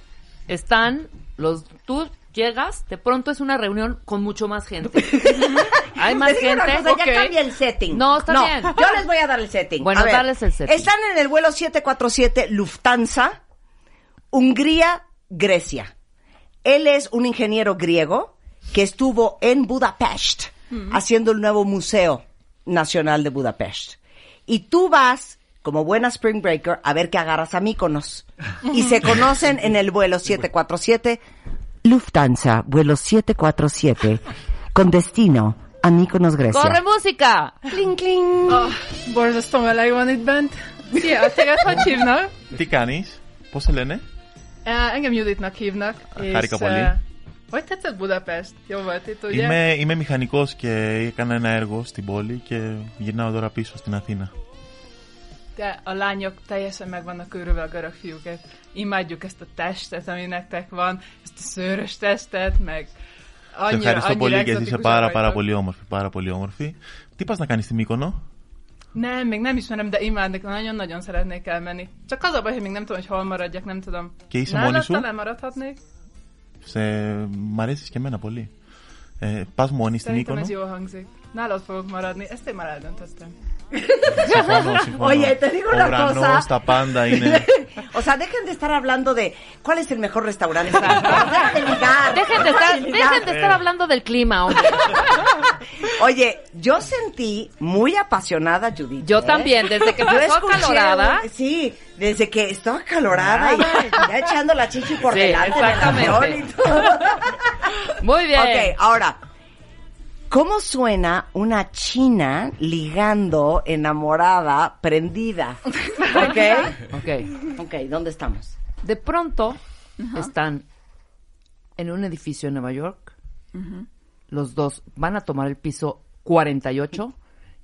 Speaker 6: es. Están los... Tú llegas, de pronto es una reunión con mucho más gente. Hay más
Speaker 4: Te digo una
Speaker 6: gente.
Speaker 4: cosa,
Speaker 6: Ok.
Speaker 4: ya cambia el setting.
Speaker 6: No, está bien.
Speaker 4: Yo les voy a dar el setting.
Speaker 6: Bueno,
Speaker 4: A ver,
Speaker 6: dales el setting.
Speaker 4: Están en el vuelo 747 Lufthansa, Hungría, Grecia. Él es un ingeniero griego que estuvo en Budapest
Speaker 5: Mm.
Speaker 4: haciendo el nuevo Museo Nacional de Budapest. Y tú vas, como buena Spring Breaker, a ver qué agarras a Míconos. Y se conocen en el vuelo 747
Speaker 2: Lufthansa, vuelo 747, con destino a Mykonos, Grecia.
Speaker 6: ¡Corre música!
Speaker 5: Kling, kling. Oh, borzasztó meleg van itt bent. Szia, téged hogy hívnak?
Speaker 9: Τι κάνει, πώ σε λένε,
Speaker 5: Uh, engem Juditnak hívnak. és,
Speaker 9: Χάρηκα πολύ.
Speaker 5: ε, Hogy tetszett Budapest? Jó volt itt, ugye?
Speaker 9: Είμαι, είμαι μηχανικό και έκανα ένα έργο στην πόλη και γυρνάω τώρα πίσω στην Αθήνα.
Speaker 5: De a lányok teljesen meg vannak őrülve a görög fiúket. Imádjuk ezt a testet, ami nektek van, ezt a szőrös testet, meg
Speaker 9: Σε
Speaker 5: annyira,
Speaker 9: ευχαριστώ πολύ
Speaker 5: annyira
Speaker 9: και εσύ είσαι
Speaker 5: exotikusak
Speaker 9: πάρα, πάρα
Speaker 5: vagytok.
Speaker 9: πολύ όμορφη. Πάρα πολύ όμορφη. Τι πα να κάνει στην Μύκονο,
Speaker 5: Nem, még nem ismerem, de imádnék, nagyon-nagyon szeretnék elmenni. Csak az a baj, hogy még nem tudom, hogy hol maradjak, nem tudom.
Speaker 9: Και είσαι μόνη
Speaker 5: Nálad
Speaker 9: σου.
Speaker 5: talán maradhatnék.
Speaker 9: Σε... Μ' αρέσει και εμένα πολύ. Ε, πα μόνη στην
Speaker 5: Szerintem
Speaker 9: Μύκονο.
Speaker 5: ez jól hangzik. Nálad fogok maradni, ezt én már eldöntöttem.
Speaker 9: Συμφωνώ, συμφωνώ.
Speaker 4: Oye, te digo
Speaker 9: Ο
Speaker 4: una
Speaker 9: ουρανός,
Speaker 4: cosa.
Speaker 9: τα πάντα είναι.
Speaker 4: O sea, dejen de estar hablando de cuál es el mejor restaurante. Dejen de ligar.
Speaker 6: Dejen de estar, dejen de estar hablando del clima, hombre.
Speaker 4: Oye, yo sentí muy apasionada, Judith.
Speaker 6: Yo
Speaker 4: ¿eh?
Speaker 6: también, desde que
Speaker 4: Yo
Speaker 6: empezó
Speaker 4: escuché
Speaker 6: acalorada.
Speaker 4: un- Sí, desde que estaba calorada y ya echando la chichi por
Speaker 6: Sí,
Speaker 4: delante. del
Speaker 6: exactamente.
Speaker 4: avión y todo.
Speaker 6: Muy bien.
Speaker 4: Ok, ahora, ¿cómo suena una china ligando, enamorada, prendida? ¿Ok?
Speaker 6: Ok.
Speaker 4: Ok, ¿dónde estamos?
Speaker 6: De pronto están en un edificio en Nueva York. Los dos van a tomar el piso 48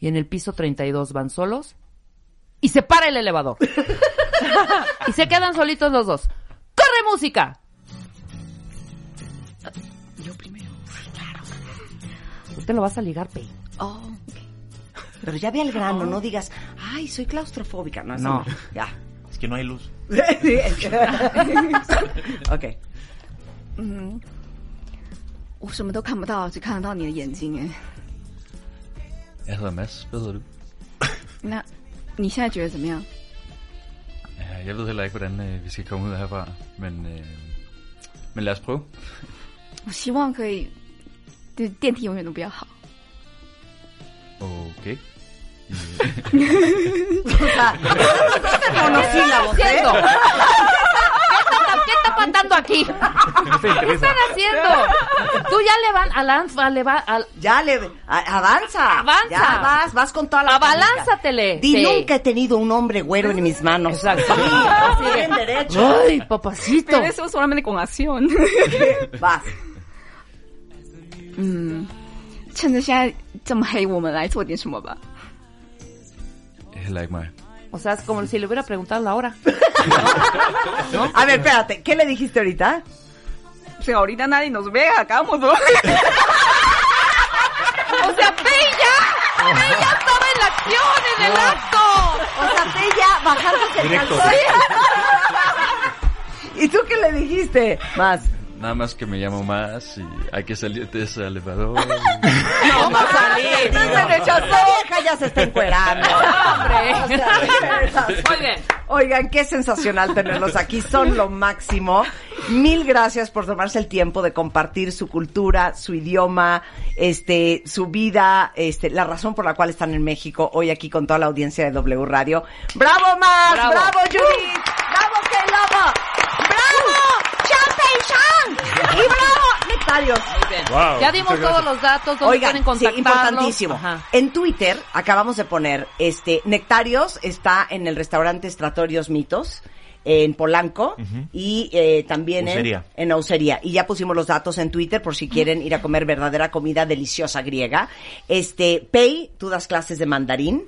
Speaker 6: y en el piso 32 van solos y se para el elevador. y se quedan solitos los dos. ¡Corre música!
Speaker 8: Yo primero.
Speaker 6: Usted lo vas a ligar, Pei.
Speaker 8: Oh,
Speaker 4: Pero ya ve al grano, no digas, ay, soy claustrofóbica. No, eso
Speaker 6: No.
Speaker 4: no. ya.
Speaker 9: Es que no hay luz.
Speaker 4: Sí, es que- ok.
Speaker 8: 嗯，我什么都看不到，只看得到你的眼睛哎。
Speaker 3: Jeg hedder Mads. Hvad hedder du?
Speaker 8: 那你现在觉得怎么样？
Speaker 3: Ja, Jeg ved heller ikke, hvordan øh, vi skal komme ud herfra, men, øh, men lad os prøve.
Speaker 8: 我希望可以，对电梯永远都不要好。
Speaker 3: Okay.
Speaker 4: O sea, monosílabos, ¿eh?
Speaker 6: haciendo? ¿Qué está- ¿Qué está pasando aquí? ¿Qué están haciendo? Tú ya le van a lanza, le va al
Speaker 4: Ya le a- avanza.
Speaker 6: Avanza.
Speaker 4: Ya vas, vas con toda la
Speaker 6: Abalánzatele.
Speaker 4: técnica. Di
Speaker 6: Sí.
Speaker 4: nunca he tenido un hombre güero en mis manos.
Speaker 6: Exacto.
Speaker 4: Sí, así bien
Speaker 8: 哎
Speaker 4: derecho.
Speaker 6: Ay, papacito.
Speaker 8: Pero eso solamente con acción.
Speaker 4: Vas.
Speaker 8: 嗯，趁着现在这么黑，我们来做点什么吧。
Speaker 3: Heller ikke mig.
Speaker 6: O sea, es como si le hubiera preguntado la hora.
Speaker 4: A ver, espérate, ¿qué le dijiste ahorita?
Speaker 8: Si ahorita nadie nos ve, hagamos. ¿no? o sea, Bella, Bella estaba en la acción, en el acto.
Speaker 4: O sea, ella bajándose el
Speaker 9: Directo.
Speaker 4: calzón. ¿Y tú qué le dijiste? Más.
Speaker 3: Nada más que me llamo más y hay que salir de ese elevador.
Speaker 4: No va a salir. La vieja ya se está encuerando. O
Speaker 6: Hombre.
Speaker 4: sea,
Speaker 6: Muy bien.
Speaker 4: Oigan, qué sensacional tenerlos aquí, son lo máximo. Mil gracias por tomarse el tiempo de compartir su cultura, su idioma, este, su vida, este, la razón por la cual están en México hoy aquí con toda la audiencia de W Radio. ¡Bravo, Max! ¡Bravo,
Speaker 6: Bravo.
Speaker 4: Judith! ¡Bravo, que lobo! ¡Bravo! ¡Champagne Chan! ¡Y bravo! Nectarios!
Speaker 6: ya dimos todos los datos, dónde
Speaker 4: Oigan,
Speaker 6: pueden
Speaker 4: sí,
Speaker 6: contactarnos.
Speaker 4: importantísimo.
Speaker 6: Ajá.
Speaker 4: En Twitter acabamos de poner, este, Nectarios está en el restaurante Estratorios Mitos en Polanco y eh, también en,
Speaker 9: Ucería.
Speaker 4: en Ausería. Y ya pusimos los datos en Twitter por si quieren ir a comer verdadera comida deliciosa griega. Este, Pei, tú das clases de mandarín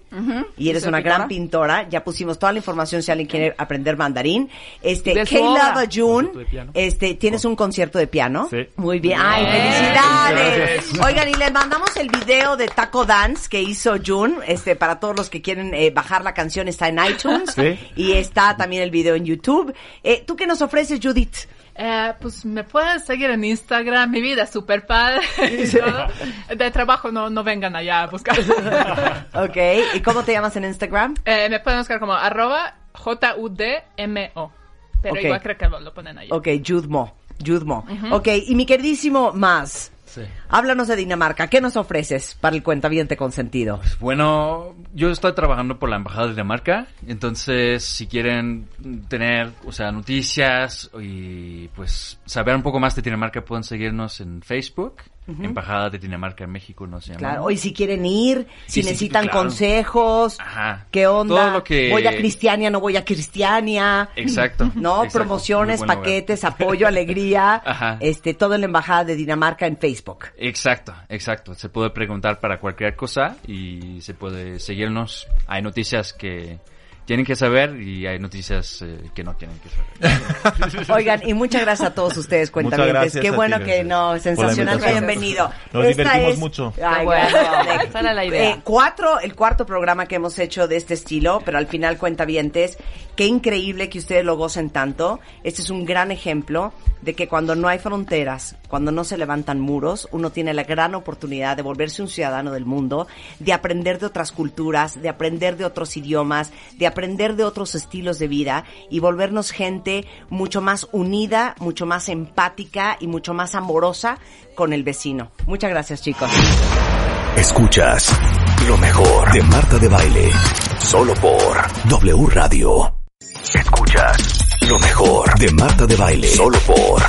Speaker 4: y eres
Speaker 8: Soy
Speaker 4: una gran pintora. Ya pusimos toda la información si alguien quiere aprender mandarín. Este,
Speaker 6: De su
Speaker 4: Kayla
Speaker 6: obra.
Speaker 4: Bajun,
Speaker 7: Concierto de piano.
Speaker 4: este, tienes
Speaker 3: Oh.
Speaker 4: un concierto de piano.
Speaker 7: Sí.
Speaker 4: Muy bien. Ay,
Speaker 6: Bien.
Speaker 4: felicidades. Oigan, y les mandamos el video de Taco Dance que hizo Jun, este, para todos los que quieren eh, bajar la canción, está en iTunes
Speaker 7: Sí.
Speaker 4: y está también el video en YouTube. Eh, ¿Tú qué nos ofreces, Judith?
Speaker 5: Eh, pues me pueden seguir en Instagram, mi vida es super padre. y todo. De trabajo no, no vengan allá a buscar.
Speaker 4: Ok, ¿y cómo te llamas en Instagram?
Speaker 5: Eh, me pueden buscar como arroba J-U-D-M-O. Pero
Speaker 4: Ok.
Speaker 5: igual creo que lo, lo ponen allá.
Speaker 4: Ok, Judmo, Judmo. Ok, y mi queridísimo Más.
Speaker 7: Sí.
Speaker 4: Háblanos de Dinamarca. ¿Qué nos ofreces para el cuentaviente consentido?
Speaker 3: Pues, Bueno, yo estoy trabajando por la Embajada de Dinamarca, entonces si quieren tener, o sea, noticias y pues saber un poco más de Dinamarca, pueden seguirnos en Facebook,
Speaker 4: Ujú.
Speaker 3: Embajada de Dinamarca en México, no se llama.
Speaker 4: Claro, y si quieren ir, si
Speaker 3: Sí, sí, sí,
Speaker 4: necesitan
Speaker 3: claro.
Speaker 4: consejos,
Speaker 3: Ajá.
Speaker 4: ¿qué onda?
Speaker 3: Todo lo que-
Speaker 4: Voy a Cristiania, no voy a Cristiania.
Speaker 3: Exacto,
Speaker 4: No,
Speaker 3: exacto.
Speaker 4: promociones,
Speaker 3: Muy buen lugar.
Speaker 4: paquetes, apoyo, alegría.
Speaker 3: Ajá.
Speaker 4: Este, todo en la Embajada de Dinamarca en Facebook.
Speaker 3: Exacto, exacto. Se puede preguntar para cualquier cosa y se puede seguirnos. Hay noticias que tienen que saber y hay noticias eh, que no tienen que saber.
Speaker 4: Oigan, y muchas gracias a todos ustedes, cuentavientes.
Speaker 3: gracias
Speaker 4: Qué
Speaker 3: a ti,
Speaker 4: bueno
Speaker 3: gracias.
Speaker 4: que no,
Speaker 3: Por la
Speaker 4: sensacional que hayan
Speaker 3: invitación.
Speaker 4: venido.
Speaker 9: Nos divertimos mucho.
Speaker 4: Ay,
Speaker 6: Qué bueno.
Speaker 4: gracias.
Speaker 6: Esa era la idea.
Speaker 4: Eh, cuatro, el cuarto programa que hemos hecho de este estilo, pero al final, cuentavientes, qué increíble que ustedes lo gocen tanto. Este es un gran ejemplo de que cuando no hay fronteras, cuando no se levantan muros, uno tiene la gran oportunidad de volverse un ciudadano del mundo, de aprender de otras culturas, de aprender de otros idiomas, de aprender de otros estilos de vida y volvernos gente mucho más unida, mucho más empática y mucho más amorosa con el vecino. Muchas gracias, chicos.
Speaker 1: Escuchas lo mejor de Marta de Baile. Solo por W Radio. Escuchas lo mejor de Marta de Baile. Solo por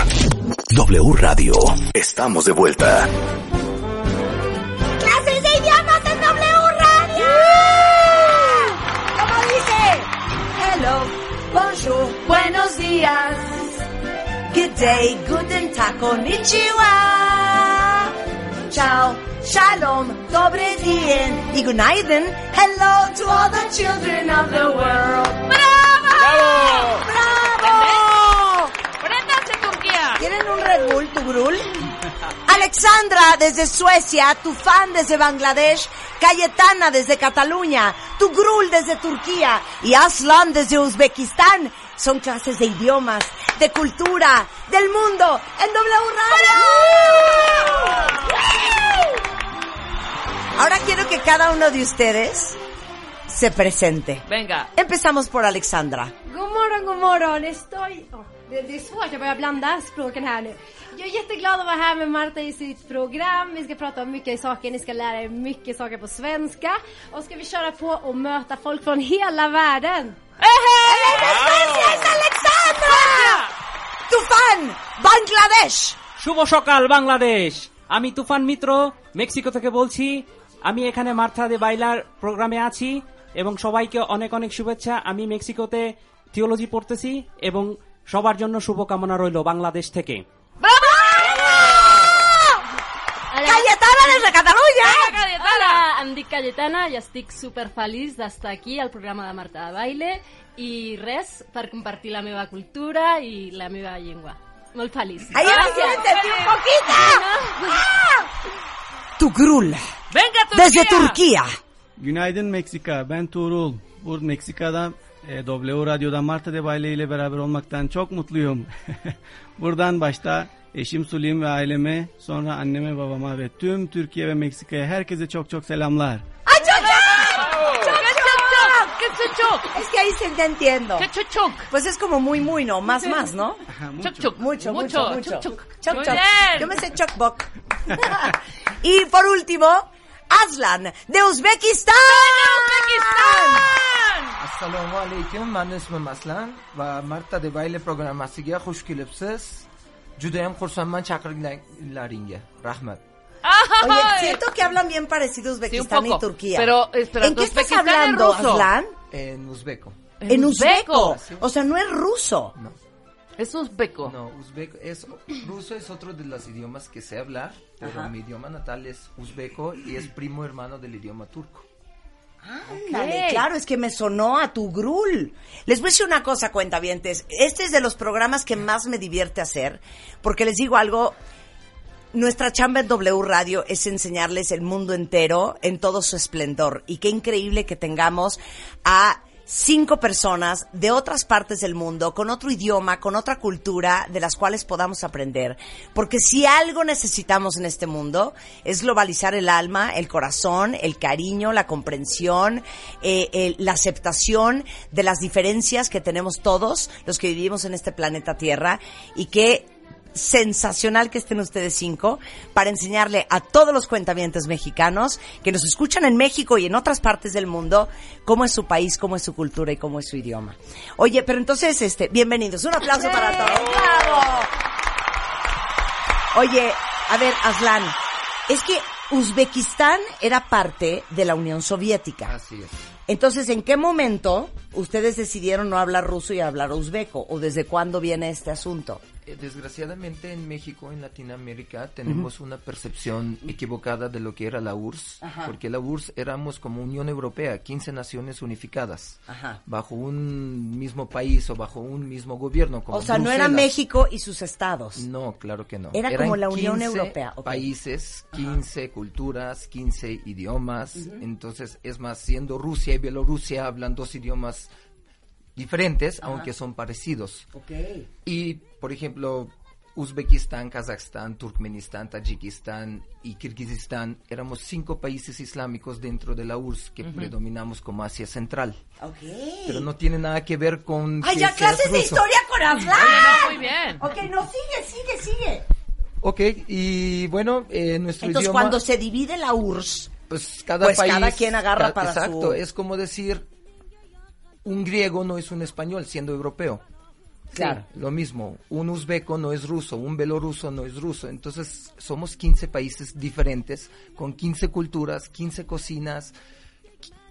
Speaker 1: W Radio. Estamos de vuelta.
Speaker 11: ¡Clases de idiomas en W Radio!
Speaker 4: Como dice,
Speaker 11: hello, bonjour, buenos días.
Speaker 4: Good day, guten tag, konnichiwa. Ciao, shalom, dobre dien, y gunaiden. Hello to all the children of the world.
Speaker 11: ¡Bravo!
Speaker 4: ¡Bravo! ¿Quieren un Red Bull, tu grul? Alexandra desde Suecia, tu fan desde Bangladesh, Cayetana desde Cataluña, tu grul desde Turquía y Aslan desde Uzbekistán. Son clases de idiomas, de cultura, del mundo, en W Radio. Ahora quiero que cada uno de ustedes se presente.
Speaker 6: Venga.
Speaker 4: Empezamos por Alexandra.
Speaker 12: God morgon, god morgon. Det, står... åh, det, det är svårt, jag börjar blanda språken här nu. Jag är jätteglad att vara här med Marta i sitt program. Vi ska prata om mycket saker, ni ska lära er mycket saker på svenska. Och ska vi köra på och möta folk från hela världen.
Speaker 4: তুফান বাংলাদেশ
Speaker 13: শুভ সকাল বাংলাদেশ আমি তুফান মিত্র মেক্সিকো থেকে বলছি আমি এখানে মার্থা দে বাইলার প্রোগ্রামে আছি এবং সবাইকে অনেক অনেক শুভেচ্ছা আমি মেক্সিকোতে থিওলজি পড়তেছি এবং সবার জন্য শুভকামনা রইল বাংলাদেশ থেকে
Speaker 4: Cayetana desde Cataluña.
Speaker 14: Hola, Cayetana. Hola, em dic Cayetana i estic superfeliç d'estar aquí al programa de Marta de Baile i res per compartir la meva cultura i la meva llengua. Molt feliç.
Speaker 11: Ahí
Speaker 14: Gràcies.
Speaker 11: recién entendí un poquito.
Speaker 4: Tugrul.
Speaker 14: Venga,
Speaker 4: Desde Turquía.
Speaker 15: Günaydın Meksika. Ben Tuğrul. Bur Meksika'da e, W Radyo'da Marta de Baile ile beraber olmaktan çok mutluyum. Buradan başta eşim Sulim ve aileme, sonra anneme, babama ve tüm Türkiye ve Meksika'ya herkese çok çok selamlar.
Speaker 6: ¡Ah!
Speaker 4: ¿Qué Es que ahí se te entiendo. Pues es como muy, muy, ¿no? Más, más, ¿no?
Speaker 6: Mucho. Choc, choc.
Speaker 4: Mucho, mucho,
Speaker 6: Mucho,
Speaker 4: mucho.
Speaker 6: choc, choc.
Speaker 4: Choc,
Speaker 6: Muy
Speaker 4: choc.
Speaker 6: bien.
Speaker 4: Yo me sé chocboc. y por último, Aslan de Uzbekistán.
Speaker 16: assalomu alaykum mani ismim aslan va marta de bayli programmasiga xush kelibsiz judayam xursandman chaqirganlaringga rahmat
Speaker 4: Oye, siento que hablan bien parecido Uzbekistán y Turquía.
Speaker 6: Pero, eh, espera,
Speaker 4: ¿en qué estás
Speaker 6: Uzbekistán es
Speaker 4: hablando,
Speaker 6: ruso.
Speaker 4: Aslan?
Speaker 16: en uzbeko
Speaker 4: En uzbeco. O sea, no es ruso.
Speaker 6: Es uzbeco.
Speaker 16: No, uzbeco es ruso es otro de los idiomas que sé hablar, pero
Speaker 4: Ajá.
Speaker 16: mi idioma natal es uzbeco y es primo hermano del idioma turco.
Speaker 4: Ándale, claro, es que me sonó a tu grul. Les voy a decir una cosa, cuentavientes. Este es de los programas que más me divierte hacer, porque les digo algo. Nuestra chamba en W Radio es enseñarles el mundo entero en todo su esplendor. Y qué increíble que tengamos a cinco personas de otras partes del mundo, con otro idioma, con otra cultura, de las cuales podamos aprender. Porque si algo necesitamos en este mundo es globalizar el alma, el corazón, el cariño, la comprensión, eh, el- la aceptación de las diferencias que tenemos todos los que vivimos en este planeta Tierra y que sensacional que estén ustedes cinco para enseñarle a todos los cuentavientes mexicanos que nos escuchan en México y en otras partes del mundo cómo es su país, cómo es su cultura y cómo es su idioma. Oye, pero entonces, este, bienvenidos. Un aplauso para todos. ¡Bravo! Oye, a ver, Aslan, es que Uzbekistán era parte de la Unión Soviética.
Speaker 16: Así es.
Speaker 4: Entonces, ¿en qué momento ustedes decidieron no hablar ruso y hablar uzbeco? ¿O desde cuándo viene este asunto?
Speaker 16: Eh, Desgraciadamente en México, en Latinoamérica, tenemos una percepción equivocada de lo que era la URSS,
Speaker 4: Ajá.
Speaker 16: porque la URSS éramos como Unión Europea, 15 naciones unificadas,
Speaker 4: Ajá.
Speaker 16: bajo un mismo país o bajo un mismo gobierno. Como
Speaker 4: o sea, no era
Speaker 16: Bruselas.
Speaker 4: México y sus estados.
Speaker 16: No, claro que no.
Speaker 4: Era
Speaker 16: Eran
Speaker 4: como la Unión
Speaker 16: 15
Speaker 4: Europea, ok.
Speaker 16: Países, 15 culturas, 15 idiomas. Entonces, es más, siendo Rusia y Bielorrusia hablan dos idiomas diferentes,
Speaker 4: Ajá.
Speaker 16: aunque son parecidos.
Speaker 4: Ok.
Speaker 16: Y, por ejemplo, Uzbekistán, Kazajstán, Turkmenistán, Tayikistán y Kirguistán éramos cinco países islámicos dentro de la URSS que
Speaker 4: Ujú.
Speaker 16: predominamos como Asia Central.
Speaker 4: Ok.
Speaker 16: Pero no tiene nada que ver con.
Speaker 4: ¡Ay,
Speaker 16: que
Speaker 4: ya
Speaker 16: seas
Speaker 4: clases de
Speaker 16: ruso.
Speaker 4: historia con Aslan!
Speaker 6: Oye, no, muy bien.
Speaker 4: Ok, no, sigue, sigue, sigue.
Speaker 16: Ok, y bueno, eh, nuestro
Speaker 4: Entonces,
Speaker 16: idioma.
Speaker 4: cuando se divide la URSS,
Speaker 16: pues cada
Speaker 4: Pues
Speaker 16: país.
Speaker 4: cada quien agarra
Speaker 16: ca-
Speaker 4: para su-
Speaker 16: exacto, es como decir, un griego no es un español siendo europeo.
Speaker 4: Claro.
Speaker 16: Sí, Lo mismo, un uzbeco no es ruso, un belorruso no es ruso. Entonces, somos 15 países diferentes, con 15 culturas, 15 cocinas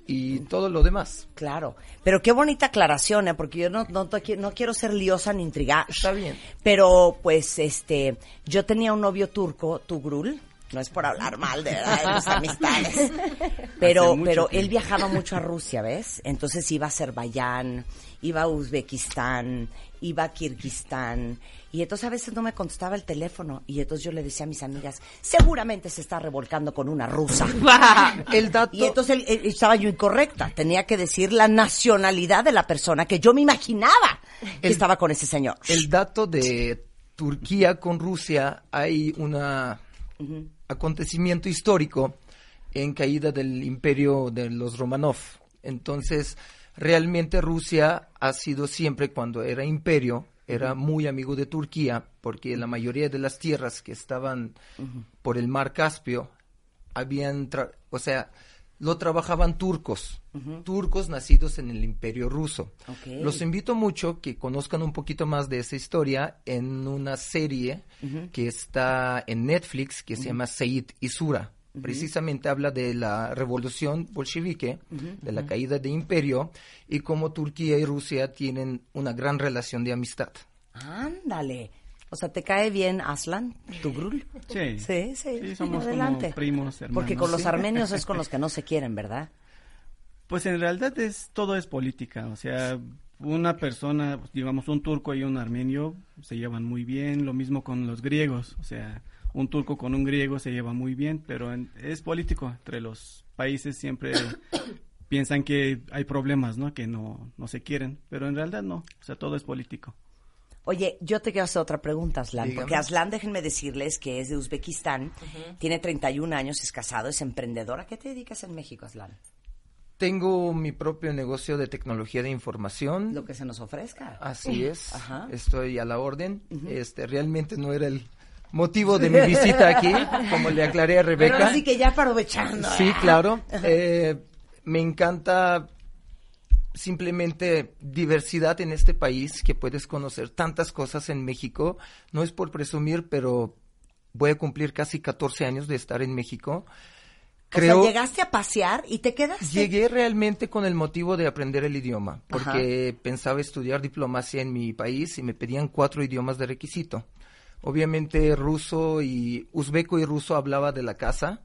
Speaker 16: y todo lo demás.
Speaker 4: Claro. Pero qué bonita aclaración, ¿eh? porque yo no, no, to- no quiero ser liosa ni intrigada. Está bien. Pero, pues, este, yo tenía un novio turco, Tugrul, no es por hablar mal de verdad de mis amistades,
Speaker 11: Hace
Speaker 4: pero,
Speaker 11: mucho
Speaker 4: pero él
Speaker 11: tiempo.
Speaker 4: viajaba mucho a Rusia, ¿ves? Entonces iba a Azerbaiyán, iba a Uzbekistán, iba a Kirguistán, y entonces a veces no me contestaba el teléfono, y entonces yo le decía a mis amigas, seguramente se está revolcando con una rusa.
Speaker 16: el dato...
Speaker 4: Y entonces él- él- estaba yo incorrecta, tenía que decir la nacionalidad de la persona que yo me imaginaba que estaba con ese señor.
Speaker 16: El dato de Turquía con Rusia, hay un acontecimiento histórico en caída del imperio de los Romanov. Entonces, realmente Rusia ha sido siempre, cuando era imperio, era
Speaker 4: Ujú.
Speaker 16: muy amigo de Turquía, porque la mayoría de las tierras que estaban por el mar Caspio habían, tra- o sea, lo trabajaban turcos, turcos nacidos en el imperio ruso.
Speaker 4: Ok.
Speaker 16: Los invito mucho que conozcan un poquito más de esa historia en una serie
Speaker 4: Ujú.
Speaker 16: que está en Netflix que se
Speaker 4: Ujú.
Speaker 16: llama Said Isura.
Speaker 4: Ujú.
Speaker 16: Precisamente habla de la revolución bolchevique,
Speaker 4: Ujú.
Speaker 16: de la
Speaker 4: Ujú.
Speaker 16: caída de imperio y cómo Turquía y Rusia tienen una gran relación de amistad.
Speaker 4: Ándale. O sea, ¿te cae bien Aslan, tu grul?
Speaker 15: Sí.
Speaker 4: Sí, sí.
Speaker 15: Sí, somos
Speaker 4: Adelante.
Speaker 15: como primos, hermanos.
Speaker 4: Porque con los
Speaker 15: Sí.
Speaker 4: armenios es con los que no se quieren, ¿verdad?
Speaker 15: Pues en realidad es todo es política, o sea, una persona, digamos un turco y un armenio se llevan muy bien, lo mismo con los griegos, o sea, un turco con un griego se lleva muy bien, pero en- es político entre los países siempre piensan que hay problemas, ¿no? Que no no se quieren, pero en realidad no, o sea, todo es político.
Speaker 4: Oye, yo te quiero hacer otra pregunta, Aslan,
Speaker 15: Dígame.
Speaker 4: porque Aslan, déjenme decirles que es de Uzbekistán, tiene 31 años, es casado, es emprendedor. ¿A qué te dedicas en México, Aslan?
Speaker 16: Tengo mi propio negocio de tecnología de información.
Speaker 4: Lo que se nos ofrezca.
Speaker 16: Así es.
Speaker 4: Ajá.
Speaker 16: Estoy a la orden. Este realmente no era el motivo de mi visita aquí, como le aclaré a Rebeca.
Speaker 4: Pero así que ya aprovechando.
Speaker 16: Sí,
Speaker 4: ¿eh?
Speaker 16: claro. Eh, me encanta simplemente diversidad en este país, que puedes conocer tantas cosas en México. No es por presumir, pero voy a cumplir casi 14 años de estar en México.
Speaker 4: O sea, llegaste a pasear y te quedaste.
Speaker 16: Llegué realmente con el motivo de aprender el idioma, porque pensaba estudiar diplomacia en mi país y me pedían cuatro idiomas de requisito. Obviamente ruso y uzbeco y ruso hablaba de la casa.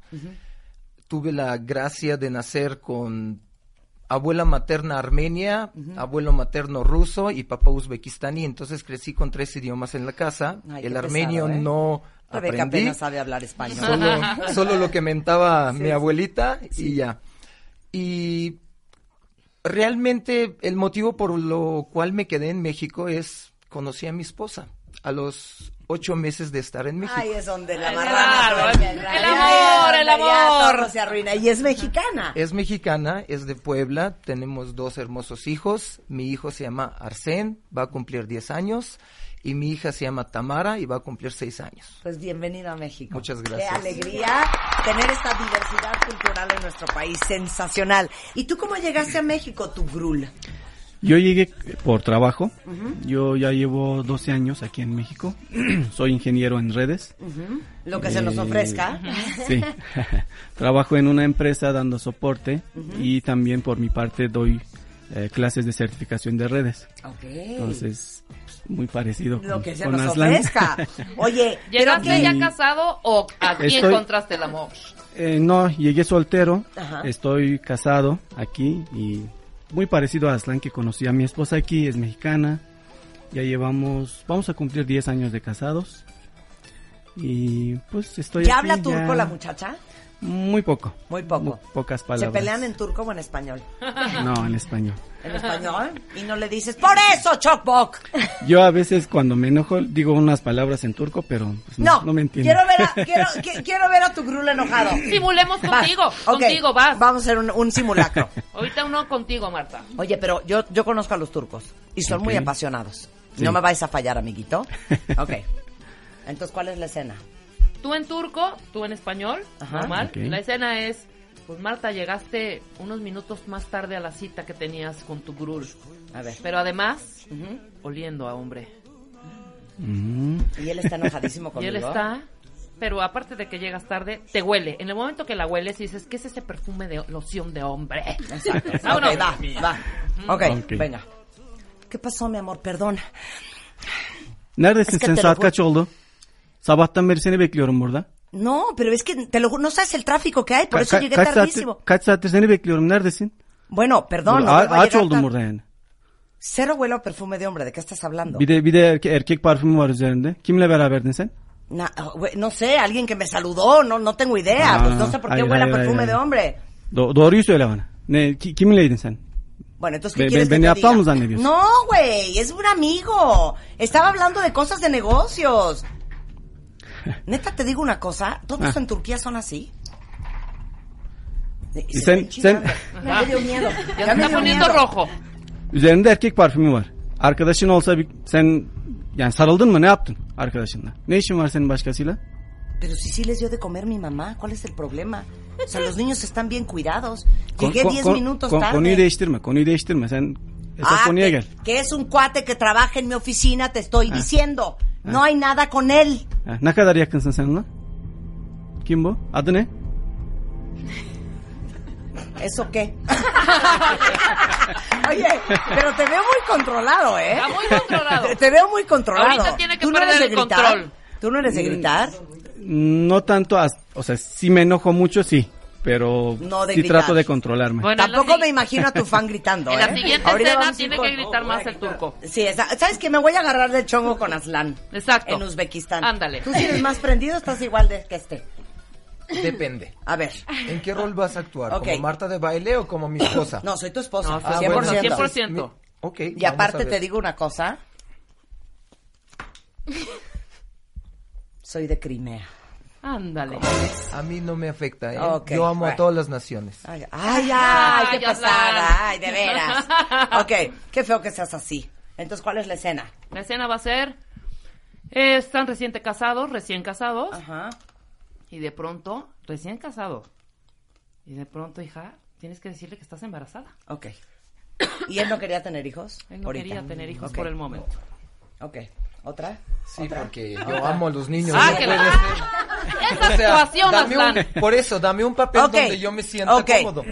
Speaker 16: Tuve la gracia de nacer con abuela materna armenia, abuelo materno ruso y papá uzbekistaní. Entonces crecí con tres idiomas en la casa.
Speaker 4: Ay,
Speaker 16: el
Speaker 4: qué
Speaker 16: armenio
Speaker 4: pesado, ¿eh?
Speaker 16: no
Speaker 4: Rebeca
Speaker 16: aprendí.
Speaker 4: apenas sabe hablar español.
Speaker 16: Solo, solo lo que mentaba mi abuelita y ya. Y realmente el motivo por lo cual me quedé en México es conocí a mi esposa. A los ocho meses de estar en México.
Speaker 4: Ahí es donde la
Speaker 11: Ay,
Speaker 4: marrana.
Speaker 11: claro,
Speaker 4: se
Speaker 11: el
Speaker 4: arruina.
Speaker 11: amor,
Speaker 4: Ahí es
Speaker 11: el
Speaker 4: donde ya
Speaker 11: amor.
Speaker 4: todo se arruina. Y es mexicana.
Speaker 16: Es mexicana, es de Puebla, tenemos dos hermosos hijos. Mi hijo se llama Arsén, va a cumplir 10 años, y mi hija se llama Tamara y va a cumplir 6 años.
Speaker 4: Pues bienvenido a México.
Speaker 16: Muchas gracias.
Speaker 4: Qué alegría tener esta diversidad cultural en nuestro país. Sensacional. ¿Y tú cómo llegaste a México, tu grul?
Speaker 15: Yo llegué por trabajo.
Speaker 4: Ujú.
Speaker 15: Yo ya llevo 12 años aquí en México. Soy ingeniero en redes.
Speaker 4: Lo que se nos
Speaker 15: Eh,
Speaker 4: ofrezca.
Speaker 15: Sí. Trabajo en una empresa dando soporte y también por mi parte doy eh, clases de certificación de redes.
Speaker 4: Ok.
Speaker 15: Entonces, pues, muy parecido.
Speaker 4: Lo que se
Speaker 15: con
Speaker 4: nos
Speaker 15: Aslan.
Speaker 4: ofrezca. Oye, pero
Speaker 6: ¿Llegaste ya
Speaker 15: Y-
Speaker 6: casado o aquí
Speaker 15: Estoy-
Speaker 6: encontraste el amor?
Speaker 15: Eh, no, llegué soltero.
Speaker 6: Ajá.
Speaker 15: Estoy casado aquí y muy parecido a Aslan que conocí a mi esposa aquí, es mexicana. Ya llevamos, vamos a cumplir 10 años de casados. Y pues estoy
Speaker 4: ¿Ya
Speaker 15: aquí,
Speaker 4: habla turco
Speaker 15: ya-
Speaker 4: la muchacha?
Speaker 15: Muy poco.
Speaker 4: Muy poco.
Speaker 15: pocas
Speaker 4: ¿Se
Speaker 15: palabras.
Speaker 4: pelean en turco o en español?
Speaker 15: No, en español.
Speaker 4: En español. Y no le dices, por eso, Chocbok.
Speaker 15: Yo a veces cuando me enojo digo unas palabras en turco, pero pues, no,
Speaker 4: No,
Speaker 15: no, me entienden.
Speaker 4: Quiero ver, a, quiero, qui- quiero ver a tu grul enojado.
Speaker 6: Simulemos
Speaker 4: Vas.
Speaker 6: contigo,
Speaker 4: Ok,
Speaker 6: contigo, vas.
Speaker 4: Vamos a hacer un, un simulacro.
Speaker 6: Ahorita uno contigo, Marta.
Speaker 4: Oye, pero yo, yo conozco a los turcos y son muy
Speaker 6: Ok.
Speaker 4: apasionados.
Speaker 6: Sí.
Speaker 4: No me vais a fallar, amiguito. Ok. Entonces, ¿cuál es la escena?
Speaker 6: Tú en turco, tú en español,
Speaker 4: Ajá.
Speaker 6: normal.
Speaker 4: Ok.
Speaker 6: La escena es, pues Marta, llegaste unos minutos más tarde a la cita que tenías con tu grul.
Speaker 4: A ver.
Speaker 6: Pero además, oliendo a hombre.
Speaker 4: Y él está enojadísimo
Speaker 6: Y
Speaker 4: conmigo.
Speaker 6: él está, pero aparte de que llegas tarde, te huele. En el momento que la hueles y dices, ¿qué es ese perfume de loción de hombre?
Speaker 4: Exacto.
Speaker 6: Vámonos.
Speaker 4: Ok, va, va.
Speaker 15: Ok.
Speaker 4: ok, venga. ¿Qué pasó, mi amor? Perdón.
Speaker 15: Neredesin
Speaker 4: Es que
Speaker 15: sen
Speaker 4: te
Speaker 15: saat
Speaker 4: lo-
Speaker 15: kaç oldu? Sabahtan beri seni bekliyorum burada.
Speaker 4: No, pero es que te lo juro, no sabes el tráfico que hay, por
Speaker 15: Ka-
Speaker 4: eso
Speaker 15: ka-
Speaker 4: llegué
Speaker 15: kaç saattir,
Speaker 4: tardísimo.
Speaker 15: kaç saattir seni bekliyorum neredesin?
Speaker 4: Bueno, perdón.
Speaker 15: Burada-
Speaker 4: no
Speaker 15: a-
Speaker 4: vuelvo a
Speaker 15: aç
Speaker 4: llegar
Speaker 15: oldum
Speaker 4: tan-
Speaker 15: burada yani.
Speaker 4: Cero huelo a perfume de hombre, ¿de qué estás hablando?
Speaker 15: Bir de bir de erke- erkek parfümü var üzerinde. Kimle beraberdin sen?
Speaker 4: Na- güey, no sé, alguien que me saludó, no, no tengo idea.
Speaker 15: Ah,
Speaker 4: pues no sé por qué
Speaker 15: ay,
Speaker 4: huele a
Speaker 15: ay, ay,
Speaker 4: perfume
Speaker 15: ay.
Speaker 4: de hombre.
Speaker 15: Do- doğruyu söyle bana. Ne ki- kiminleydin sen?
Speaker 4: Bueno, entonces, ¿qué
Speaker 15: Be-
Speaker 4: quieres
Speaker 15: be- beni
Speaker 4: que te
Speaker 15: aptal
Speaker 4: diga?
Speaker 15: mı zannediyorsun?
Speaker 4: No, güey, es un amigo. Estaba hablando de cosas de negocios. Neta, te digo una cosa. Todos
Speaker 15: Ah.
Speaker 4: en Turquía son así.
Speaker 15: E, Sen sen
Speaker 4: Ya me dio miedo.
Speaker 6: Ya
Speaker 4: Ya
Speaker 6: se
Speaker 4: me
Speaker 6: está
Speaker 4: dio
Speaker 6: poniendo
Speaker 4: miedo.
Speaker 6: rojo.
Speaker 15: üzerinde erkek parfümü var. Arkadaşın olsa bir, sen yani sarıldın mı? Ne yaptın arkadaşınla? Ne işin var senin başkasıyla?
Speaker 4: Pero si sí les dio de comer mi mamá, ¿cuál es el problema? O sea, los niños están bien cuidados.
Speaker 15: Kon-
Speaker 4: Llegué
Speaker 15: kon-
Speaker 4: 10
Speaker 15: kon-
Speaker 4: minutos
Speaker 15: kon-
Speaker 4: tarde.
Speaker 15: Konuyu değiştirme. Konuyu değiştirme. Sen esas
Speaker 4: Ah,
Speaker 15: konuya gel.
Speaker 4: que es un cuate que trabaja en mi oficina, te estoy
Speaker 15: Ah.
Speaker 4: diciendo. No hay nada con él.
Speaker 15: Ha, ne kadar yakınsın sen ona? Kim bu? Adı ne?
Speaker 4: ¿Eso qué? Oye, pero te veo muy controlado, ¿eh?
Speaker 6: Está muy controlado.
Speaker 4: Te, te veo muy controlado.
Speaker 6: Ahorita tiene que
Speaker 4: ¿Tú no
Speaker 6: perder
Speaker 4: eres de
Speaker 6: el
Speaker 4: gritar?
Speaker 6: control.
Speaker 4: ¿Tú no
Speaker 15: Mm.
Speaker 4: eres de gritar?
Speaker 15: No tanto, as- o sea, sí me enojo mucho, sí, pero
Speaker 4: No de
Speaker 15: sí
Speaker 4: gritar.
Speaker 15: trato de controlarme.
Speaker 4: Tampoco me imagino a tu fan gritando,
Speaker 6: En
Speaker 4: ¿eh?
Speaker 6: la siguiente
Speaker 4: Ahorita
Speaker 6: escena
Speaker 4: vamos a ir
Speaker 6: tiene
Speaker 4: con-
Speaker 6: que gritar más el turco.
Speaker 4: Sí, esa- ¿sabes que Me voy a agarrar del chongo con Aslan.
Speaker 6: Exacto.
Speaker 4: En Uzbekistán.
Speaker 6: Ándale.
Speaker 4: Tú si eres más prendido, estás igual de que este.
Speaker 16: Depende.
Speaker 4: A ver.
Speaker 16: ¿En qué rol vas a actuar?
Speaker 4: Ok.
Speaker 16: ¿Como Marta de baile o como mi esposa?
Speaker 4: No, soy tu esposa.
Speaker 16: No,
Speaker 4: Ah,
Speaker 16: 100%.
Speaker 4: bueno,
Speaker 16: 100%. Ok,
Speaker 4: Y
Speaker 16: vamos a
Speaker 4: aparte
Speaker 16: ver.
Speaker 4: te digo una cosa. Soy de Crimea.
Speaker 6: Ándale.
Speaker 16: A mí no me afecta, ¿eh?
Speaker 4: Ok,
Speaker 16: Yo amo
Speaker 4: bueno.
Speaker 16: a todas las naciones.
Speaker 4: Ay, ah, ay, ay,
Speaker 6: Ay,
Speaker 4: qué
Speaker 6: Aslan.
Speaker 4: pasada. Ay, de veras. Ok, qué feo que seas así. Entonces, ¿cuál es la escena?
Speaker 6: La escena va a ser, eh, están recién casados, recién casados. Y de pronto, recién casado. Y de pronto, hija, tienes que decirle que estás embarazada.
Speaker 4: Ok. ¿Y él no quería tener hijos?
Speaker 6: Él no
Speaker 4: Ahorita.
Speaker 6: quería tener hijos
Speaker 4: Ok.
Speaker 6: por el momento.
Speaker 4: Ok. ¿Otra?
Speaker 16: Sí,
Speaker 4: ¿Otra?
Speaker 16: porque yo
Speaker 4: ¿Otra?
Speaker 16: amo a los niños.
Speaker 4: Ah,
Speaker 16: no
Speaker 4: que
Speaker 16: puede
Speaker 4: la-
Speaker 16: ser.
Speaker 6: Esa actuación,
Speaker 16: dame un-
Speaker 6: Aslan.
Speaker 16: Por eso, dame un papel
Speaker 4: Ok,
Speaker 16: donde yo me sienta
Speaker 4: ok.
Speaker 16: cómodo.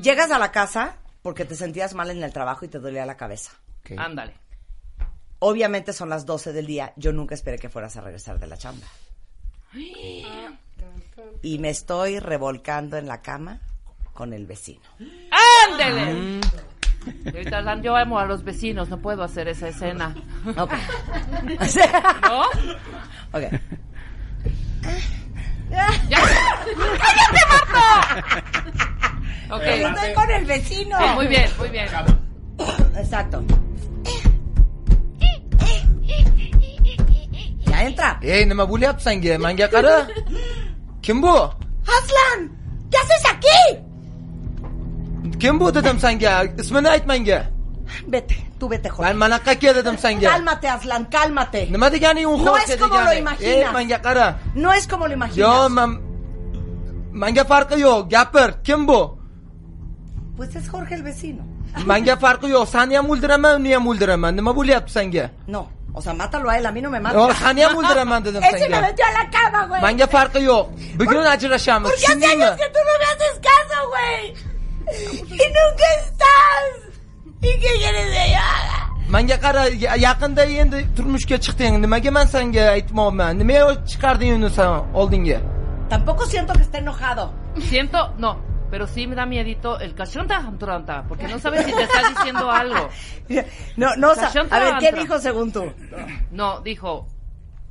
Speaker 4: Llegas a la casa porque te sentías mal en el trabajo y te dolía la cabeza.
Speaker 6: Ándale.
Speaker 4: Obviamente son las 12 del día. Yo nunca esperé que fueras a regresar de la chamba. Y me estoy revolcando en la cama con el vecino.
Speaker 6: ¡Ándale! Y ahorita, Alan, yo amo a los vecinos, no puedo hacer esa escena.
Speaker 4: Ok.
Speaker 6: ¿No?
Speaker 4: Ok.
Speaker 6: ¡Ya!
Speaker 11: ¡Cállate,
Speaker 6: Ok.
Speaker 4: Pero estoy con el vecino.
Speaker 6: Sí, muy bien, muy bien.
Speaker 4: Exacto.
Speaker 11: Marco!
Speaker 4: Ya Entra, entra.
Speaker 11: Ey ne me bully yapsan ki manga karı. Kim bu?
Speaker 4: Aslan! ¿Qué haces aquí?
Speaker 11: Kim bu dedim senga? İsmini ayt menga.
Speaker 4: Vete, tú vete
Speaker 11: Ben manaqqa ke dedim senga.
Speaker 4: Cálmate, Aslan, cálmate.
Speaker 11: Nima degani u
Speaker 4: No es como lo imaginas.
Speaker 11: Ey menga qara.
Speaker 4: No es como lo imaginas.
Speaker 11: Yo men menga farqi yo'q, gapir. Kim bu?
Speaker 4: Pues es Jorge el vecino.
Speaker 11: Menga farqi yo'q. Seni ham o'ldiraman, uni ham o'ldiraman. Nima bo'lyapti senga?
Speaker 4: No, o sea, mátalo a él, a mí no me mata.
Speaker 11: Yo, seni ham o'ldiraman dedim
Speaker 2: Ese me
Speaker 11: senga.
Speaker 2: metió a la cama, güey.
Speaker 11: Menga farqi yo'q. Bugun ajrashamiz.
Speaker 2: ¿Por qué hace
Speaker 11: Tushundingmi?
Speaker 2: años que tú no me haces caso, güey? Y nunca estás. ¿Y qué quieres de ella?
Speaker 11: Menga qara, ya- yaqinda endi turmushga chiqding. Nimaga men senga aytmoqman? Nimaga chiqarding uni sen oldinga?
Speaker 4: Tampoco siento que esté enojado.
Speaker 6: Siento, no, pero sí me da miedito el cachonta hamturanta, porque no sabes si te está diciendo algo.
Speaker 4: No, no, o sea,
Speaker 6: Cachonta
Speaker 4: a ver, ¿qué
Speaker 6: hamturanta.
Speaker 4: dijo según tú?
Speaker 6: No, dijo,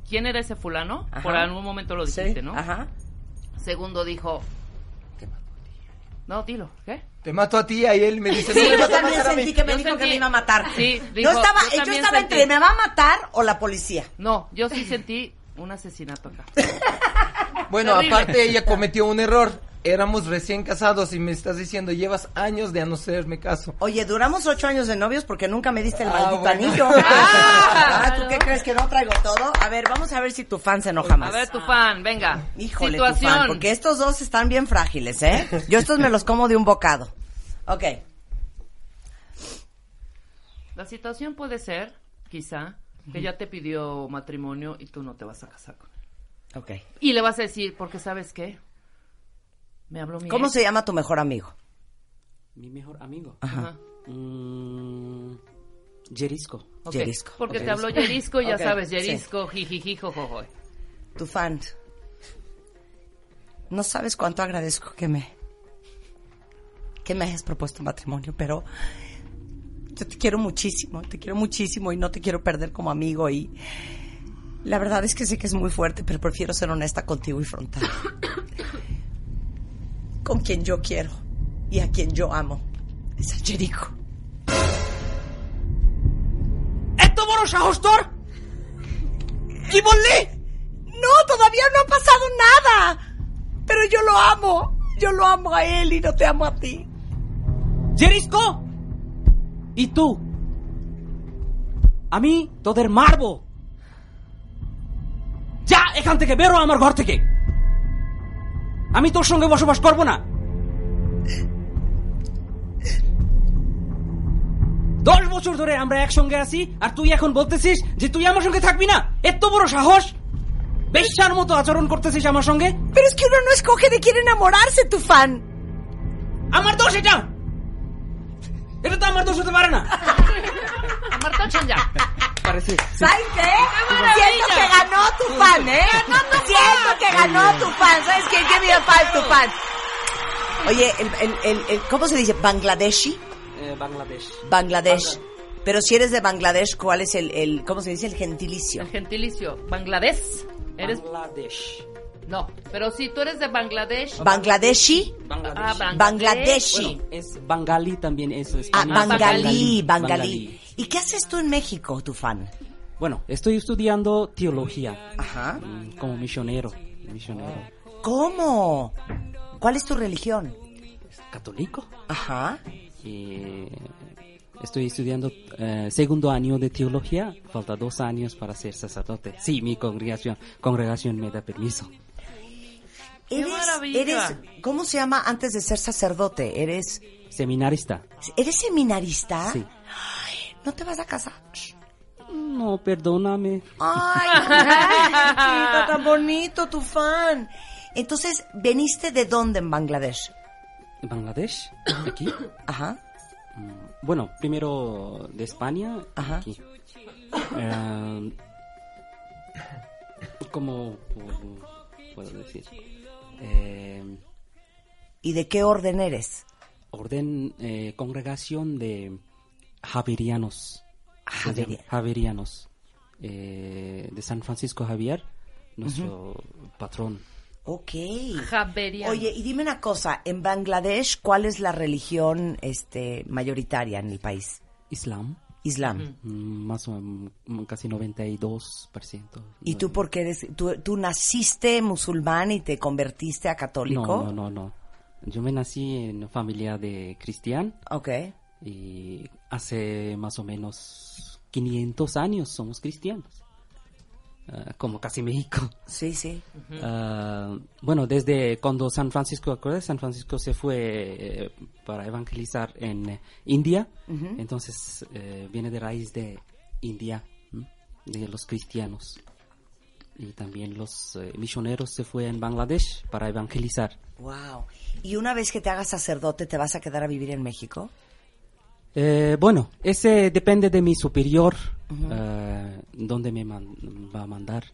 Speaker 6: ¿quién era ese fulano?
Speaker 4: Ajá.
Speaker 6: Por algún momento lo dijiste, ¿no?
Speaker 4: Ajá.
Speaker 6: Segundo dijo, no, dilo, ¿qué?
Speaker 11: Te mato a ti, a él me dice.
Speaker 4: Sí,
Speaker 11: "No,
Speaker 4: yo
Speaker 11: te
Speaker 4: también
Speaker 11: matas a mí".
Speaker 4: sentí que me
Speaker 6: Yo
Speaker 4: dijo que
Speaker 6: sentí-
Speaker 4: me iba a matar.
Speaker 6: Sí,
Speaker 4: yo
Speaker 6: dijo,
Speaker 4: estaba, eh,
Speaker 6: yo
Speaker 4: yo,
Speaker 6: también
Speaker 4: estaba
Speaker 6: sentí.
Speaker 4: entre me va a matar o la policía.
Speaker 6: No, yo sí sentí un asesinato acá.
Speaker 11: Bueno,
Speaker 6: Terrible.
Speaker 11: aparte ella cometió un error. Éramos recién casados y me estás diciendo, llevas años de a no hacerme caso.
Speaker 4: Oye, duramos ocho años de novios porque nunca me diste el
Speaker 11: Ah,
Speaker 4: maldito
Speaker 11: bueno.
Speaker 4: anillo. Ah, ¿Tú qué crees que no traigo todo? A ver, vamos a ver si tu fan se enoja más.
Speaker 6: A ver, tu fan, venga.
Speaker 4: Híjole, tu fan,
Speaker 6: Situación.
Speaker 4: porque estos dos están bien frágiles, ¿eh? Yo estos me los como de un bocado. Ok.
Speaker 6: La situación puede ser, quizá, que ya te pidió matrimonio y tú no te vas a casar con él.
Speaker 4: Ok.
Speaker 6: Y le vas a decir, porque ¿sabes qué? Me habló mi
Speaker 4: ¿Cómo
Speaker 6: ex.
Speaker 4: se llama tu mejor amigo?
Speaker 17: Mi mejor amigo.
Speaker 4: Ajá.
Speaker 17: Mm, Jerisco.
Speaker 6: Ok, Porque te habló Yerisco, ya
Speaker 17: Ok,
Speaker 6: sabes,
Speaker 17: sí.
Speaker 6: Yerisco, jijiji, jojojo.
Speaker 4: Tu fan. No sabes cuánto agradezco que me. que me hayas propuesto matrimonio, pero. Yo te quiero muchísimo, te quiero muchísimo y no te quiero perder como amigo y. La verdad es que sé que es muy fuerte, pero prefiero ser honesta contigo y frontal. Con quien yo quiero y a quien yo amo. Es a Jericho.
Speaker 2: ¿Esto boro Shahostor? ¿Y volé? No, todavía no ha pasado nada. Pero yo lo amo. Yo lo amo a él y no te amo a ti.
Speaker 17: জেরিস্কো ই তু আমি তোদের মারবো যা এখান থেকে বেরো আমার ঘর থেকে আমি তোর সঙ্গে বসবাস করব না দশ বছর ধরে আমরা একসঙ্গে আছি আর তুই এখন বলতেছিস যে তুই আমার সঙ্গে থাকবি না এত বড় সাহস বেশ্যার মতো আচরণ করতেছিস আমার সঙ্গে
Speaker 4: Pero es que uno no escoge de quién enamorarse, tu fan.
Speaker 17: আমার দোষ এটা এটা তো আমার দোষ হতে পারে না
Speaker 6: Amar Tochan ya.
Speaker 17: Parece.
Speaker 4: ¿Sabes qué? Siento
Speaker 2: maravilla!
Speaker 4: que ganó tu fan, ¿eh?
Speaker 2: ¡Ganó tu
Speaker 4: Siento
Speaker 2: fan!
Speaker 4: que ganó tu fan. ¿Sabes qué? Give me a fan, tu fan. Oye, el, el- el- el- ¿cómo se dice? ¿Bangladeshi?
Speaker 17: বাংলাদেশ
Speaker 4: Bangladesh. Pero si eres de Bangladesh, ¿cuál es el, el cómo se dice? El gentilicio.
Speaker 6: El gentilicio, Bangladesh. Eres...
Speaker 17: Bangladesh.
Speaker 6: No, pero si tú eres de Bangladesh...
Speaker 4: ¿Bangladeshi?
Speaker 6: Ah, Bangladesh.
Speaker 4: Bangladeshi.
Speaker 17: Es Bangalí también eso. Es
Speaker 4: Ah,
Speaker 17: también es
Speaker 4: Bangalí, Bangalí. ¿Y qué haces tú en México, tu fan?
Speaker 17: Bueno, estoy estudiando teología. Mm,
Speaker 4: Ajá.
Speaker 17: Como misionero. Misionero.
Speaker 4: ¿Cómo? ¿Cuál es tu religión?
Speaker 17: Católico.
Speaker 4: Ajá.
Speaker 17: Y estoy estudiando eh, segundo año de teología. Falta dos años para ser sacerdote. Sí, mi congregación, congregación me da permiso.
Speaker 4: Eres,
Speaker 6: maravilla!
Speaker 4: eres, ¿cómo se llama antes de ser sacerdote? Eres,
Speaker 17: Seminarista.
Speaker 4: eres seminarista.
Speaker 17: Sí.
Speaker 4: Ay, no te vas a casar.
Speaker 17: No, perdóname.
Speaker 4: Ay, chiquito, tan bonito tu fan. Entonces, ¿veniste de dónde en Bangladesh?
Speaker 17: Bangladesh, aquí. Mm,
Speaker 4: Ajá.
Speaker 17: Bueno, primero de España, aquí. Eh, ¿Cómo puedo- puedo decir? Eh,
Speaker 4: ¿Y de qué orden eres?
Speaker 17: orden, eh, congregación de Javerianos. Se
Speaker 4: Javeria-
Speaker 17: llama Javerianos. Eh, de San Francisco Javier, nuestro patrón.
Speaker 4: Ok.
Speaker 6: Javeriano.
Speaker 4: Oye, y dime una cosa, en Bangladesh, ¿cuál es la religión este, mayoritaria en el país?
Speaker 17: Islam.
Speaker 4: Islam.
Speaker 17: Mm, Más o menos, mm, casi 92%.
Speaker 4: ¿Y tú por qué eres, tú, tú naciste musulmán y te convertiste a católico?
Speaker 17: No, no, no, no. Yo me nací en familia de cristiano.
Speaker 4: Ok.
Speaker 17: Y hace más o menos 500 años somos cristianos. Ah, como casi México.
Speaker 4: Sí, sí.
Speaker 17: Ah, bueno, desde cuando San Francisco, ¿acuerdas? San Francisco se fue eh, para evangelizar en eh, India.
Speaker 4: Ujú.
Speaker 17: Entonces eh, viene de raíz de India, ¿m? de los cristianos. Y también los eh, misioneros se fue en Bangladesh para evangelizar.
Speaker 4: Wow. ¿Y una vez que te hagas sacerdote te vas a quedar a vivir en México?
Speaker 17: Eh, bueno, ese depende de mi superior,
Speaker 4: Ujú.
Speaker 17: eh, dónde me man- va a mandar.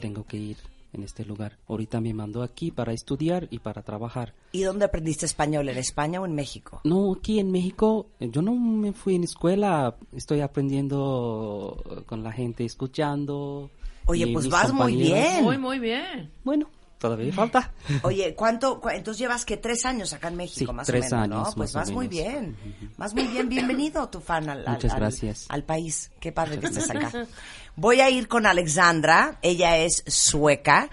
Speaker 17: Tengo que ir en este lugar. Ahorita me mandó aquí para estudiar y para trabajar.
Speaker 4: ¿Y dónde aprendiste español? ¿En España o en México?
Speaker 17: No, aquí en México eh, yo no me fui en escuela, estoy aprendiendo eh, con la gente, escuchando.
Speaker 4: Oye,
Speaker 17: y
Speaker 4: pues
Speaker 17: mis
Speaker 4: vas muy
Speaker 17: compañeros.
Speaker 4: bien.
Speaker 6: muy bien.
Speaker 17: Bueno. Todavía falta.
Speaker 4: Oye, ¿cuánto? cu- entonces llevas que tres años acá en México,
Speaker 17: Sí,
Speaker 4: más
Speaker 17: tres
Speaker 4: o menos,
Speaker 17: años,
Speaker 4: ¿no? Pues
Speaker 17: más
Speaker 4: vas
Speaker 17: o
Speaker 4: muy
Speaker 17: menos.
Speaker 4: bien. Vas muy bien. Bienvenido, tu fan, al, al-
Speaker 17: Muchas
Speaker 4: al-
Speaker 17: gracias.
Speaker 4: al país. Qué padre que
Speaker 17: Muchas
Speaker 4: estés
Speaker 17: gracias.
Speaker 4: acá. Voy a ir con Alexandra. Ella es sueca.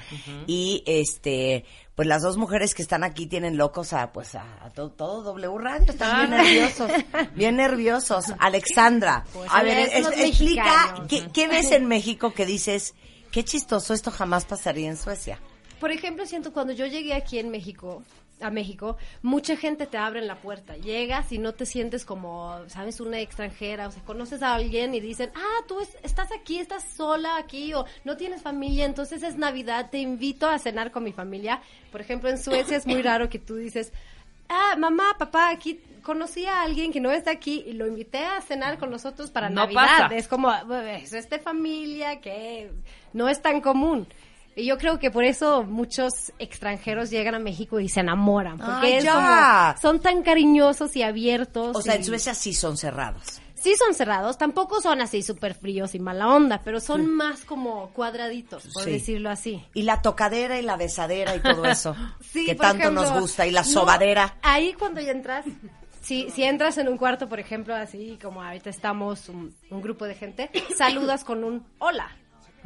Speaker 4: Y este. Pues las dos mujeres que están aquí tienen locos a pues a, a to- todo W Radio, están bien
Speaker 2: Ah.
Speaker 4: nerviosos, bien nerviosos. Alexandra,
Speaker 2: Pues
Speaker 4: a ver,
Speaker 2: ya somos
Speaker 4: es- explica
Speaker 12: mexicanos.
Speaker 4: ¿qué, qué ves en México que dices, qué chistoso esto jamás pasaría en Suecia.
Speaker 12: Por ejemplo, siento cuando yo llegué aquí en México, a México, mucha gente te abre la puerta. Llegas y no te sientes como, sabes, una extranjera, o sea, conoces a alguien y dicen, ah, tú es- estás aquí, estás sola aquí, o no tienes familia, entonces es Navidad, te invito a cenar con mi familia. Por ejemplo, en Suecia es muy raro que tú dices, ah, mamá, papá, aquí conocí a alguien que no está aquí y lo invité a cenar con nosotros para
Speaker 6: No
Speaker 12: Navidad.
Speaker 6: pasa.
Speaker 12: Es como, "Bueno, es esta familia que no es tan común. Y yo creo que por eso muchos extranjeros llegan a México y se enamoran. Porque
Speaker 4: Ay,
Speaker 12: es
Speaker 4: ya.
Speaker 12: como- son tan cariñosos y abiertos.
Speaker 4: O sea,
Speaker 12: y-
Speaker 4: en Suecia sí son cerradas.
Speaker 12: Sí son cerrados, tampoco son así súper fríos y mala onda, pero son
Speaker 4: Sí.
Speaker 12: más como cuadraditos, por
Speaker 4: Sí.
Speaker 12: decirlo así.
Speaker 4: Y la tocadera y la besadera y todo eso.
Speaker 12: Sí,
Speaker 4: que
Speaker 12: por
Speaker 4: tanto
Speaker 12: ejemplo,
Speaker 4: nos gusta. Y la
Speaker 12: no,
Speaker 4: sobadera.
Speaker 12: ahí cuando ya entras, si, si entras en un cuarto, por ejemplo, así como ahorita estamos un, un grupo de gente, saludas con un hola.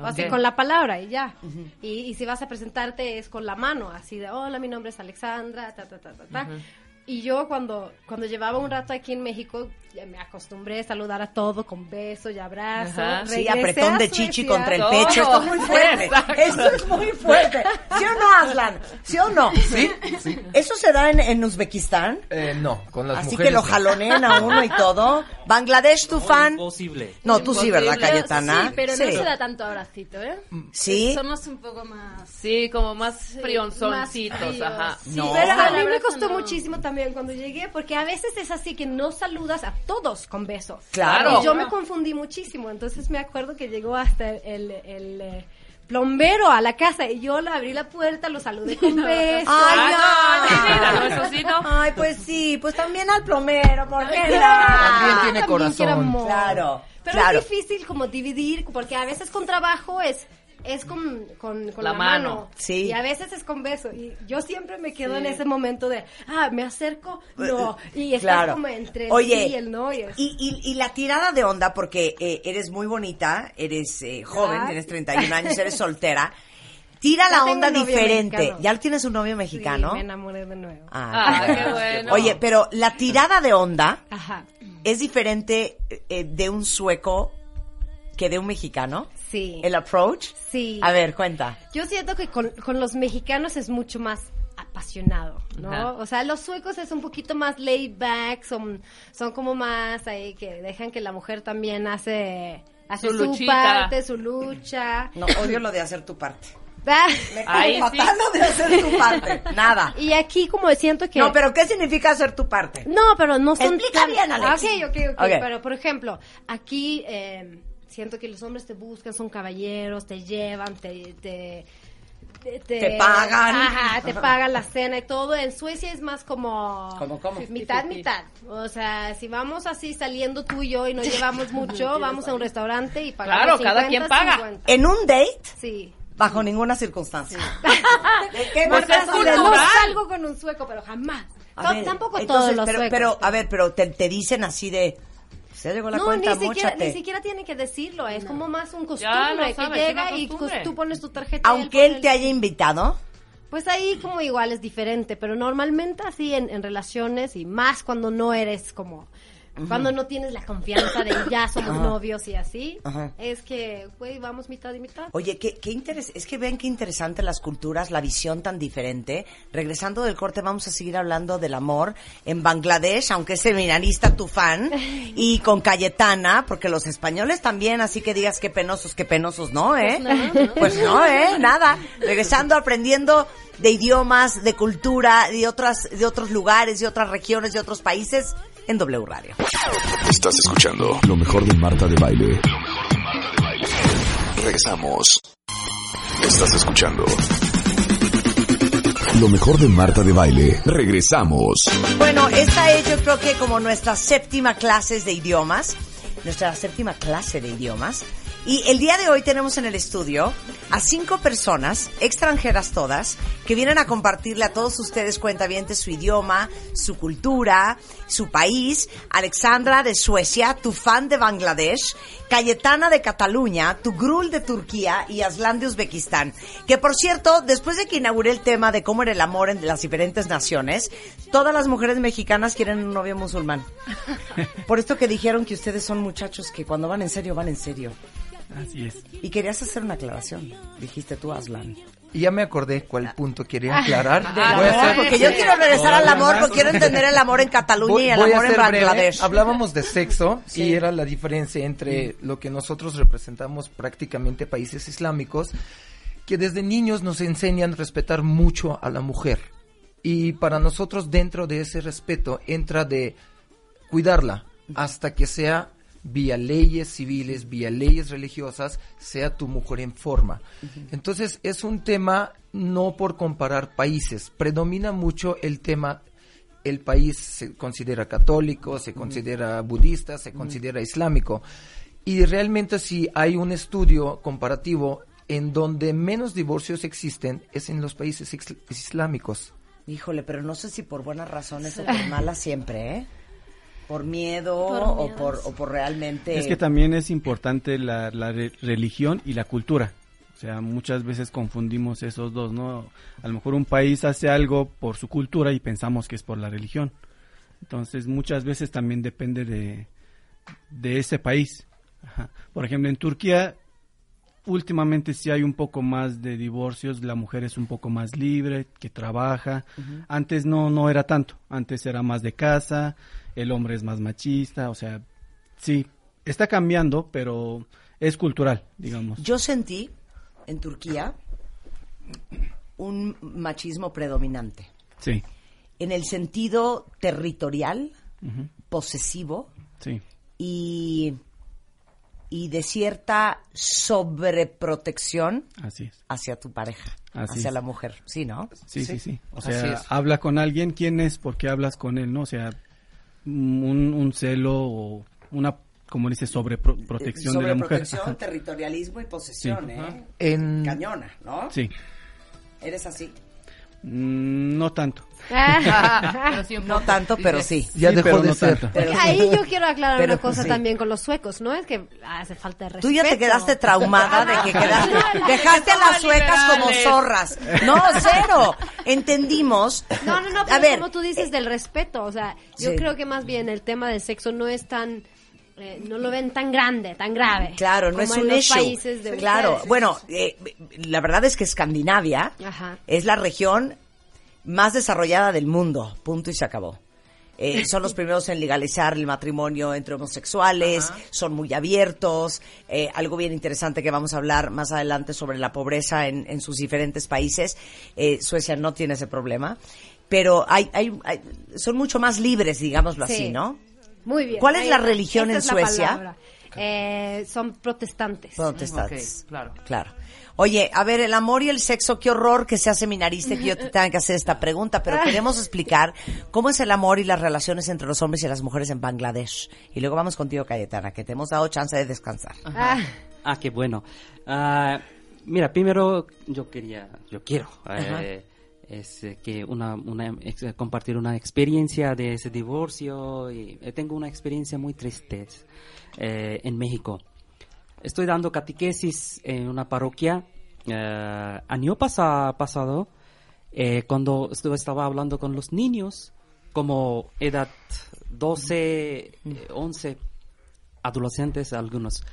Speaker 12: O así
Speaker 6: Ok.
Speaker 12: con la palabra y ya. y, y si vas a presentarte es con la mano, así de hola, mi nombre es Alexandra, ta, ta, ta, ta, ta. Y yo cuando, cuando llevaba un rato aquí en México, ya me acostumbré a saludar a todo con beso y abrazo.
Speaker 4: Ajá. Sí,
Speaker 12: Regresé
Speaker 4: apretón
Speaker 12: a
Speaker 4: de chichi
Speaker 12: Suecia.
Speaker 4: contra el pecho. Esto es muy fuerte. Esto es muy fuerte. ¿Sí o no, Aslan? ¿Sí o no?
Speaker 16: Sí,
Speaker 4: ¿Eso se da en, en Uzbekistán?
Speaker 16: Eh, no, con las
Speaker 4: Así
Speaker 16: mujeres.
Speaker 4: que lo
Speaker 16: no.
Speaker 4: jalonean a uno y todo. Bangladesh, tu fan.
Speaker 16: Imposible.
Speaker 4: No, tú sí, ¿verdad, Cayetana?
Speaker 14: Sí, pero no
Speaker 4: Sí. Mm,
Speaker 14: se da tanto abracito, ¿eh?
Speaker 4: Sí.
Speaker 14: Somos un poco más...
Speaker 6: Sí, como más frionzoncitos,
Speaker 14: más fríos.
Speaker 6: ajá.
Speaker 4: No.
Speaker 12: Pero a mí me
Speaker 14: Abrazo
Speaker 12: costó
Speaker 14: no.
Speaker 12: muchísimo también cuando llegué, porque a veces es así que no saludas a todos con beso.
Speaker 4: Claro.
Speaker 12: Y yo me confundí muchísimo, entonces me acuerdo que llegó hasta el, el, eh, plombero a la casa y yo le abrí la puerta, lo saludé con beso.
Speaker 4: Ay, ay.
Speaker 12: eso sí, no.
Speaker 4: Ay, pues sí, pues también al plomero, ¿por qué no?
Speaker 12: Ah, También tiene corazón.
Speaker 4: Claro,
Speaker 12: Pero
Speaker 4: claro.
Speaker 12: es difícil como dividir, porque a veces con trabajo es es con, con, con
Speaker 6: La
Speaker 12: la,
Speaker 6: mano.
Speaker 12: mano.
Speaker 4: Sí.
Speaker 12: Y a veces es con beso. Y yo siempre me quedo
Speaker 6: Sí.
Speaker 12: en ese momento de, ah, me acerco, no. Y estás
Speaker 4: Pues, Claro.
Speaker 12: como entre el
Speaker 4: Oye,
Speaker 12: sí y el no. Y es-
Speaker 4: Y, y- y la tirada de onda, porque eh, eres muy bonita, eres eh, joven,
Speaker 12: Ay.
Speaker 4: tienes 31 años, eres soltera. Tira
Speaker 12: Ya
Speaker 4: la
Speaker 12: tengo
Speaker 4: onda
Speaker 12: un novio
Speaker 4: diferente.
Speaker 12: mexicano.
Speaker 4: ¿Ya tienes un novio mexicano?
Speaker 12: Sí, me enamoré de nuevo.
Speaker 4: Ah,
Speaker 12: Ah,
Speaker 4: qué
Speaker 12: qué
Speaker 4: bueno.
Speaker 12: bueno.
Speaker 4: Oye, pero la tirada de onda
Speaker 12: Ajá.
Speaker 4: es diferente eh, de un sueco que de un mexicano.
Speaker 12: Sí.
Speaker 4: ¿El approach?
Speaker 12: Sí.
Speaker 4: A ver, cuenta.
Speaker 12: Yo siento que con, con los mexicanos es mucho más apasionado, ¿no?
Speaker 4: Ajá.
Speaker 12: O sea, los suecos es un poquito más laid back, son, son como más ahí que dejan que la mujer también hace, hace
Speaker 4: Su
Speaker 12: su,
Speaker 4: luchita.
Speaker 12: parte, su lucha.
Speaker 4: No, odio lo de hacer tu parte.
Speaker 12: Ah.
Speaker 4: Me cae matando de hacer tu parte. Nada.
Speaker 12: Y aquí como siento que...
Speaker 4: No, pero ¿qué significa hacer tu parte?
Speaker 12: No, pero no son Ah,
Speaker 4: Explica bien, Alex.
Speaker 12: Ok, ok, ok.
Speaker 4: Ok.
Speaker 12: Pero, por ejemplo, aquí eh, siento que los hombres te buscan, son caballeros, te llevan, te... te te,
Speaker 4: Te pagan.
Speaker 12: Ajá, te pagan la cena y todo. En Suecia es más como...
Speaker 4: ¿Cómo, cómo?
Speaker 12: Mitad, mitad. O sea, si vamos así saliendo tú y yo y no llevamos mucho, vamos a un restaurante y pagamos
Speaker 6: Claro, cada quien paga.
Speaker 12: 50.
Speaker 4: En un date,
Speaker 12: Sí.
Speaker 4: bajo ninguna circunstancia. ¿De qué
Speaker 12: Marta,
Speaker 4: me estás
Speaker 12: si
Speaker 4: hablando?
Speaker 12: no salgo con un sueco, pero jamás.
Speaker 4: A
Speaker 12: Tam-
Speaker 4: ver,
Speaker 12: tampoco
Speaker 4: entonces,
Speaker 12: todos los
Speaker 4: pero,
Speaker 12: suecos.
Speaker 4: pero, a ver, pero te, te dicen así de... Se llegó la
Speaker 12: no,
Speaker 4: cuenta,
Speaker 12: ni siquiera,
Speaker 4: móchate.
Speaker 12: ni siquiera tiene que decirlo, es como más un costumbre
Speaker 14: lo
Speaker 12: que
Speaker 14: sabes,
Speaker 12: llega
Speaker 14: una
Speaker 12: y
Speaker 14: costumbre.
Speaker 12: cos- tú pones tu tarjeta. y
Speaker 4: Aunque él
Speaker 12: pone
Speaker 4: te haya invitado,
Speaker 12: Pues ahí como igual es diferente, pero normalmente así en, en relaciones y más cuando no eres como...
Speaker 4: Ujú.
Speaker 12: Cuando no tienes la confianza de ya somos
Speaker 4: Ajá.
Speaker 12: novios y así,
Speaker 4: Ajá.
Speaker 12: es que, güey, vamos mitad y mitad.
Speaker 4: Oye, qué, qué interes- es que ven qué interesante las culturas, la visión tan diferente. Regresando del corte, vamos a seguir hablando del amor en Bangladesh, aunque es seminarista tu fan, y con Cayetana, porque los españoles también, así que digas qué penosos, qué penosos, ¿no, eh?
Speaker 2: Pues no, ¿no?
Speaker 4: Pues no, eh, nada. Regresando, aprendiendo de idiomas, de cultura, de otras, de otros lugares, de otras regiones, de otros países, en W Radio.
Speaker 1: Estás escuchando lo mejor de Marta de Baile. Regresamos. Estás escuchando lo mejor de Marta de Baile. Regresamos.
Speaker 4: Bueno, esta es yo creo que como nuestra séptima clase de idiomas, nuestra séptima clase de idiomas. Y el día de hoy tenemos en el estudio a cinco personas, extranjeras todas, que vienen a compartirle a todos ustedes cuentavientes su idioma, su cultura, su país. Alexandra de Suecia, tu fan de Bangladesh, Cayetana de Cataluña, tu Grul de Turquía y Aslan de Uzbekistán. Que por cierto, después de que inauguré el tema de cómo era el amor en las diferentes naciones, todas las mujeres mexicanas quieren un novio musulmán. Por esto que dijeron que ustedes son muchachos que cuando van en serio, van en serio.
Speaker 15: Así es.
Speaker 4: Y querías hacer una aclaración, dijiste tú, Aslan.
Speaker 16: Y ya me acordé cuál punto quería aclarar.
Speaker 4: Del amor, Ah, porque yo quiero regresar al amor, porque quiero entender el amor en Cataluña y el
Speaker 16: Voy a
Speaker 4: amor en
Speaker 16: ser breve.
Speaker 4: Bangladesh.
Speaker 16: Hablábamos de sexo
Speaker 4: Sí.
Speaker 16: y era la diferencia entre lo que nosotros representamos prácticamente países islámicos, que desde niños nos enseñan a respetar mucho a la mujer. Y para nosotros dentro de ese respeto entra de cuidarla hasta que sea vía leyes civiles, vía leyes religiosas, sea tu mujer en forma. Entonces es un tema no por comparar países, predomina mucho el tema el país se considera católico, se considera budista, se considera islámico. Y realmente si hay un estudio comparativo en donde menos divorcios existen es en los países ex- islámicos.
Speaker 4: Híjole, pero no sé si por buenas razones o por malas siempre, ¿eh? Por miedo,
Speaker 2: Por
Speaker 4: o,
Speaker 2: miedos.
Speaker 4: por, o por realmente...
Speaker 15: Es que también es importante la, la re- religión y la cultura. O sea, muchas veces confundimos esos dos, ¿no? A lo mejor un país hace algo por su cultura y pensamos que es por la religión. Entonces, muchas veces también depende de, de ese país. Ajá. Por ejemplo, en Turquía, últimamente sí hay un poco más de divorcios, la mujer es un poco más libre, que trabaja.
Speaker 3: Ujú.
Speaker 15: Antes no, no era tanto, antes era más de casa, el hombre es más machista, o sea, sí, está cambiando, pero es cultural, digamos.
Speaker 4: Yo sentí en Turquía un machismo predominante,
Speaker 15: Sí,
Speaker 4: en el sentido territorial,
Speaker 15: ujú,
Speaker 4: posesivo
Speaker 15: sí,
Speaker 4: y, y de cierta sobreprotección
Speaker 15: así es.
Speaker 4: hacia tu pareja,
Speaker 15: Así
Speaker 4: hacia
Speaker 15: es.
Speaker 4: la mujer, ¿sí, no?
Speaker 15: Sí, sí, sí. O
Speaker 4: Así
Speaker 15: sea,
Speaker 4: es.
Speaker 15: habla con alguien, ¿quién es? ¿Por qué hablas con él? ¿No? O sea, un, un celo o una, como dice, sobreprotección de la mujer.
Speaker 4: Sobreprotección, territorialismo y posesión,
Speaker 15: Sí.
Speaker 4: ¿eh?
Speaker 16: En-
Speaker 4: Cañona, ¿no?
Speaker 15: Sí.
Speaker 4: Eres así.
Speaker 15: Mm, No tanto.
Speaker 4: no tanto, pero sí.
Speaker 15: Ya Sí, dejó pero de no ser. tanto.
Speaker 4: Pero sí.
Speaker 12: Ahí yo quiero aclarar
Speaker 4: Pero
Speaker 12: una cosa
Speaker 4: sí.
Speaker 12: también con los suecos, ¿no? Es que hace falta de respeto.
Speaker 4: Tú ya te quedaste traumada de que quedaste,
Speaker 12: Claro,
Speaker 4: dejaste a las
Speaker 12: somos
Speaker 4: suecas como
Speaker 12: liberales.
Speaker 4: zorras. No, cero. Entendimos.
Speaker 12: No, no, no,
Speaker 4: A
Speaker 12: pero
Speaker 4: ver,
Speaker 12: como tú dices del respeto, o sea, yo
Speaker 4: Sí.
Speaker 12: creo que más bien el tema del sexo no es tan, eh, no lo ven tan grande, tan grave.
Speaker 4: claro, no
Speaker 12: como
Speaker 4: es
Speaker 12: en
Speaker 4: un
Speaker 12: los
Speaker 4: issue.
Speaker 12: países de
Speaker 4: claro,
Speaker 12: ustedes.
Speaker 4: bueno, eh, la verdad es que Escandinavia
Speaker 12: Ajá.
Speaker 4: es la región más desarrollada del mundo. Punto y se acabó. Eh, son los primeros en legalizar el matrimonio entre homosexuales, son muy abiertos. eh, algo bien interesante que vamos a hablar más adelante sobre la pobreza en, en sus diferentes países. Eh, Suecia no tiene ese problema, pero hay, hay- hay- son mucho más libres, digámoslo
Speaker 12: Sí.
Speaker 4: así, ¿no?
Speaker 12: Muy bien.
Speaker 4: ¿Cuál es
Speaker 12: ahí
Speaker 4: la
Speaker 12: va.
Speaker 4: religión
Speaker 12: Esta
Speaker 4: en
Speaker 12: es la
Speaker 4: Suecia?
Speaker 12: palabra. Eh, son protestantes.
Speaker 4: Protestantes.
Speaker 18: Ok, claro.
Speaker 4: Claro. Oye, a ver, el amor y el sexo, qué horror que sea seminarista y que yo te tenga que hacer esta pregunta, pero queremos explicar cómo es el amor y las relaciones entre los hombres y las mujeres en Bangladesh. Y luego vamos contigo, Cayetana, que te hemos dado chance de descansar.
Speaker 17: Ah, qué bueno. Ah, mira, primero yo quería, yo quiero
Speaker 4: Ajá.
Speaker 17: eh, es eh, que una, una ex- eh, compartir una experiencia de ese divorcio. y, eh, tengo una experiencia muy triste eh, en México. Estoy dando catequesis en una parroquia. eh, año pasa- pasado, eh, cuando estu- estaba hablando con los niños, como edad 12, eh, 11, adolescentes algunos.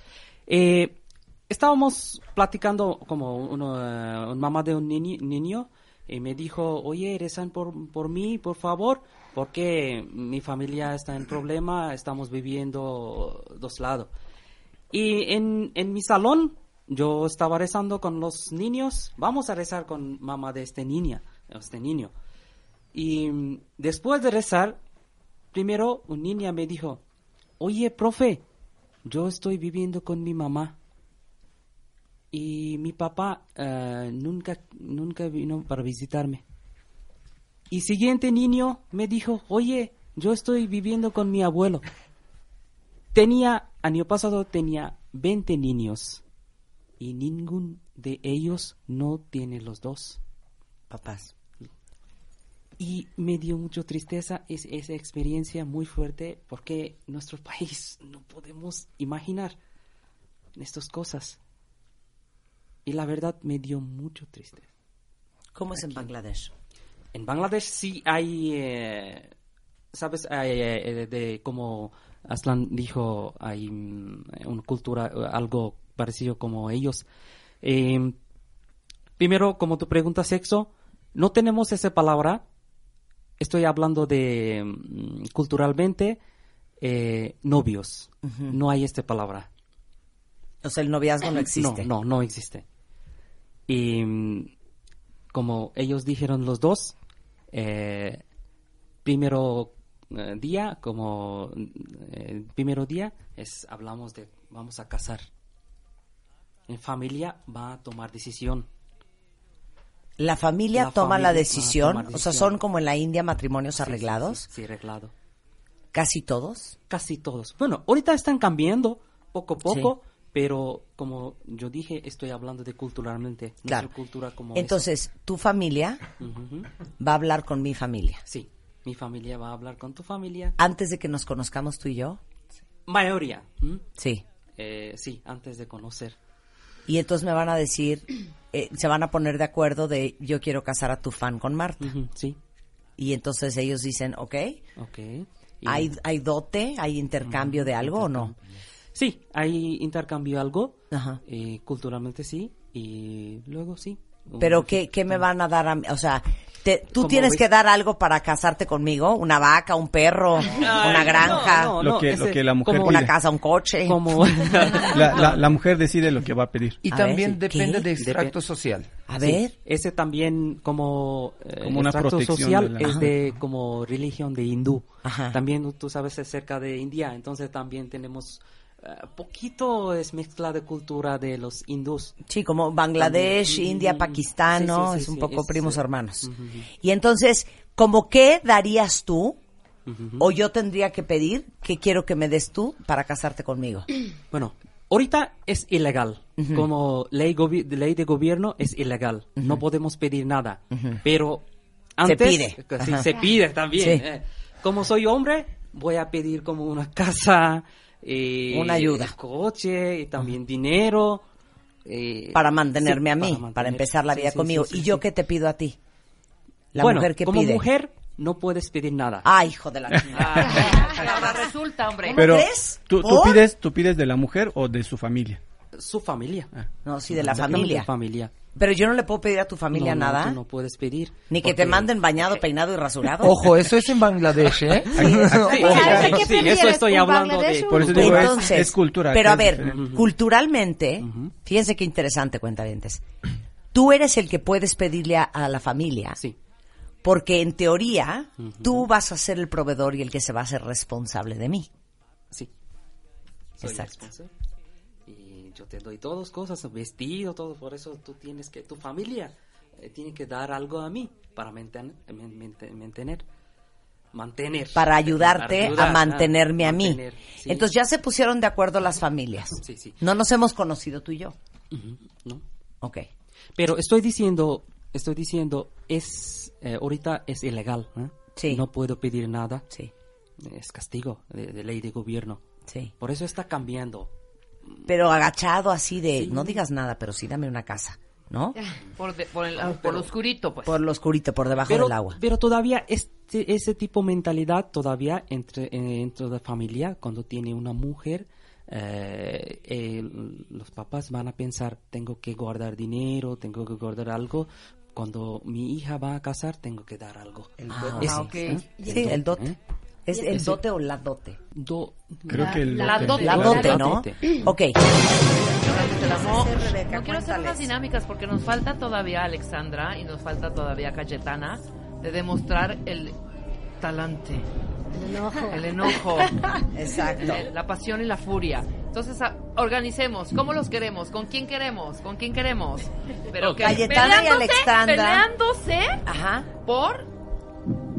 Speaker 17: Eh, estábamos platicando como uno, eh, un mamá de un niñi- niño y me dijo, oye, rezan por, por mí, por favor, porque mi familia está en problema, estamos viviendo dos lados. Y en, en mi salón yo estaba rezando con los niños, vamos a rezar con mamá de este niña, este niño. Y mm, después de rezar, primero un niña me dijo, oye, profe, yo estoy viviendo con mi mamá y mi papá eh, nunca, nunca vino para visitarme. Y siguiente niño me dijo, oye, yo estoy viviendo con mi abuelo. Tenía, año pasado tenía 20 niños y ningún de ellos no tiene los dos papás. Y me dio mucha tristeza es, esa experiencia muy fuerte porque nuestro país no podemos imaginar estas cosas. Y la verdad me dio mucho tristeza.
Speaker 4: ¿Cómo es en Bangladesh?
Speaker 17: En Bangladesh sí hay, eh, ¿sabes? Hay, eh, eh, de, como Aslan dijo, hay mm, una cultura, eh, algo parecido como ellos. Eh, primero, como tu pregunta, sexo, no tenemos esa palabra. Estoy hablando de mm, culturalmente eh, novios. No hay esta palabra.
Speaker 4: O sea, el noviazgo no existe.
Speaker 17: No, no, no existe. Y mm, como ellos dijeron los dos, eh, primero eh, día, como eh, primero día, es hablamos de vamos a casar. En familia va a tomar decisión.
Speaker 4: La familia
Speaker 17: La
Speaker 4: toma
Speaker 17: familia va a
Speaker 4: la decisión,
Speaker 17: tomar
Speaker 4: o sea,
Speaker 17: decisión.
Speaker 4: son como en la India matrimonios arreglados.
Speaker 17: Sí, arreglado.
Speaker 4: Casi todos.
Speaker 17: Casi todos. Bueno, ahorita están cambiando poco a poco, pero como yo dije, estoy hablando de culturalmente.
Speaker 4: Claro.
Speaker 17: Nuestra cultura como es.
Speaker 4: Entonces, tu familia
Speaker 17: Ujú.
Speaker 4: va a hablar con mi familia.
Speaker 17: Sí, mi familia va a hablar con tu familia.
Speaker 4: Antes de que nos conozcamos tú y yo.
Speaker 17: Mayoría. ¿m?
Speaker 4: Sí.
Speaker 17: Eh, sí, antes de conocer.
Speaker 4: Y entonces me van a decir, eh, se van a poner de acuerdo de yo quiero casar a tu fan con Marta.
Speaker 17: Sí.
Speaker 4: Y entonces ellos dicen, ok,
Speaker 17: Ok. Y-
Speaker 4: ¿hay, hay dote, hay intercambio de algo o no?
Speaker 17: Sí, hay intercambio algo.
Speaker 4: Ajá.
Speaker 17: eh, culturalmente sí. Y luego sí.
Speaker 4: Pero
Speaker 17: Un-
Speaker 4: ¿qué, qué me van a dar a mí? O sea, te- tú
Speaker 17: Como
Speaker 4: tienes
Speaker 17: ves-
Speaker 4: que dar algo para casarte conmigo, una vaca, un perro, una granja,
Speaker 15: no, Lo no, que- lo ese- que la mujer como-
Speaker 4: una
Speaker 15: pide.
Speaker 4: casa, un coche.
Speaker 15: La, la- la mujer decide lo que va a pedir.
Speaker 4: Y A también ver, ¿qué? depende de extracto
Speaker 16: social.
Speaker 4: A
Speaker 17: Sí,
Speaker 4: ver.
Speaker 17: Ese también como, eh,
Speaker 15: Como una
Speaker 17: extracto
Speaker 15: protección
Speaker 17: social
Speaker 15: de la-
Speaker 17: es de como religión de hindú.
Speaker 4: Ajá.
Speaker 17: También tú sabes es cerca de India, entonces también tenemos eh, poquito es mezcla de cultura de los hindús.
Speaker 4: Sí, como Bangladesh,
Speaker 17: También.
Speaker 4: India,
Speaker 17: Mm,
Speaker 4: Pakistán,
Speaker 17: sí,
Speaker 4: ¿no?
Speaker 17: sí, sí,
Speaker 4: es un
Speaker 17: sí,
Speaker 4: poco
Speaker 17: es,
Speaker 4: primos
Speaker 17: eh,
Speaker 4: hermanos.
Speaker 17: ujú.
Speaker 4: Y entonces, ¿como qué darías tú
Speaker 17: Ujú.
Speaker 4: o yo tendría que pedir qué quiero que me des tú para casarte conmigo?
Speaker 17: Bueno, ahorita es ilegal.
Speaker 4: Ujú.
Speaker 17: Como ley, gobi- ley de gobierno es ilegal. No podemos pedir nada.
Speaker 4: Ujú.
Speaker 17: Pero antes...
Speaker 4: pide.
Speaker 17: que sí,
Speaker 4: Ajá.
Speaker 17: se pide también.
Speaker 4: Sí.
Speaker 17: eh. Como soy hombre, voy a pedir como una casa... eh,
Speaker 4: Una ayuda.
Speaker 17: coche y también dinero. eh,
Speaker 4: Para mantenerme
Speaker 17: sí,
Speaker 4: a mí, para,
Speaker 17: mantener-
Speaker 4: empezar la
Speaker 17: sí,
Speaker 4: vida
Speaker 17: sí,
Speaker 4: conmigo.
Speaker 17: sí, sí,
Speaker 4: ¿Y yo
Speaker 17: sí.
Speaker 4: qué te pido a ti? La
Speaker 17: Bueno,
Speaker 4: mujer que
Speaker 17: como
Speaker 4: pide.
Speaker 17: mujer no puedes pedir nada.
Speaker 4: Ah, hijo de la
Speaker 6: Ahora resulta, hombre.
Speaker 15: Pero, ¿tú, tú
Speaker 6: ¿Por?
Speaker 15: pides, ¿tú pides de la mujer o de su familia?
Speaker 17: Su familia.
Speaker 4: Ah, No, sí, de la
Speaker 17: Exactamente,
Speaker 4: familia.
Speaker 17: familia.
Speaker 4: Pero yo no le puedo pedir a tu familia
Speaker 17: No, no,
Speaker 4: nada.
Speaker 17: tú no puedes pedir.
Speaker 4: Ni que te
Speaker 17: porque-
Speaker 4: manden bañado, peinado y rasurado.
Speaker 16: Ojo, eso es en Bangladesh, ¿eh?
Speaker 4: Ojo.
Speaker 17: Sí, eso estoy hablando de...
Speaker 16: Por eso digo, es- es cultura,
Speaker 4: Pero
Speaker 16: que
Speaker 4: a
Speaker 16: es
Speaker 4: ver,
Speaker 16: diferente.
Speaker 4: culturalmente, fíjense qué interesante, cuentavientes. Tú eres el que puedes pedirle a, a la familia.
Speaker 17: Sí.
Speaker 4: Porque en teoría, tú vas a ser el proveedor y el que se va a hacer responsable de mí.
Speaker 17: Sí. Soy
Speaker 4: Exacto.
Speaker 17: responsable. Y yo te doy todas cosas, vestido, todo. Por eso tú tienes que, tu familia eh, tiene que dar algo a mí para manten- men- mente- mantener. Mantener.
Speaker 4: Para ayudarte
Speaker 17: Para ayudar,
Speaker 4: a mantenerme
Speaker 17: ah,
Speaker 4: a mí.
Speaker 17: mantener, sí.
Speaker 4: Entonces ya se pusieron de acuerdo las familias.
Speaker 17: Sí, sí.
Speaker 4: No nos hemos conocido tú y yo.
Speaker 17: Ujú, ¿no?
Speaker 4: Ok.
Speaker 17: Pero estoy diciendo, estoy diciendo, es eh, ahorita es ilegal. ¿eh? No puedo pedir nada. Es castigo de, de ley de gobierno. Por eso está cambiando.
Speaker 4: Pero agachado así de, no digas nada, pero sí dame una casa, ¿no?
Speaker 6: Por, de- por el- por lo oscurito, pues.
Speaker 4: Ah, Por lo oscurito, por debajo
Speaker 17: pero,
Speaker 4: del agua.
Speaker 17: pero todavía este, ese tipo de mentalidad todavía entre, eh, dentro de la familia, cuando tiene una mujer, eh, el- los papás van a pensar, tengo que guardar dinero, tengo que guardar algo. Cuando mi hija va a casar, tengo que dar algo. ¿eh? El
Speaker 4: Ah, ok. Sí, el dote.
Speaker 17: ¿eh?
Speaker 4: ¿Es el dote o la dote?
Speaker 17: Creo que el
Speaker 4: la
Speaker 17: dote.
Speaker 4: dote.
Speaker 17: La dote,
Speaker 4: ¿no?
Speaker 17: dote.
Speaker 4: Ok.
Speaker 6: No, no quiero hacer unas dinámicas porque nos falta todavía Alexandra y nos falta todavía Cayetana de demostrar el talante. El enojo. El enojo.
Speaker 4: Exacto.
Speaker 6: Eh, La pasión y la furia. Entonces, a- organicemos. ¿Cómo los queremos? ¿Con quién queremos? ¿Con quién queremos? Pero
Speaker 4: Ok.
Speaker 6: que
Speaker 4: Cayetana y
Speaker 6: peleándose-
Speaker 4: Alexandra.
Speaker 6: Peleándose
Speaker 4: Ajá.
Speaker 6: por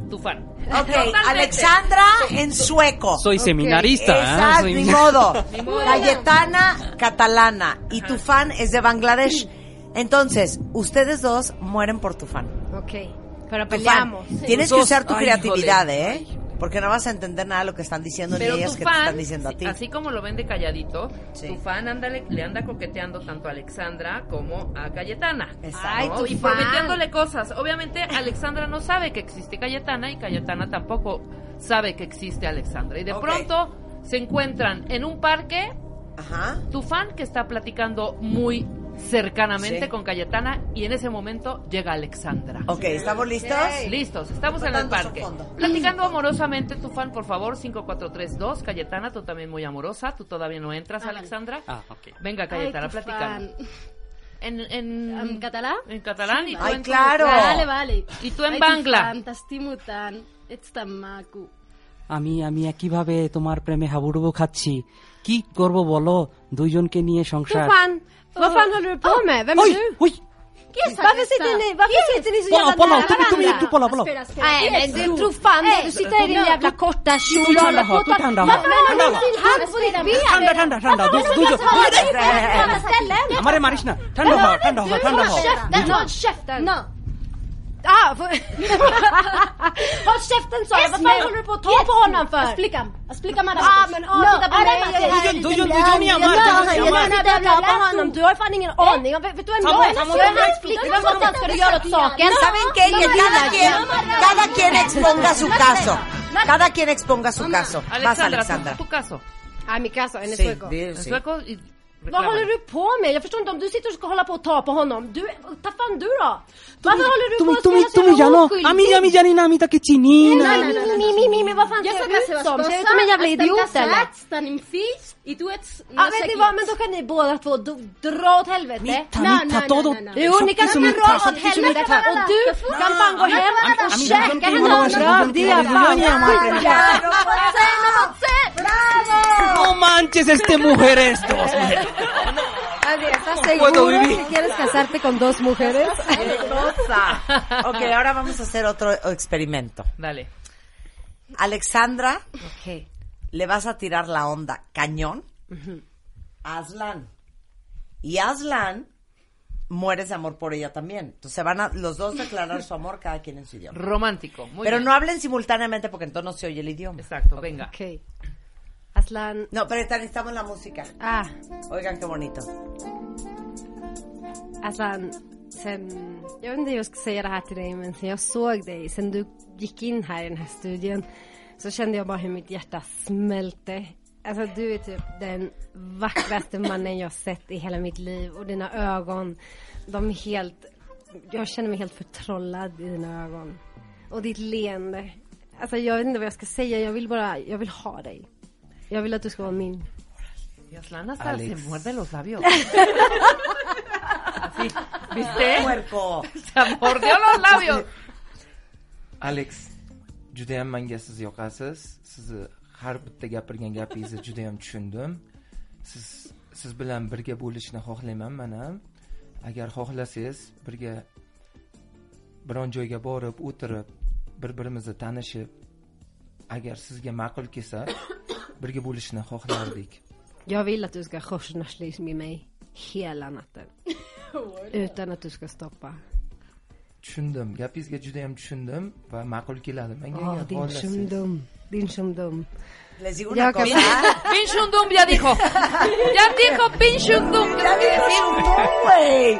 Speaker 6: tu fan.
Speaker 4: Ok,
Speaker 6: Totalmente.
Speaker 4: Alexandra en sueco.
Speaker 17: Soy seminarista, ¿eh?
Speaker 4: Exacto,
Speaker 17: Soy-
Speaker 4: ni modo.
Speaker 6: Ni modo.
Speaker 4: Cayetana catalana y tu fan es de Bangladesh. Entonces, ustedes dos mueren por tu fan.
Speaker 12: Ok, pero
Speaker 4: Tu fan.
Speaker 12: peleamos.
Speaker 4: Tienes que
Speaker 6: Dos.
Speaker 4: usar tu
Speaker 6: Ay,
Speaker 4: creatividad,
Speaker 6: híjole.
Speaker 4: ¿eh? Porque no vas a entender nada de lo que están diciendo
Speaker 6: Pero
Speaker 4: ni ellas
Speaker 6: tu
Speaker 4: que te
Speaker 6: fan,
Speaker 4: están diciendo a ti.
Speaker 6: Así como lo vende calladito, tu fan anda, le, le anda coqueteando tanto a Alexandra como a Cayetana.
Speaker 12: Ay, tu
Speaker 6: y
Speaker 12: fan.
Speaker 6: prometiéndole cosas. Obviamente, Alexandra no sabe que existe Cayetana y Cayetana tampoco sabe que existe Alexandra. Y de
Speaker 4: Ok.
Speaker 6: pronto se encuentran en un parque. Tu fan que está platicando muy cercanamente
Speaker 4: Sí.
Speaker 6: con Cayetana y en ese momento llega Alexandra.
Speaker 4: Ok, ¿estamos listos?
Speaker 6: Listos, estamos en el
Speaker 4: Tocando su
Speaker 6: parque. Platicando amorosamente, tu fan, por favor, 5432. Cayetana, tú también muy amorosa. Tú todavía no entras, Alexandra.
Speaker 17: Ah, ok.
Speaker 6: Venga, Cayetana,
Speaker 14: Ay, tu
Speaker 6: platica. ¿En, en,
Speaker 14: catalán?
Speaker 6: En catalán. y tú
Speaker 14: Ay,
Speaker 6: en tu-
Speaker 14: claro. Vale, vale.
Speaker 6: Y tú en
Speaker 14: Ay,
Speaker 6: Bangla.
Speaker 14: tifán, tastimutan, etstamaku.
Speaker 17: A mí, আমি কিভাবে তোমার প্রেমে হাবুডুবু খাচ্ছি কি করব বলো দুইজনকে নিয়ে সংসার
Speaker 12: fan, vad fan håller du på med? Vem är du? Varför sitter ni, varför sitter ni så
Speaker 17: Bolla,
Speaker 12: jävla
Speaker 17: bolla,
Speaker 12: nära
Speaker 17: Tommy, Tommy,
Speaker 12: varandra?
Speaker 17: du, bolla, bolla.
Speaker 12: Spela, spela. Nej men
Speaker 14: Yes,
Speaker 12: du
Speaker 14: du.
Speaker 12: tror fan det, du sitter i din
Speaker 14: Tommy,
Speaker 12: jävla korta
Speaker 17: Du
Speaker 12: kjol och
Speaker 17: Tanda,
Speaker 12: håller på
Speaker 17: du
Speaker 12: att ta-
Speaker 17: Tanda,
Speaker 12: Varför har
Speaker 17: Tanda.
Speaker 12: du en till hand på ditt ben?
Speaker 17: Tanda, Tanda, Tanda, du,
Speaker 12: Varför
Speaker 17: du,
Speaker 12: måste man vara
Speaker 17: du.
Speaker 12: på alla ställen?
Speaker 17: আমারে মারিস না ঠান্ডা হ ঠান্ডা হ
Speaker 12: Du,
Speaker 17: ঠান্ডা হ
Speaker 12: Håll käften, håll käften! Ah, för... håll käften sa jag, vad fan håller du på att ta på honom för?
Speaker 14: Explica, explica más.
Speaker 12: Ah men åh, titta på mig! Jag är en
Speaker 14: Dujon, dujon, dujon,
Speaker 12: liten bland.
Speaker 14: jag mörkar,
Speaker 12: Ja,
Speaker 14: jag mörkar.
Speaker 12: jag sitter och pratar med honom, du har ju fan ingen aning om, vet du vem jag
Speaker 14: Samma,
Speaker 12: är?
Speaker 14: samma,
Speaker 12: Jag är hans
Speaker 14: samma.
Speaker 12: flickvän, vad fan ska du göra åt saken?
Speaker 4: ¿Saben qué? Que cada quien, cada quien exponga su caso. Cada quien exponga su caso. Vas,
Speaker 6: Alexandra,
Speaker 4: Alexandra.
Speaker 6: Tu, tu caso.
Speaker 12: Nej min kassa, en är
Speaker 4: Sí,
Speaker 12: sueco.
Speaker 4: det är
Speaker 6: En
Speaker 4: sí.
Speaker 6: sueco y
Speaker 12: Vad
Speaker 6: reclama.
Speaker 12: håller du på med? Jag förstår inte om du sitter och ska hålla på och ta på honom. Du, ta fan du då! Varför håller du på
Speaker 17: তুমি
Speaker 12: att
Speaker 17: তুমি
Speaker 12: spela så
Speaker 17: তুমি
Speaker 12: jävla
Speaker 17: জানো
Speaker 12: oskyldig?
Speaker 17: আমি আমি জানি না আমি তাকে চিনি না
Speaker 12: Nej, nej, nej, nej, nej, nej, men vad fan ser jag ut som? Ser jag ut som en jävla idiot eller?
Speaker 14: Y tú eres...
Speaker 12: Ja, vet ni vad, men då kan ni båda två do- dra åt helvete.
Speaker 14: Mitta, Nej, mitta, nej, nej, då- nej, nej.
Speaker 12: Jo, ni kan
Speaker 14: samtidigt som
Speaker 12: dra
Speaker 14: mitta,
Speaker 12: åt
Speaker 14: samtidigt som
Speaker 12: helvete
Speaker 14: mitta.
Speaker 12: och du kan fan gå hem och
Speaker 14: Ami-
Speaker 12: käka
Speaker 14: Ami-
Speaker 12: henne
Speaker 14: Ami-
Speaker 12: röv. Det är fan skitbra.
Speaker 17: No manches este mujeres dos
Speaker 12: ¿Estás
Speaker 17: puedo
Speaker 12: seguro
Speaker 17: vivir.
Speaker 12: que quieres casarte con dos mujeres?
Speaker 4: Ok, ahora vamos a hacer otro experimento.
Speaker 6: Dale.
Speaker 4: Alexandra, le vas a tirar la onda cañón a Aslan. Y Aslan mueres de amor por ella también. Entonces se van a los dos declarar su amor cada quien en su idioma.
Speaker 6: Romántico. Muy
Speaker 4: pero
Speaker 6: bien.
Speaker 4: no hablen simultáneamente porque entonces no se oye el idioma.
Speaker 6: Exacto, venga.
Speaker 12: Ok. Aslan.
Speaker 4: No, pero esta- necesitamos la música.
Speaker 12: Ah,
Speaker 4: Oigan qué bonito.
Speaker 12: Aslan. Alltså, Sen, jag vet inte hur jag ska säga det här till dig men sen jag såg dig, sen du gick in här i den här studion så kände jag bara hur mitt hjärta smälte. Alltså du är typ den vackraste mannen jag sett i hela mitt liv och dina ögon, de är helt, jag känner mig helt förtrollad i dina ögon. Och ditt leende. Alltså jag vet inte vad jag ska säga, jag vill bara, jag vill ha dig. Jag vill att du ska vara min.
Speaker 6: Y Aslan hasta
Speaker 12: Alex.
Speaker 6: se muerde los labios. Así. ¿Viste?
Speaker 4: Puerco.
Speaker 6: Se mordió los labios.
Speaker 16: Alex, judayam menga siz yoqasiz. Sizni har bitta gapirgan gapingizni judayam tushundim. Siz siz bilan birga bo'lishni xohlayman men ham. Agar xohlasangiz, birga biron joyga borib, o'tirib, bir-birimizni tanishib, agar sizga ma'qul kelsa, birga bo'lishni xohlardik.
Speaker 12: Jag vill att du ska korsnörslis med mig hela natten. Utan att du ska stoppa.
Speaker 16: düşündüm. Yapizga judayam düşündüm va ma'qul keladi menga.
Speaker 4: Oh,
Speaker 16: gap,
Speaker 4: din
Speaker 16: xohlasiz.
Speaker 4: shundim,
Speaker 12: din shundim.
Speaker 4: Les digo
Speaker 12: Ya
Speaker 4: una
Speaker 12: que-
Speaker 4: cosa.
Speaker 12: Bin Shundum ya dijo. Ya dijo Bin Shundum.
Speaker 4: Ya dijo Bin Shundum, güey.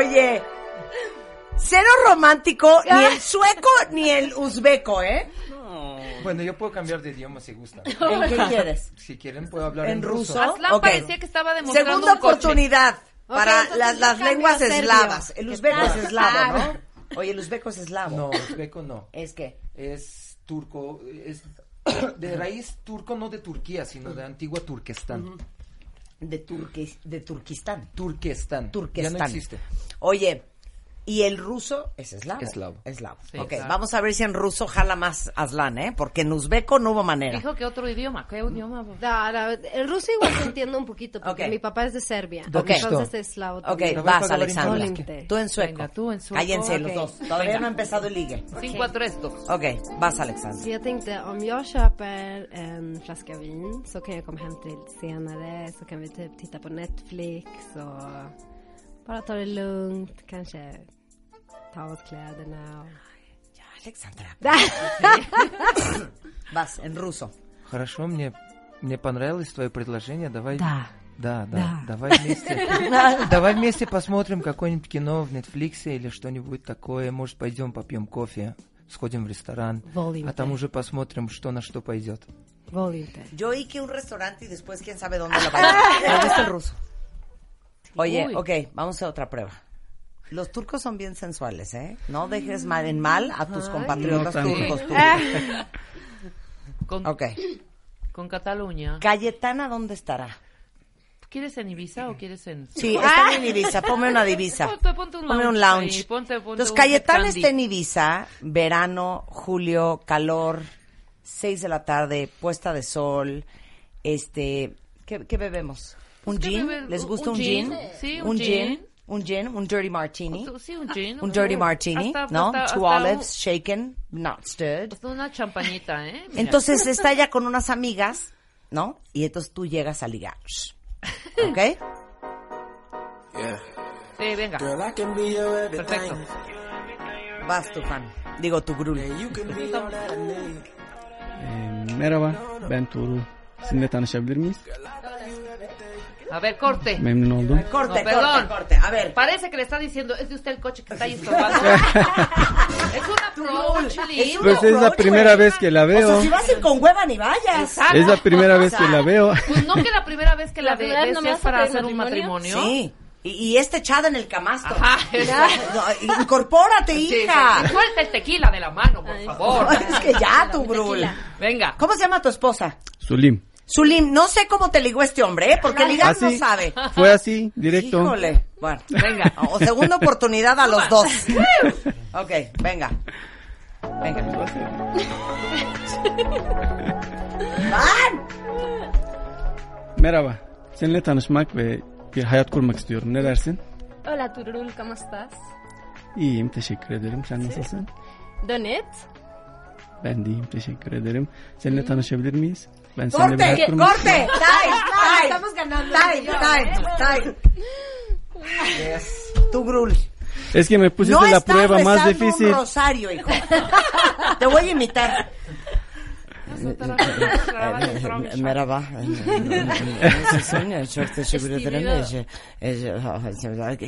Speaker 4: Oye, cero romántico, ni el sueco ni el uzbeco, ¿eh?
Speaker 16: Bueno, yo puedo cambiar de idioma si gusta.
Speaker 4: ¿En qué quieres?
Speaker 16: Si quieren puedo hablar en,
Speaker 4: ¿En ruso?
Speaker 6: Aslan
Speaker 4: Ok.
Speaker 6: parecía que estaba demostrando
Speaker 4: Segunda
Speaker 6: un coche.
Speaker 4: oportunidad
Speaker 6: Ok,
Speaker 4: para
Speaker 6: entonces
Speaker 4: las, las
Speaker 6: cambio a
Speaker 4: lenguas
Speaker 6: serbio.
Speaker 4: eslavas. El
Speaker 6: ¿Qué
Speaker 4: uzbeco es
Speaker 6: tal?
Speaker 4: eslavo, ¿no? Oye, el uzbeco es eslavo.
Speaker 16: No, uzbeco no.
Speaker 4: ¿Es qué?
Speaker 16: Es turco, es de raíz turco, no de Turquía, sino de antigua Turquestán.
Speaker 4: Ujú. De, Turquis- de Turquistán.
Speaker 16: Turquestán.
Speaker 4: Turquestán.
Speaker 16: Ya no existe.
Speaker 4: Oye, ¿y el ruso es eslavo?
Speaker 16: Eslavo.
Speaker 4: Eslavo.
Speaker 16: Sí,
Speaker 4: ok,
Speaker 16: claro.
Speaker 4: vamos a ver si en ruso jala más Aslan, ¿eh? Porque en uzbeco no hubo manera.
Speaker 12: Dijo que otro idioma, ¿qué idioma? No, no, el ruso igual se entiende un poquito porque mi papá es de Serbia.
Speaker 4: Ok.
Speaker 12: Entonces es eslavo.
Speaker 4: Ok,
Speaker 12: también.
Speaker 4: vas, Alexandra.
Speaker 12: Olinte.
Speaker 4: Tú en sueco.
Speaker 12: tú en sueco.
Speaker 4: Cállense los
Speaker 12: Ok.
Speaker 4: dos. Todavía
Speaker 12: Venga.
Speaker 4: no ha empezado el ligue.
Speaker 12: 5 a 3, 2.
Speaker 4: Ok, vas, Alexandra.
Speaker 12: Så jag tänkte om jag köper en flaska vin så kan jag komma hem till senare så kan vi typ titta på Netflix och bara ta det lugnt kanske ta av oss kläderna och... Ja,
Speaker 4: Alexandra. Vas, en ruso.
Speaker 16: Хорошо, мне, мне понравилось твое предложение. Давай.
Speaker 4: Да.
Speaker 16: Да, да,
Speaker 4: Да.
Speaker 16: Давай вместе. Давай вместе посмотрим какое-нибудь кино в Нетфликсе или что-нибудь такое. Может, пойдем попьем кофе, сходим в ресторан,
Speaker 12: Волинка.
Speaker 16: а там уже посмотрим, что на что пойдет.
Speaker 12: Våld inte.
Speaker 4: Yo oí que un restaurante y después quién sabe dónde la bailaron. ¿Has visto el ruso? Oye,
Speaker 12: Uy.
Speaker 4: ok, vamos a otra prueba. Los turcos son bien sensuales, ¿eh? No dejes mal en mal a tus
Speaker 6: Ay.
Speaker 4: compatriotas
Speaker 6: No tanto.
Speaker 4: turcos. tú.
Speaker 6: Ah. Con,
Speaker 4: Ok.
Speaker 6: con Cataluña. Este
Speaker 4: Cayetana, ¿dónde estará?
Speaker 6: ¿Quieres en Ibiza o quieres en.? Ah.
Speaker 4: Sí, está en Ibiza, ponme una divisa.
Speaker 6: Ponte, ponte un lounge.
Speaker 4: Ponme un lounge.
Speaker 6: ahí, ponte, ponte
Speaker 4: Los
Speaker 6: un
Speaker 4: Cayetana
Speaker 6: candy.
Speaker 4: está en Ibiza, verano, julio, calor, 6 de la tarde, puesta de sol, este, ¿qué, qué bebemos? ¿Un
Speaker 6: ¿Qué
Speaker 4: gin?
Speaker 6: bebe-
Speaker 4: ¿Les
Speaker 6: un-
Speaker 4: gusta
Speaker 6: un
Speaker 4: un gin?
Speaker 6: gin? Sí, un
Speaker 4: un gin.
Speaker 6: gin.
Speaker 4: Un gin, un dirty martini.
Speaker 6: Sí, un gin. uh,
Speaker 4: Un dirty martini,
Speaker 6: Hasta-
Speaker 4: ¿no?
Speaker 6: hasta-
Speaker 4: Two
Speaker 6: hasta
Speaker 4: olives, shaken, not stirred.
Speaker 6: un- una champañita, ¿eh? Mira.
Speaker 4: Entonces está ella con unas amigas, ¿no? Y entonces tú llegas a ligar. ¿Ok?
Speaker 6: Sí, venga. Perfecto.
Speaker 4: Vas tu fan. Digo tu grul.
Speaker 15: Ee, merhaba, ben Tuğrul. Sizinle tanışabilir miyiz?
Speaker 6: A ver, corte.
Speaker 15: Memnun oldum.
Speaker 4: Corte, corte,
Speaker 6: perdón.
Speaker 4: corte. A ver.
Speaker 6: Parece que le está diciendo, es de usted el coche que está ahí estorbando. es una approach, Lee.
Speaker 15: Pues es la primera vez que la
Speaker 4: O sea,
Speaker 15: veo.
Speaker 4: si vas a ir con hueva ni vayas.
Speaker 15: Es la primera vez que la veo.
Speaker 6: Pues no que la primera vez que la,
Speaker 4: ¿La
Speaker 6: ve-
Speaker 4: primera vez
Speaker 6: ves
Speaker 4: no me
Speaker 6: es
Speaker 4: vas a
Speaker 6: para
Speaker 4: pedir
Speaker 6: hacer un matrimonio.
Speaker 4: Sí. Y, y esta echada en el camastro.
Speaker 6: Ajá,
Speaker 4: Ya, no, incorpórate,
Speaker 6: Sí, sí,
Speaker 4: hija.
Speaker 6: sí. Suelta el tequila de la mano, por favor.
Speaker 4: Es que ya, tu grul.
Speaker 6: Venga.
Speaker 4: ¿Cómo se llama tu esposa?
Speaker 15: Sulim.
Speaker 4: Sulim, no sé cómo te ligó este hombre, ¿eh? Porque ligar no
Speaker 15: Así,
Speaker 4: sabe.
Speaker 15: Fue así, directo.
Speaker 4: Híjole. Bueno, venga. O segunda oportunidad a los dos. Ok, venga. Venga. ¡Van!
Speaker 15: Merhaba. Seninle tanışmak ve bir hayat kurmak istiyorum. Ne dersin?
Speaker 14: Hola Turul, ¿cómo estás?
Speaker 15: İyiyim, teşekkür ederim. Sen nasılsın?
Speaker 14: Donet.
Speaker 15: Ben de iyiyim, teşekkür ederim. Seninle tanışabilir miyiz? Ben seninle bir
Speaker 4: ¡Corte!
Speaker 15: hayat
Speaker 4: ¡Corte!
Speaker 15: kurmak
Speaker 4: ¡Time!
Speaker 15: istiyorum.
Speaker 4: ¡Time!
Speaker 12: Estamos ganando.
Speaker 4: ¡Time! ¡Time! ¡Time! Tu grul.
Speaker 15: Es que me pusiste
Speaker 4: no
Speaker 15: la
Speaker 4: estás
Speaker 15: prueba más
Speaker 4: rezando
Speaker 15: difícil.
Speaker 4: un rosario, hijo. Te voy a imitar.
Speaker 15: Eh,
Speaker 4: Merhaba.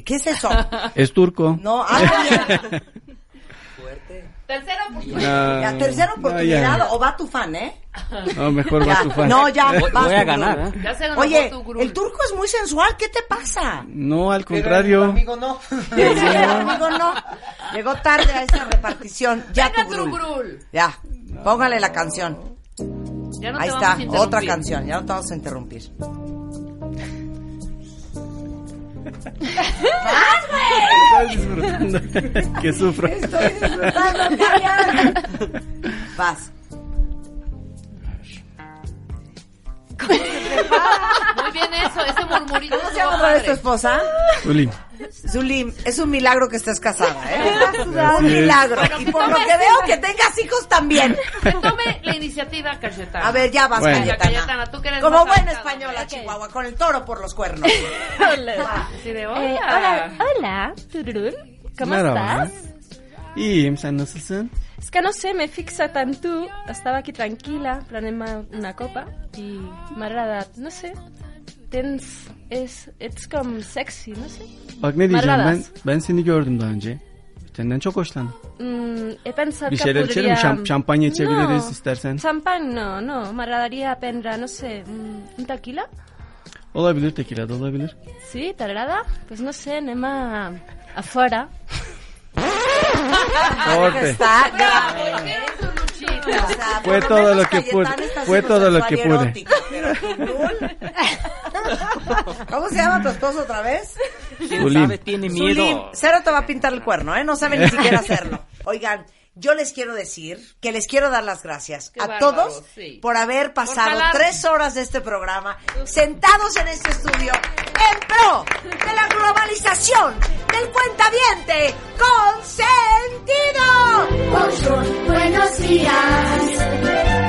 Speaker 4: ¿Qué es eso?
Speaker 15: Es turco.
Speaker 4: No, habla bien.
Speaker 6: Tercera oportunidad.
Speaker 15: No.
Speaker 4: Ya, tercera
Speaker 15: No,
Speaker 4: oportunidad
Speaker 15: ya.
Speaker 4: o va tu fan, ¿eh?
Speaker 15: No, mejor va
Speaker 4: Ya.
Speaker 15: tu fan.
Speaker 4: No, ya.
Speaker 15: Voy-
Speaker 4: vas
Speaker 15: voy a
Speaker 4: tu grul.
Speaker 15: ganar, ¿eh? Ya se ganó
Speaker 4: Oye,
Speaker 15: tu
Speaker 4: el turco es muy sensual. ¿Qué te pasa?
Speaker 15: No, al contrario.
Speaker 4: Amigo, no. Amigo, no. Llegó tarde a esa repartición. Ya tu grul. Ya, póngale la canción.
Speaker 6: Ya no te
Speaker 4: Ahí
Speaker 6: vamos a
Speaker 4: está,
Speaker 6: interrumpir.
Speaker 4: otra canción. Ya no te vamos a interrumpir.
Speaker 15: que sufro.
Speaker 4: Estoy disfrutando, Karen. Vas.
Speaker 6: Muy bien eso, ese murmurito.
Speaker 4: ¿Cómo se llama otra vez tu esposa?
Speaker 15: Sulim.
Speaker 4: Zulim, es un milagro que estés casada, ¿eh?
Speaker 15: Gracias.
Speaker 4: un milagro.
Speaker 6: Bueno, pues,
Speaker 4: y
Speaker 6: que
Speaker 4: por lo
Speaker 6: tomes
Speaker 4: que veo,
Speaker 6: esa-
Speaker 4: que tengas hijos también.
Speaker 6: Que tome la iniciativa, Cayetana.
Speaker 4: A ver, ya vas,
Speaker 6: Venga,
Speaker 4: Cayetana.
Speaker 6: tú que eres
Speaker 4: Como
Speaker 6: más
Speaker 4: buena
Speaker 6: avanzada.
Speaker 4: española, Chihuahua, con el toro por los cuernos.
Speaker 14: Hola.
Speaker 6: Sí, de
Speaker 14: Eh,
Speaker 6: hola.
Speaker 14: hola, hola Turul, ¿cómo
Speaker 15: Merhaba.
Speaker 14: estás?
Speaker 15: İyiyim sen nasılsın?
Speaker 14: Es que no sé, me fixa tanto. Estaba aquí tranquila, planeando una copa y me agrada, no sé. Tens, es, it's como sexy, no sé.
Speaker 15: Bak ne diyeceğim
Speaker 14: Me
Speaker 15: ben
Speaker 14: agradas.
Speaker 15: ben seni gördüm daha önce. Senden çok hoşlandım.
Speaker 14: Mm, he pensado
Speaker 15: Bir
Speaker 14: que
Speaker 15: şeyler
Speaker 14: podría-
Speaker 15: içelim, şam- şampanya içebiliriz
Speaker 14: No,
Speaker 15: istersen.
Speaker 14: Champán no, no. Me agradaría penra, no sé, mm, un tequila.
Speaker 15: Olabilir tekila da olabilir.
Speaker 14: ¿Sí? ¿Te agrada? Pues no sé, Nema, afuera.
Speaker 15: Corte.
Speaker 4: Está
Speaker 15: Fue todo lo que pude. Fue todo lo que pude.
Speaker 4: ¿Cómo se llama tu esposo otra vez?
Speaker 19: ¿Quién Zulim. sabe? Tiene miedo.
Speaker 4: Zulim. Cero te va a pintar el cuerno, ¿eh? No sabe ni siquiera hacerlo. Oigan, yo les quiero decir que les quiero dar las gracias a
Speaker 2: bárbaro,
Speaker 4: todos
Speaker 2: sí.
Speaker 4: por haber pasado
Speaker 2: jalar.
Speaker 4: tres horas de este programa sentados en este estudio en pro de la globalización del cuentaviente con sentido.
Speaker 2: Bonjour, buenos días.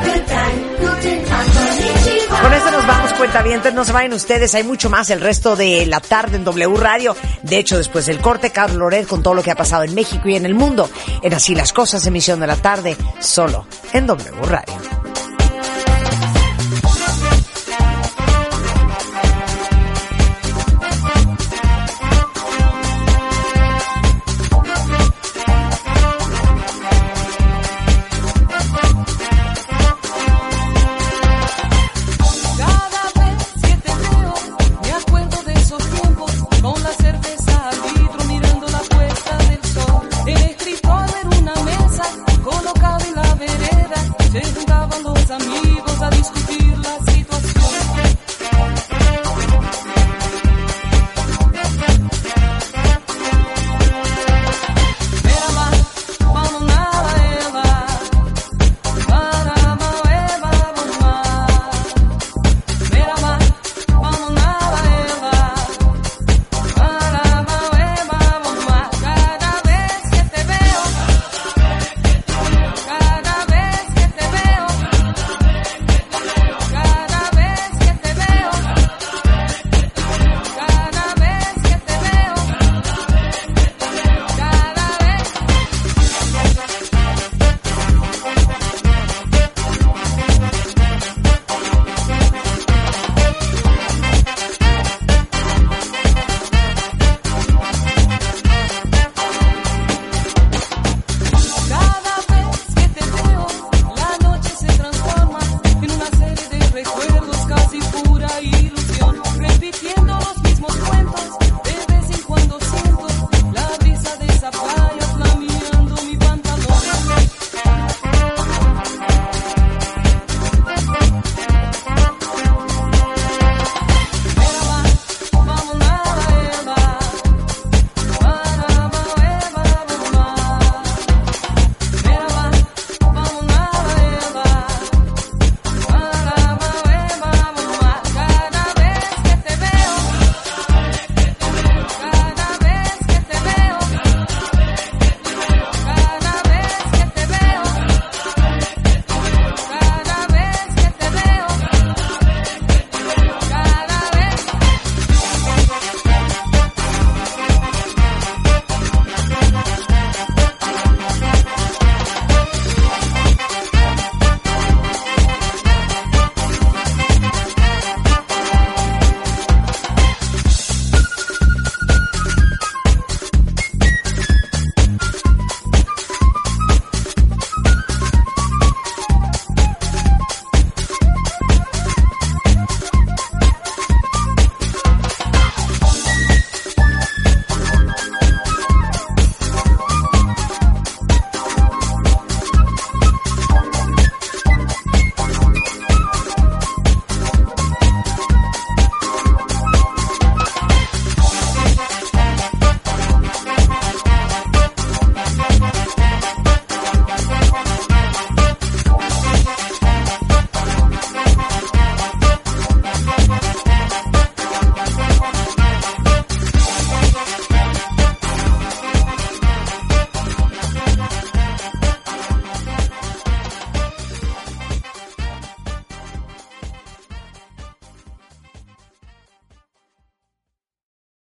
Speaker 2: ¿Qué tal? Guten Tag, konnichiwa.
Speaker 4: Con esto nos vamos, cuentavientes. No se vayan ustedes. Hay mucho más el resto de la tarde en W Radio. De hecho, después del corte, Carlos Loret con todo lo que ha pasado en México y en el mundo. En Así las Cosas, emisión de la tarde, solo en W Radio.